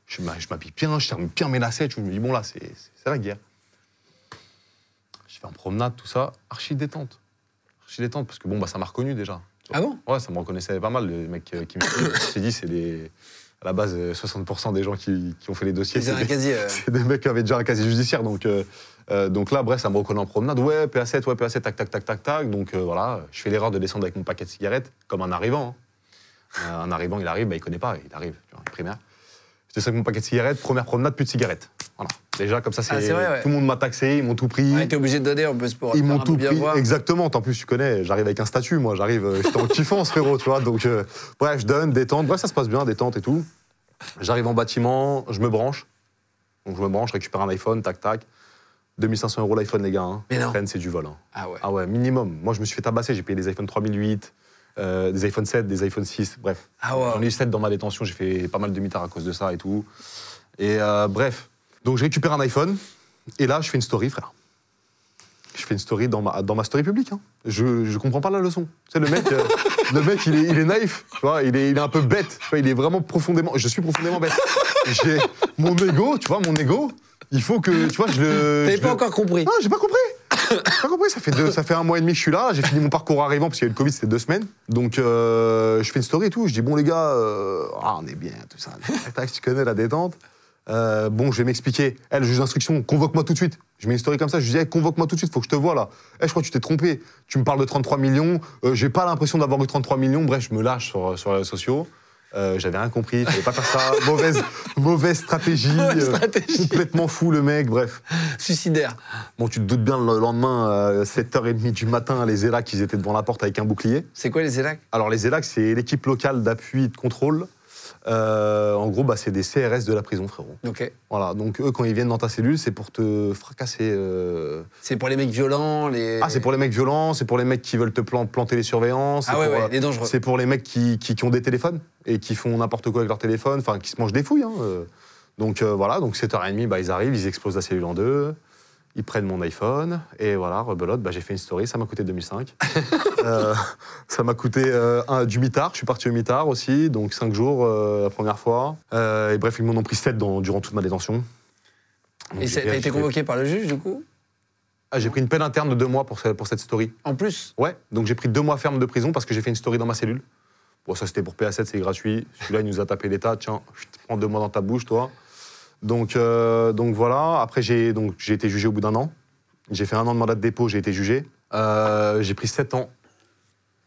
S4: Je m'a- je m'habille bien, je serre bien mes lacets, tu vois, je me dis, bon, là, c'est c'est- c'est la guerre. Je fais en promenade, tout ça, archi détente. Archi détente, parce que bon, bah, ça m'a reconnu déjà.
S1: Ah bon
S4: Ouais, ça me reconnaissait pas mal, les mecs euh, qui me suivent. Je t'ai dit, c'est des. À la base, euh, 60% des gens qui, qui ont fait les dossiers,
S1: Ils ont
S4: c'est
S1: un
S4: des,
S1: casier. euh,
S4: c'est des mecs qui avaient déjà un casier judiciaire. Donc, euh, euh, donc là, bref, ça me reconnaît en promenade. Ouais, PA7, ouais, PA7, tac, tac, tac, tac, tac. Donc euh, voilà, je fais l'erreur de descendre avec mon paquet de cigarettes, comme un arrivant. hein. Euh, un arrivant, il arrive, bah, il connaît pas, il arrive, tu vois, primaire. Je descends avec mon paquet de cigarettes, première promenade, plus de cigarettes. Voilà. Déjà, comme ça, c'est.
S1: Ah, c'est vrai, ouais.
S4: Tout le monde m'a taxé, ils m'ont tout pris.
S1: On était obligé ah, de donner en plus pour.
S4: Ils
S1: faire
S4: m'ont
S1: un
S4: tout
S1: bien
S4: pris.
S1: voir.
S4: Exactement. En plus, tu connais, j'arrive avec un statut, moi. J'arrive, euh, j'étais en kiffance, frérot, tu vois. Donc, euh, bref, je donne, détente. Bref, ça se passe bien, détente et tout. J'arrive en bâtiment, je me branche. Donc, je me branche, je récupère un iPhone, tac, tac. 2500 euros l'iPhone, les gars. Hein.
S1: Mais non.
S4: Rennes, c'est du vol. hein.
S1: Ah ouais.
S4: Ah ouais, minimum. Moi, je me suis fait tabasser. J'ai payé des iPhone 3008, euh, des iPhone 7, des iPhone 6. Bref.
S1: Ah ouais.
S4: J'en ai eu 7 dans ma détention, j'ai fait pas mal de mitards à cause de ça et tout. Et euh, bref, donc je récupère un iPhone, et là je fais une story, frère. Je fais une story dans ma, dans ma story publique. hein. Je, je comprends pas la leçon. Tu sais, le mec, euh, le mec il, est, il est naïf, tu vois, il est, il est un peu bête. Tu vois, il est vraiment profondément. Je suis profondément bête. J'ai mon ego, tu vois, mon ego, il faut que. Tu vois, je le.
S1: T'avais
S4: je
S1: pas
S4: le-
S1: encore compris.
S4: non, j'ai pas compris. J'ai pas compris. Ça fait, deux- ça fait un mois et demi que je suis là. J'ai fini mon parcours arrivant parce qu'il y a eu le Covid, c'était deux semaines. Donc, euh, je fais une story et tout. Je dis, bon, les gars, euh, ah, on est bien, tout ça. Tac, tac, tu connais la détente. Euh, bon, je vais m'expliquer. Elle, le juge d'instruction, convoque-moi tout de suite. Je mets une story comme ça, je lui dis, Eh, convoque-moi tout de suite, faut que je te vois là. Eh, je crois que tu t'es trompé. Tu me parles de 33 millions, euh, j'ai pas l'impression d'avoir eu 33 millions. Bref, je me lâche sur, sur les réseaux sociaux. Euh, J'avais rien compris, je pas faire ça. Mauvaise, mauvaise stratégie.
S1: Mauvaise
S4: euh,
S1: stratégie.
S4: complètement fou le mec, bref.
S1: Suicidaire.
S4: Bon, tu te doutes bien, le lendemain, euh, 7h30 du matin, les ELAC, ils étaient devant la porte avec un bouclier.
S1: C'est quoi les élacs
S4: Alors, les ELAC, c'est l'équipe locale d'appui et de contrôle. Euh, en gros, bah, c'est des CRS de la prison, frérot.
S1: Ok.
S4: Voilà, donc eux, quand ils viennent dans ta cellule, c'est pour te fracasser. euh.
S1: C'est pour les mecs violents, les.
S4: Ah, c'est pour les mecs violents, c'est pour les mecs qui veulent te plan- planter les surveillances. c'est
S1: Ah ouais,
S4: pour,
S1: ouais,
S4: euh,
S1: les dangereux.
S4: C'est pour les mecs qui, qui- qui ont des téléphones et qui font n'importe quoi avec leur téléphone, enfin, qui se mangent des fouilles. hein, euh. Donc euh, voilà, donc 7h30, bah, ils arrivent, ils explosent la cellule en deux, ils prennent mon iPhone, et voilà, rebelote, bah, j'ai fait une story, ça m'a coûté 2005. Euh, ça m'a coûté euh, un, du mitard, je suis parti au mitard aussi, donc 5 jours euh, la première fois. Euh, et bref, ils m'en ont pris 7 durant toute ma détention. Donc,
S1: Et
S4: j'ai
S1: c'est- t'as
S4: fait-
S1: été
S4: j'ai fait-
S1: convoqué par le juge, du coup
S4: Ah, j'ai pris une peine interne de 2 mois pour, ce- pour cette story.
S1: En plus
S4: Ouais, donc j'ai pris deux mois ferme de prison parce que j'ai fait une story dans ma cellule. Bon, ça c'était pour PA7, c'est gratuit. Celui-là, il nous a tapé l'État. Tiens, chut, prends deux mois dans ta bouche, toi. Donc, euh, donc voilà. Après, j'ai donc, j'ai été jugé au bout d'un an. J'ai fait un an de mandat de dépôt, j'ai été jugé. Euh, j'ai pris sept ans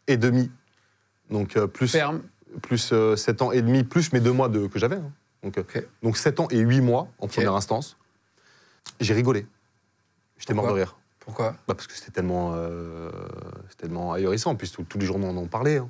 S4: et demi. Donc euh, plus,
S1: Ferme.
S4: plus 7 ans et demi, plus mes deux mois de, que j'avais. hein. Donc, euh,
S1: Ok.
S4: donc 7 ans et 8 mois en première instance. J'ai rigolé. J'étais mort de
S1: Pourquoi
S4: rire.
S1: Pourquoi
S4: Bah, parce que c'était tellement, euh, c'était tellement ahurissant. En plus, tout- tous les journaux en ont parlé. hein.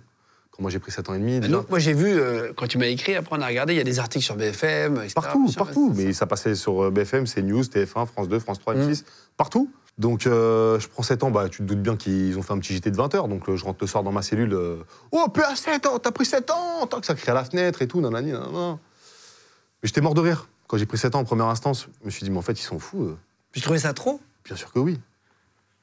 S4: Quand moi j'ai pris 7 ans et demi, déjà.
S1: Nous, Moi, j'ai vu, euh, quand tu m'as écrit, après, on a regardé, il y a des articles sur BFM, etc.
S4: Partout,
S1: Machin,
S4: partout.
S1: ouais, c'est
S4: Mais ça passait sur euh, BFM, CNews, TF1, France 2, France 3,
S1: Mm.
S4: M6, partout. Donc euh, je prends 7 ans, bah, tu te doutes bien qu'ils ont fait un petit JT de 20 heures. Donc euh, je rentre le soir dans ma cellule. oh, euh, oh, PA 7 ans, t'as pris 7 ans Tant que ça crie à la fenêtre et tout, nanani, nanana. Mais j'étais mort de rire. Quand j'ai pris 7 ans en première instance, je me suis dit, mais en fait, ils sont fous. euh.
S1: Tu trouvais ça trop
S4: Bien sûr que oui.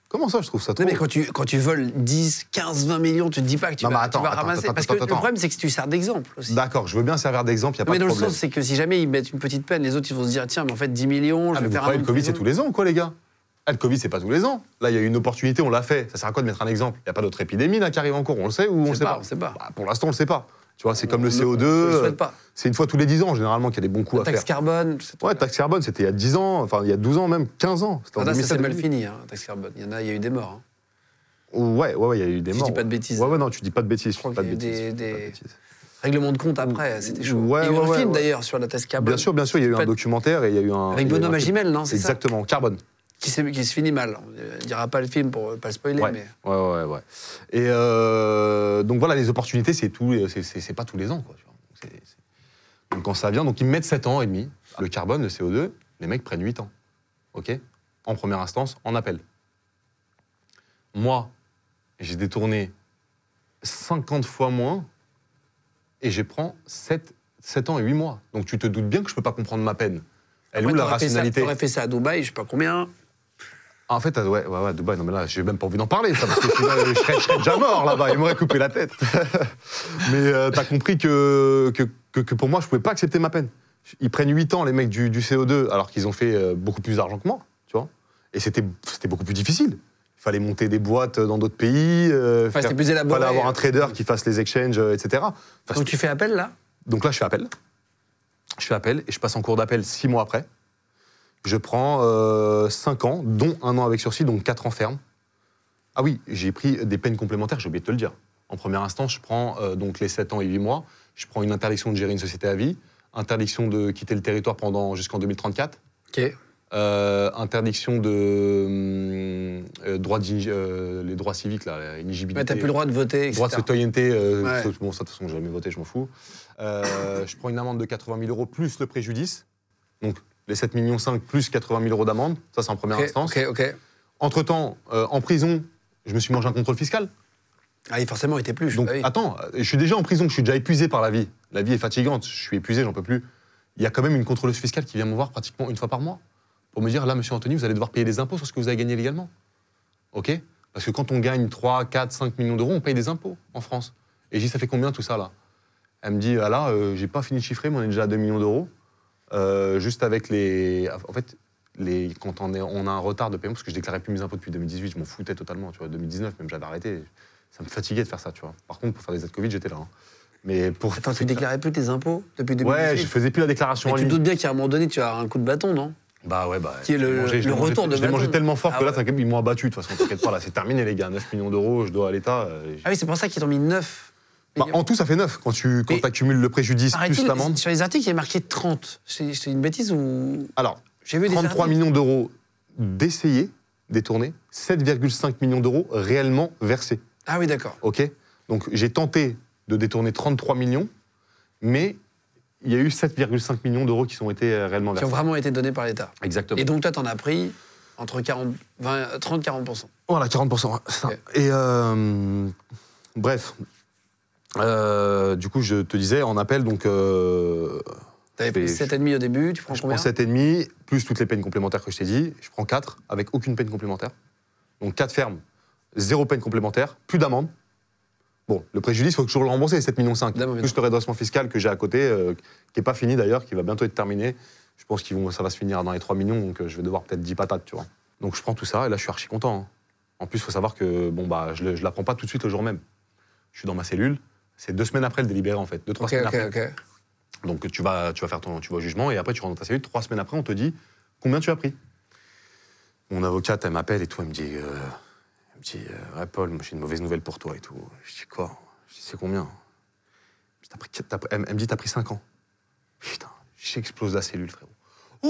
S4: Comment ça, je trouve ça trop
S1: Non, mais quand tu, quand tu voles 10, 15, 20 millions, tu te dis pas que tu
S4: Non,
S1: vas,
S4: mais attends,
S1: tu vas
S4: attends,
S1: ramasser.
S4: attends,
S1: Parce que
S4: attends,
S1: le
S4: attends.
S1: problème, c'est que tu sers d'exemple aussi.
S4: D'accord, je veux bien servir d'exemple, il n'y
S1: Non,
S4: a pas
S1: mais
S4: de
S1: dans le
S4: problème.
S1: sens, c'est que si jamais ils mettent une petite peine, les autres, ils vont se dire tiens, mais en fait, 10 millions, je
S4: Ah,
S1: vais
S4: mais vous
S1: faire un.
S4: croyez
S1: an
S4: le
S1: de
S4: Covid, c'est
S1: prison.
S4: tous les ans, quoi, les gars Ah, le Covid, c'est pas tous les ans. Là, il y a eu une opportunité, on l'a fait. Ça sert à quoi de mettre un exemple Il n'y a pas d'autre épidémie là, qui arrive encore, on le sait ou on
S1: On
S4: le sait pas,
S1: on sait pas.
S4: Bah, Pour l'instant, on le sait pas. Tu vois, c'est comme le
S1: On-
S4: CO2.
S1: on le
S4: euh,
S1: souhaite pas.
S4: C'est une fois tous les 10 ans, généralement, qu'il y a des bons coups à
S1: Taxe
S4: faire.
S1: carbone, Ah, c'est
S4: Ouais, taxe carbone, c'était il y a 10 ans, enfin, il y a 12 ans même, 15 ans. C'était en
S1: Ah, là, ça
S4: 2007.
S1: s'est mal fini, hein, taxe carbone. Il y en a, il y a eu des morts. hein.
S4: Ouais, ouais, ouais, il y a eu des
S1: Si je
S4: morts.
S1: dis pas de bêtises.
S4: Ouais, ouais, non, tu dis pas de bêtises.
S1: crois
S4: pas de
S1: qu'il y a eu
S4: bêtises,
S1: des-
S4: pas de
S1: des-
S4: bêtises.
S1: Règlement de compte après, c'était chaud.
S4: Ouais,
S1: il y a eu
S4: ouais,
S1: un
S4: ouais,
S1: film
S4: ouais.
S1: d'ailleurs sur la taxe carbone.
S4: Bien sûr, bien sûr, il y a eu
S1: bah, pas
S4: un
S1: de-
S4: documentaire et il y a eu un.
S1: Avec
S4: il y a eu un
S1: Benoît
S4: film.
S1: Magimel, non C'est ça
S4: Exactement, Carbone.
S1: Qui, s'est- qui se finit mal. On dira pas le film pour pas le spoiler,
S4: Ouais.
S1: mais.
S4: Ouais, ouais, ouais. Et euh, donc voilà, les opportunités, c'est tous les- c'est- c'est- c'est pas tous les ans. Quoi, tu vois. Donc, c'est- c'est- donc quand ça vient, donc ils mettent 7 ans et demi. Le carbone, le CO2, les mecs prennent 8 ans. OK En première instance, en appel. Moi, j'ai détourné 50 fois moins et je prends 7, 7 ans et 8 mois. Donc tu te doutes bien que je peux pas comprendre ma peine. Elle est où
S1: Après,
S4: la
S1: t'aurais fait ça-
S4: rationalité
S1: T'aurais fait ça à Dubaï, je sais pas combien.
S4: ah, En fait, ah, ouais, ouais, ouais, Dubaï, non mais là, j'ai même pas envie d'en parler, ça, parce que sinon, je, serais, je serais déjà mort là-bas, ils m'auraient coupé la tête. mais euh, t'as compris que, que, que- que pour moi, je pouvais pas accepter ma peine. Ils prennent 8 ans, les mecs du, du CO2, alors qu'ils ont fait euh, beaucoup plus d'argent que moi, tu vois. Et c'était c'était beaucoup plus difficile. Il fallait monter des boîtes dans d'autres pays, euh,
S1: Enfin,
S4: faire-
S1: c'était plus élaboré.
S4: fallait avoir un trader qui fasse les exchanges, euh, etc. Enfin,
S1: Donc tu fais appel là
S4: donc là, je fais appel. Je fais appel et je passe en cours d'appel six mois après. Je prends euh, cinq ans, dont un an avec sursis, donc quatre ans ferme. Ah oui, j'ai pris des peines complémentaires, j'ai oublié de te le dire. En première instance, je prends euh, donc les sept ans et huit mois. Je prends une interdiction de gérer une société à vie, interdiction de quitter le territoire pendant jusqu'en 2034,
S1: Ok.
S4: euh, interdiction de hum, euh, droits d'ingi- euh, les droits civiques, là, la
S1: Mais
S4: inégibilité.
S1: t'as plus le droit de voter, etc.
S4: Droit de citoyenneté, euh,
S1: Ouais.
S4: sauf- bon, ça, de toute façon, j'ai jamais voté, je m'en fous. Euh, je prends une amende de 80 000 euros plus le préjudice. Donc, les 7,5 millions plus 80 000 euros d'amende. Ça, c'est en première
S1: Ok,
S4: instance.
S1: Ok, ok.
S4: Entre-temps, euh, en prison, je me suis mangé un contrôle fiscal.
S1: Ah oui, forcément, il était plus.
S4: Donc,
S1: bah oui.
S4: attends, euh, je suis déjà en prison, je suis déjà épuisé par la vie. La vie est fatigante, je suis épuisé, j'en peux plus. Il y a quand même une contrôleuse fiscale qui vient me voir pratiquement une fois par mois pour me dire là, monsieur Anthony, vous allez devoir payer des impôts sur ce que vous avez gagné légalement. OK Parce que quand on gagne 3, 4, 5 millions d'euros, on paye des impôts en France. Et j'ai dit, ça fait combien tout ça là Elle me dit ah là, euh, j'ai pas fini de chiffrer, mais on est déjà à 2 millions d'euros. Euh, juste avec les. En fait, les, quand on, est, on a un retard de paiement, parce que je déclarais plus mes impôts depuis 2018, je m'en foutais totalement, tu vois. 2019, même j'avais arrêté. Ça me fatiguait de faire ça, tu vois. Par contre, pour faire des aides Covid, j'étais là. hein. Mais pour.
S1: Attends, tu déclarais plus tes impôts depuis 2018
S4: Ouais, je faisais plus la déclaration
S1: Mais
S4: en
S1: tu te
S4: ligne.
S1: doutes bien qu'à un moment donné, tu vas avoir un coup de bâton, non
S4: Bah ouais, bah.
S1: Qui est le-
S4: je l'ai mangé, je
S1: le
S4: l'ai mangé-
S1: retour de
S4: Je l'ai
S1: bâton.
S4: mangé tellement fort
S1: Ah
S4: que là,
S1: ouais.
S4: t'inquiète, ils m'ont abattu. De toute façon, t'inquiète pas, là, c'est terminé, les gars. 9 millions d'euros, je dois à l'État. euh, j'ai-
S1: Ah oui, c'est pour ça qu'ils t'ont mis 9.
S4: Bah, en tout, ça fait 9 quand tu
S1: Mais-
S4: quand accumules le préjudice plus l'amende.
S1: Paraît-il, sur les articles, il est marqué 30. C'est c'est une bêtise ou.
S4: Alors,
S1: J'ai vu des
S4: 33
S1: articles.
S4: millions d'euros d'essayés, détournés, 7,5 millions d'euros réellement versés.
S1: Ah oui, d'accord.
S4: OK Donc, j'ai tenté de détourner 33 millions, mais il y a eu 7,5 millions d'euros qui ont été euh, réellement
S1: Qui
S4: versés.
S1: ont vraiment été donnés par l'État.
S4: Exactement.
S1: Et donc, toi, t'en as pris entre 40, 20, 30 40
S4: Voilà, 40%. ouais, c'est ça.
S1: Ok.
S4: Et euh, bref, Euh, du coup, je te disais en appel, donc euh,
S1: T'avais
S4: Je
S1: pris
S4: vais-
S1: 7,5 au début, tu prends
S4: je prends
S1: combien
S4: 7,5, plus toutes les peines complémentaires que je t'ai dit, je prends 4 avec aucune peine complémentaire. Donc 4 fermes, 0 peine complémentaire, plus d'amende. Bon, le préjudice, il faut toujours le rembourser, 7,5 millions.
S1: D'amende,
S4: Plus le redressement fiscal que j'ai à côté, euh, qui n'est pas fini d'ailleurs, qui va bientôt être terminé. Je pense que ça va se finir dans les 3 millions, donc euh, je vais devoir peut-être 10 patates, tu vois. Donc je prends tout ça et là je suis archi content. hein. En plus, il faut savoir que bon bah je ne la prends pas tout de suite le jour même. Je suis dans ma cellule, c'est deux semaines après le délibéré en fait, deux trois
S1: Ok,
S4: semaines
S1: ok,
S4: après.
S1: ok.
S4: Donc tu vas, tu vas faire ton, tu vas au jugement et après tu rentres dans ta cellule. Trois semaines après, on te dit combien tu as pris. Mon avocate, elle m'appelle et tout, elle me dit, euh, elle me dit euh, Ouais, Paul, moi, j'ai une mauvaise nouvelle pour toi et tout. Je dis quoi Je dis c'est combien Je dis, T'as pris- t'as pris- elle, elle me dit t'as pris 5 ans. Putain, j'explose la cellule, frérot. Ouais,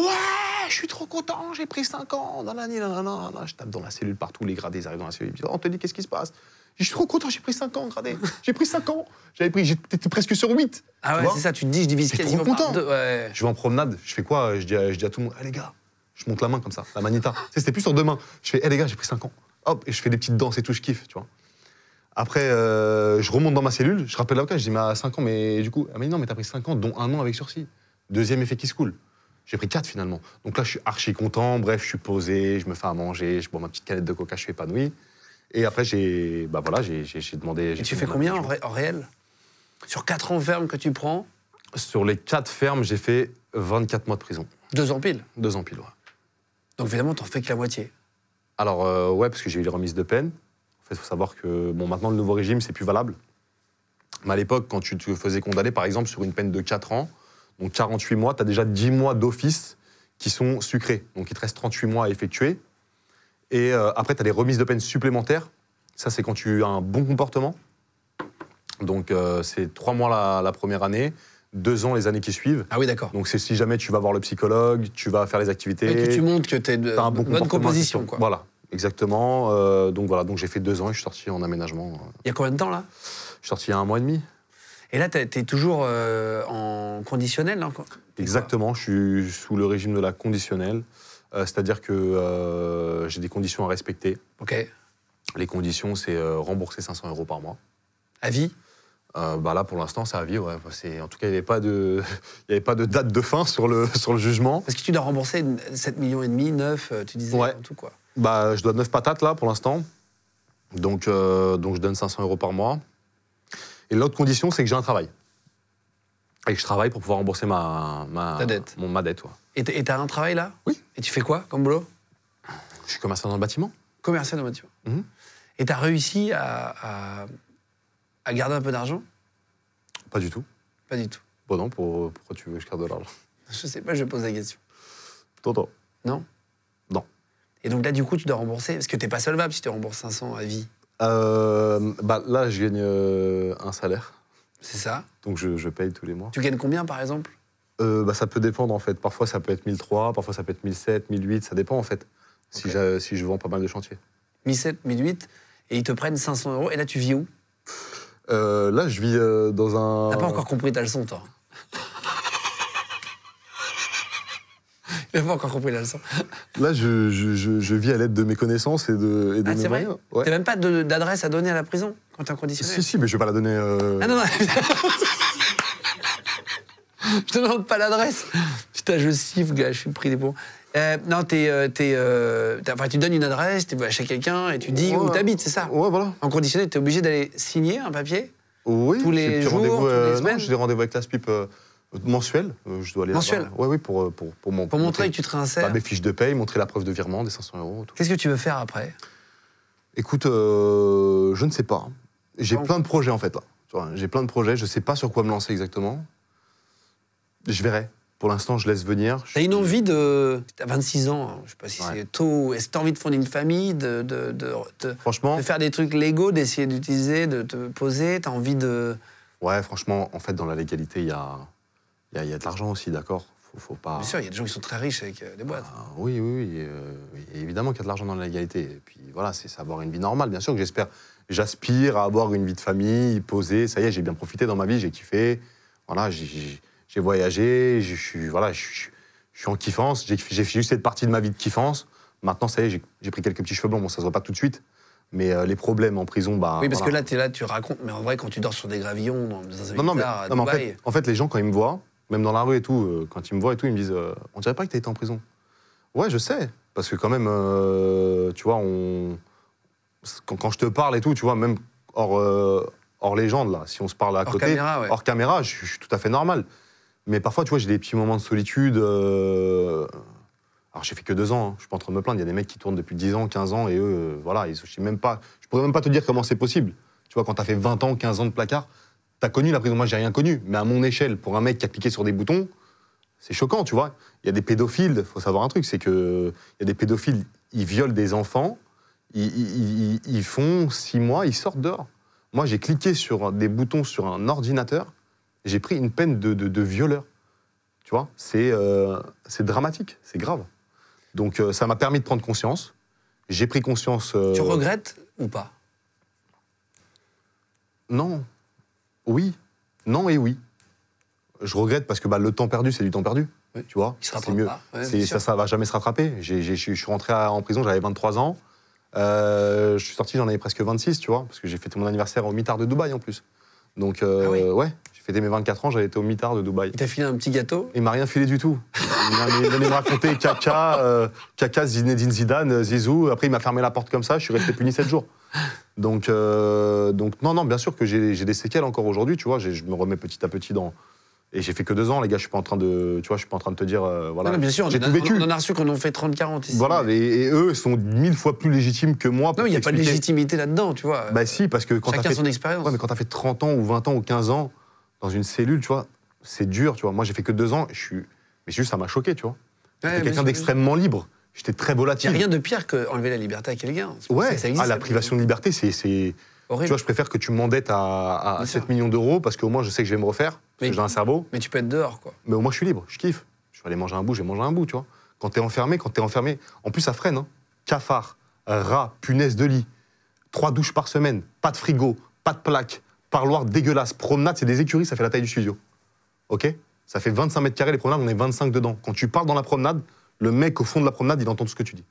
S4: je suis trop content, j'ai pris 5 ans. nanani, nanana, nanana. Je tape dans la cellule partout, les gradés, ils arrivent dans la cellule, ils me disent oh, Anthony, qu'est-ce qui se passe Je suis trop content, j'ai pris 5 ans, gradé. J'ai pris 5 ans. J'avais pris, j'étais presque sur 8.
S1: Ah
S4: Tu
S1: ouais,
S4: vois
S1: c'est ça, tu te dis, je divise
S4: T'es trop
S1: quasiment par
S4: content.
S1: deux. Ouais.
S4: Je vais en promenade, je fais quoi je dis, à, je dis à tout le monde, Eh, les gars, je monte la main comme ça, la manita. Tu sais, C'était plus sur deux mains. Je fais, Eh, les gars, j'ai pris 5 ans. Hop, et je fais des petites danses et tout, je kiffe, tu vois. Après, euh, je remonte dans ma cellule, je rappelle l'avocat, je dis, mais à 5 ans, mais du coup, elle m'a dit, non, mais t'as pris 5 ans, dont un an avec sursis. Deuxième effet qui se coule. J'ai pris quatre finalement. Donc là, je suis archi content. Bref, je suis posé, je me fais à manger, je bois ma petite canette de coca, je suis épanoui. Et après, j'ai bah voilà, j'ai j'ai- j'ai demandé.
S1: Et
S4: j'ai
S1: tu
S4: fait
S1: fais
S4: mon
S1: combien en,
S4: engagement.
S1: vrai- en réel Sur 4 ans ferme que tu prends,
S4: Sur les quatre fermes, j'ai fait 24 mois de prison.
S1: 2 ans pile.
S4: Deux ans pile, ouais.
S1: Donc évidemment, t'en fais que la moitié.
S4: Alors, euh, ouais, parce que j'ai eu les remises de peine. En fait, il faut savoir que, bon, maintenant, le nouveau régime, c'est plus valable. Mais à l'époque, quand tu te faisais condamner, par exemple, sur une peine de 4 ans, donc 48 mois, tu as déjà 10 mois d'office qui sont sucrés. Donc, il te reste 38 mois à effectuer. Et euh, après, tu as les remises de peine supplémentaires. Ça, c'est quand tu as un bon comportement. Donc, euh, c'est 3 mois la, la première année, 2 ans les années qui suivent.
S1: Ah oui, d'accord.
S4: Donc, c'est si jamais tu vas voir le psychologue, tu vas faire les activités.
S1: Et que tu montres que t'es de
S4: T'as un bon
S1: Euh, bonne
S4: comportement,
S1: composition,
S4: c'est sûr.
S1: quoi. Il
S4: Voilà, exactement. Euh, donc voilà, donc j'ai fait deux ans et je suis sorti en aménagement. euh,
S1: y a combien de temps, là
S4: Je suis sorti il y a un mois et demi.
S1: Et là, t'es t'es toujours euh, en conditionnel, là, quoi.
S4: Exactement, je suis sous le régime de la conditionnelle. Euh, C'est-à-dire que euh, j'ai des conditions à respecter.
S1: Ok.
S4: Les conditions, c'est euh, rembourser 500 euros par mois.
S1: À vie
S4: Euh, bah là, pour l'instant, c'est à vie. Ouais. Enfin, c'est- En tout cas, il n'y avait, pas de- il y avait pas de date de fin sur le, sur le jugement.
S1: Parce que tu dois rembourser 7 millions et demi, 9, euh, tu disais,
S4: Ouais.
S1: en tout, quoi.
S4: Bah, je dois 9 patates là pour l'instant. Donc, euh, donc je donne 500 euros par mois. Et l'autre condition, c'est que j'ai un travail. Et que je travaille pour pouvoir rembourser ma, ma,
S1: Ta dette.
S4: Mon, ma dette. ouais.
S1: Et t'- et t'as un travail, là
S4: Oui.
S1: Et tu fais quoi, comme boulot
S4: Je suis commerçant dans le bâtiment.
S1: Commercial de voiture.
S4: Mhm.
S1: Et t'as réussi à, à- à garder un peu d'argent
S4: Pas du tout.
S1: Pas du tout.
S4: Bon, non, pour- pourquoi tu veux que je garde de l'argent
S1: Je sais pas, je pose la question.
S4: Tonton.
S1: Non
S4: Non.
S1: Et donc là, du coup, tu dois rembourser, parce que t'es pas solvable si tu rembourses 500 à vie.
S4: Euh, bah, là, je gagne euh, un salaire.
S1: C'est ça
S4: Donc je, je paye tous les mois.
S1: Tu gagnes combien, par exemple
S4: Euh, bah, ça peut dépendre en fait. Parfois ça peut être 1003, parfois ça peut être 1007, 1008, ça dépend en fait. Si,
S1: Ok.
S4: j'ai- si je vends pas mal de chantiers.
S1: 1007, 1008, et ils te prennent 500 euros, et là, tu vis où
S4: Euh, là je vis euh, dans un...
S1: T'as pas encore compris ta leçon, toi. Il a pas encore compris la leçon.
S4: Là, je, je- je- je vis à l'aide de mes connaissances et de, et de
S1: Ah,
S4: mes
S1: c'est vrai
S4: moyens. Ouais.
S1: T'as même pas de- d'adresse à donner à la prison quand t'es
S4: Si,
S1: inconditionné.
S4: si, mais je vais pas la donner. euh,
S1: Ah non, non Je te demande pas l'adresse. Putain, je siffle, gars, je suis pris des bons. Euh, non, t'es, euh, t'es, euh, t'as- enfin, tu donnes une adresse, tu vas chez quelqu'un et tu dis où
S4: Ouais.
S1: t'habites, c'est ça
S4: Ouais, voilà.
S1: En conditionné, t'es obligé d'aller signer un papier
S4: Oui,
S1: Tous les
S4: j'ai des petits
S1: jours,
S4: rendez-vous,
S1: toutes les
S4: euh, non,
S1: semaines
S4: J'ai des rendez-vous avec la SPIP euh, mensuels. Euh, je dois aller. là-bas.
S1: Mensuel
S4: Ouais, oui, pour, euh, pour, pour, mon-
S1: pour montrer que tu te
S4: bah,
S1: réinsères.
S4: mes fiches de paye, montrer la preuve de virement des 500 euros. tout.
S1: Qu'est-ce que tu veux faire après
S4: Écoute, euh, je ne sais pas. J'ai
S1: Bon.
S4: plein de projets en fait là. Tu vois, J'ai plein de projets. Je sais pas sur quoi me lancer exactement. Je verrai. Pour l'instant, je laisse venir. Je-
S1: T'as une envie de. T'as 26 ans, hein, je sais pas si
S4: Ouais.
S1: c'est tôt. Est-ce que t'as envie de fonder une famille, de, de, de, de-
S4: Franchement,
S1: de faire des trucs légaux, d'essayer d'utiliser, de te poser T'as envie de.
S4: Ouais, franchement, en fait, dans la légalité, il y a, il y a- il y a de l'argent aussi, d'accord faut, faut pas.
S1: Bien sûr, il y a des gens qui sont très riches avec euh, des boîtes.
S4: Ah, oui, oui, oui. euh, évidemment qu'il y a de l'argent dans la légalité. Et puis voilà, c'est savoir une vie normale. Bien sûr que j'espère, j'aspire à avoir une vie de famille posée. Ça y est, j'ai bien profité dans ma vie, j'ai kiffé. Voilà, j'ai- j'ai j'ai voyagé, je suis voilà, je suis- je suis en kiffance. J'ai j'ai fait juste cette partie de ma vie de kiffance. Maintenant, ça y est, j'ai j'ai pris quelques petits cheveux blancs. Bon, ça se voit pas tout de suite. Mais euh, les problèmes en prison, bah.
S1: oui, parce
S4: voilà.
S1: que là, t'es là, tu racontes, mais en vrai, quand tu dors sur des gravillons, dans des
S4: Non, non, mais,
S1: à
S4: non, mais en,
S1: Dubaï,
S4: fait, en fait, les gens, quand ils me voient, même dans la rue et tout, euh, quand ils me voient et tout, ils me disent euh, On dirait pas que t'as été en prison. Ouais, je sais. Parce que quand même, euh, tu vois, on. Quand, quand je te parle et tout, tu vois, même hors, euh, hors légende, là, si on se parle à
S1: hors
S4: côté,
S1: caméra, ouais.
S4: hors caméra, je, je suis tout à fait normal. Mais parfois, tu vois, j'ai des petits moments de solitude. euh, Alors, j'ai fait que deux ans, hein, je suis pas en train de me plaindre. Il y a des mecs qui tournent depuis 10 ans, 15 ans, et eux, euh, voilà, ils, je, sais même pas, je pourrais même pas te dire comment c'est possible. Tu vois, quand t'as fait 20 ans, 15 ans de placard, t'as connu la prison. Moi, j'ai rien connu. Mais à mon échelle, pour un mec qui a cliqué sur des boutons, c'est choquant, tu vois. Il y a des pédophiles, faut savoir un truc, c'est que il y a des pédophiles, ils violent des enfants, ils, ils- ils- ils font six mois, ils sortent dehors. Moi, j'ai cliqué sur des boutons sur un ordinateur, j'ai pris une peine de, de- de violeur. Tu vois, c'est euh, c'est dramatique, c'est grave. Donc, euh, ça m'a permis de prendre conscience. J'ai pris conscience. euh,
S1: Tu regrettes ou pas
S4: non. Oui. Non et oui. Je regrette parce que bah, le temps perdu, c'est du temps perdu.
S1: Oui.
S4: Tu vois,
S1: Qui se
S4: c'est
S1: rattrape
S4: mieux.
S1: pas, ouais,
S4: C'est-
S1: bien
S4: ça,
S1: sûr.
S4: ça va jamais se rattraper. J'ai- j'ai- Je suis rentré à- en prison, j'avais 23 ans. Euh, je suis sorti, j'en avais presque 26, tu vois, parce que j'ai fêté mon anniversaire au mitard de Dubaï en plus. Donc, euh,
S1: Ah oui.
S4: ouais, j'ai fêté mes 24 ans, j'avais été au mitard de Dubaï.
S1: Il t'a filé un petit gâteau
S4: Il m'a rien filé du tout. Il m'a- il allait me raconter caca, euh, caca, Zinedine Zidane, euh, Zizou. Après, il m'a fermé la porte comme ça. Je suis resté puni 7 jours. Donc, euh, donc non, non, bien sûr que j'ai j'ai des séquelles encore aujourd'hui. Tu vois, J'ai- je me remets petit à petit dans. Et j'ai fait que deux ans, les gars. Je suis pas en train de, tu vois, je suis pas en train de te dire, euh, voilà.
S1: Non, non, bien sûr, on,
S4: j'ai
S1: en a-
S4: tout vécu.
S1: on en a reçu qu'on en fait 30-40 ici.
S4: Voilà,
S1: Mais-
S4: et, et eux sont mille fois plus légitimes que moi. pour
S1: Non, mais il n'y a pas de
S4: t'expliquer.
S1: légitimité là-dedans, tu vois.
S4: Bah si, parce que quand t'as
S1: Chacun
S4: fait,
S1: son expérience.
S4: ouais, mais quand t'as fait 30 ans ou 20 ans ou 15 ans dans une cellule, tu vois, c'est dur, tu vois. Moi, j'ai fait que deux ans, je suis, mais juste ça m'a choqué, tu vois.
S1: Ouais,
S4: J'étais
S1: bien
S4: quelqu'un
S1: sûr,
S4: d'extrêmement libre. J'étais très
S1: Il
S4: volatile.
S1: n'y a rien de pire qu'enlever la liberté à quelqu'un. C'est pour ça
S4: Ouais.
S1: que ça existe,
S4: ah, la privation de liberté, c'est, c'est- tu
S1: Horrible.
S4: vois, je préfère que tu m'endettes à, à
S1: Bien
S4: 7
S1: sûr.
S4: millions d'euros parce qu'au moins je sais que je vais me refaire, parce
S1: Mais-
S4: que j'ai un cerveau.
S1: Mais tu peux être dehors, quoi.
S4: Mais au moins je suis libre, je kiffe. Je vais aller manger un bout, je vais manger un bout, tu vois. Quand t'es enfermé, quand t'es enfermé, en plus ça freine, hein. Cafard, rat, punaise de lit, trois douches par semaine, pas de frigo, pas de plaque, parloir dégueulasse, promenade, c'est des écuries, ça fait la taille du studio. Ok Ça fait 25 mètres carrés les promenades, on est 25 dedans. Quand tu parles dans la promenade, le mec au fond de la promenade, il entend tout ce que tu dis.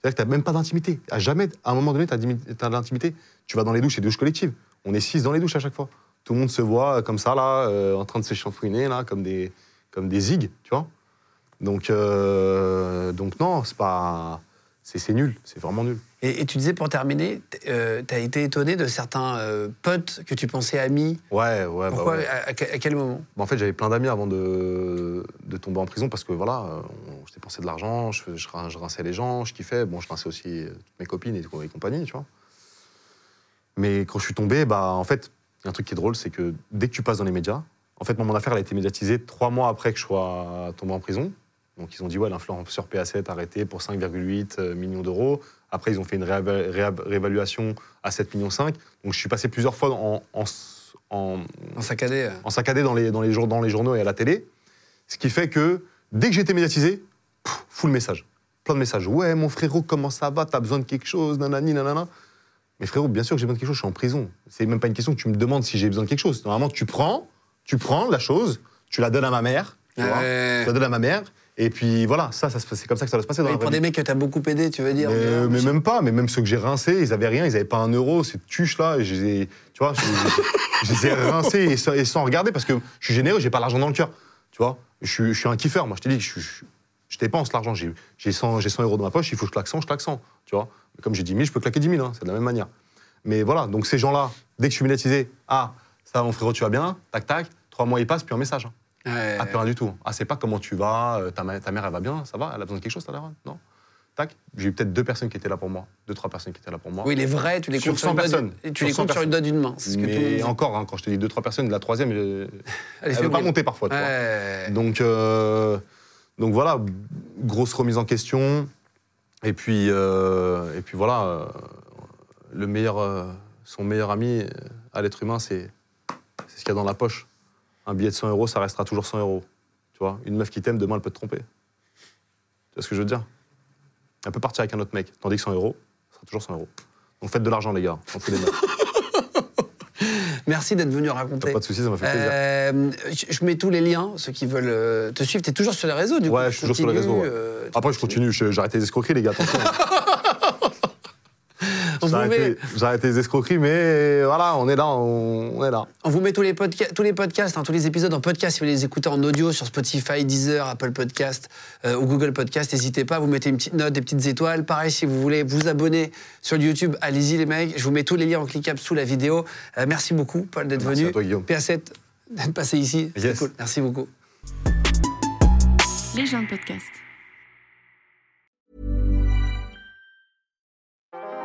S4: C'est-à-dire que t'as même pas d'intimité. À jamais, à un moment donné, t'as d'imi- t'as de l'intimité. Tu vas dans les douches, les douches collectives. On est six dans les douches à chaque fois. Tout le monde se voit euh, comme ça, là, euh, en train de s'échauffouriner, là, comme des comme des zigues, tu vois. Donc, euh, donc non, c'est pas. C'est c'est nul, c'est vraiment nul.
S1: Et, et tu disais, pour terminer, t- euh, t'as été étonné de certains euh, potes que tu pensais amis.
S4: Ouais, ouais, bah
S1: Pourquoi
S4: ouais.
S1: à, à que- à quel moment
S4: Bah, en fait, j'avais plein d'amis avant de, de tomber en prison parce que voilà, euh, on- je dépensais de l'argent, je, fais- je, rin- je rinçais les gens, je kiffais. Bon, je rinçais aussi euh, toutes mes copines et, co- et compagnie, tu vois. Mais quand je suis tombé, bah en fait, il y a un truc qui est drôle, c'est que dès que tu passes dans les médias, en fait, moi, mon affaire, elle a été médiatisée trois mois après que je sois tombé en prison. Donc ils ont dit, ouais, l'influenceur PA7 arrêté pour 5,8 euh, millions d'euros. Après, ils ont fait une rééva- rééva- réévaluation à 7,5 millions. Donc je suis passé plusieurs fois en- en s- en,
S1: Dans sa euh? cadet
S4: en saccadé dans les, dans, les jour- dans les journaux et à la télé. Ce qui fait que dès que j'étais médiatisé, pff, full message. Plein de messages. Ouais, mon frérot, comment ça va T'as besoin de quelque chose Nanani, nanana. Mais frérot, bien sûr que j'ai besoin de quelque chose, je suis en prison. C'est même pas une question que tu me demandes si j'ai besoin de quelque chose. Normalement, tu prends, tu prends la chose, tu la donnes à ma mère. Tu, vois. Tu la donnes à ma mère. Et puis voilà, ça, ça se- c'est comme ça que ça doit se passer dans la
S1: pour
S4: vraie
S1: des
S4: vie.
S1: mecs que t'as beaucoup aidé, tu veux dire.
S4: Mais,
S1: on dirait,
S4: mais
S1: je-
S4: même pas, mais même ceux que j'ai rincés, ils avaient rien, ils avaient pas un euro, ces tuches là, je les ai- tu vois, je, je- je les ai rincés et sans, et sans regarder parce que je suis généreux, j'ai pas l'argent dans le cœur, tu vois. Je, suis- je suis un kiffeur, moi, je te dis, je, je- je dépense l'argent, j'ai j'ai 100, j'ai 100 euros dans ma poche, il faut que je claque 100, je claque 100, tu vois. Comme j'ai 10 000, je peux claquer 10 000, hein, c'est de la même manière. Mais voilà, donc ces gens-là, dès que je suis médiatisé, ah, ça va mon frérot, tu vas bien, tac, tac, trois mois ils passent, puis un message. hein.
S1: Ouais.
S4: Ah, plus rien du tout. Ah, c'est pas comment tu vas, euh, ta, ma- ta mère, elle va bien, ça va, elle a besoin de quelque chose, ta daronne Non. Tac, j'ai eu peut-être deux personnes qui étaient là pour moi, deux, trois personnes qui étaient là pour moi.
S1: Oui, les vrais, tu les
S4: Sur
S1: comptes sur,
S4: 100
S1: une doigt
S4: personnes.
S1: d'une- Tu
S4: Sur
S1: les
S4: 100
S1: comptes sur une doigt d'une main. C'est ce que tout le monde
S4: Mais
S1: dit.
S4: encore, hein, quand je te dis deux, trois personnes, la troisième, euh,
S1: Allez,
S4: elle
S1: fais
S4: veut pas
S1: brûler.
S4: monter parfois, tu vois.
S1: Ouais.
S4: Donc, euh, donc voilà, grosse remise en question. Et puis, euh, et puis voilà, euh, le meilleur, euh, son meilleur ami euh, à l'être humain, c'est c'est ce qu'il y a dans la poche. Un billet de 100 euros, ça restera toujours 100 euros. Tu vois, une meuf qui t'aime, demain, elle peut te tromper. Tu vois ce que je veux dire Elle peut partir avec un autre mec, tandis que 100 euros, ça sera toujours 100 euros. Donc faites de l'argent, les gars. On fout les meufs.
S1: Merci d'être venu
S4: T'as
S1: raconter.
S4: pas de soucis, ça m'a fait plaisir.
S1: Euh, je je mets tous les liens, ceux qui veulent euh, te suivre. T'es toujours sur les réseaux, du coup
S4: Ouais, je
S1: tu
S4: suis toujours sur les
S1: continues,
S4: réseaux, ouais.
S1: euh, tu
S4: Après, je continue, je- j'ai arrêté les escroqueries, les gars. attention. hein.
S1: On
S4: J'ai
S1: vous, met,
S4: arrêté- j'ai arrêté les escroqueries, mais voilà, on est là, on, on est là.
S1: on vous met tous les, podca- tous les podcasts, hein, tous les épisodes en podcast, si vous voulez les écouter en audio sur Spotify, Deezer, Apple Podcast euh, ou Google Podcast, n'hésitez pas, vous mettez une petite note, des petites étoiles. Pareil, si vous voulez vous abonner sur YouTube, allez-y les mecs, je vous mets tous les liens en cliquable sous la vidéo. Euh, merci beaucoup Paul d'être
S4: Merci
S1: venu.
S4: à toi, Guillaume.
S1: PA7 d'être passé ici, c'était
S4: Yes.
S1: cool, merci beaucoup.
S3: Les gens de podcast.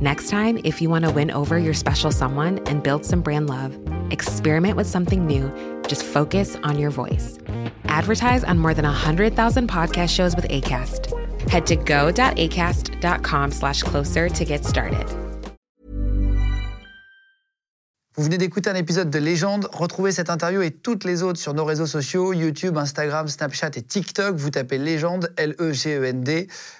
S2: Next time, if you want to win over your special someone and build some brand love, experiment with something new. Just focus on your voice. Advertise on more than 100,000 podcast shows with ACAST. Head to go.acast.com slash closer to get started.
S1: Vous Vous venez d'écouter un épisode de Légende. Retrouvez cette interview et toutes les autres sur nos réseaux sociaux, YouTube, Instagram, Snapchat et TikTok. Vous tapez Légende, E L-E-G-E-N-D.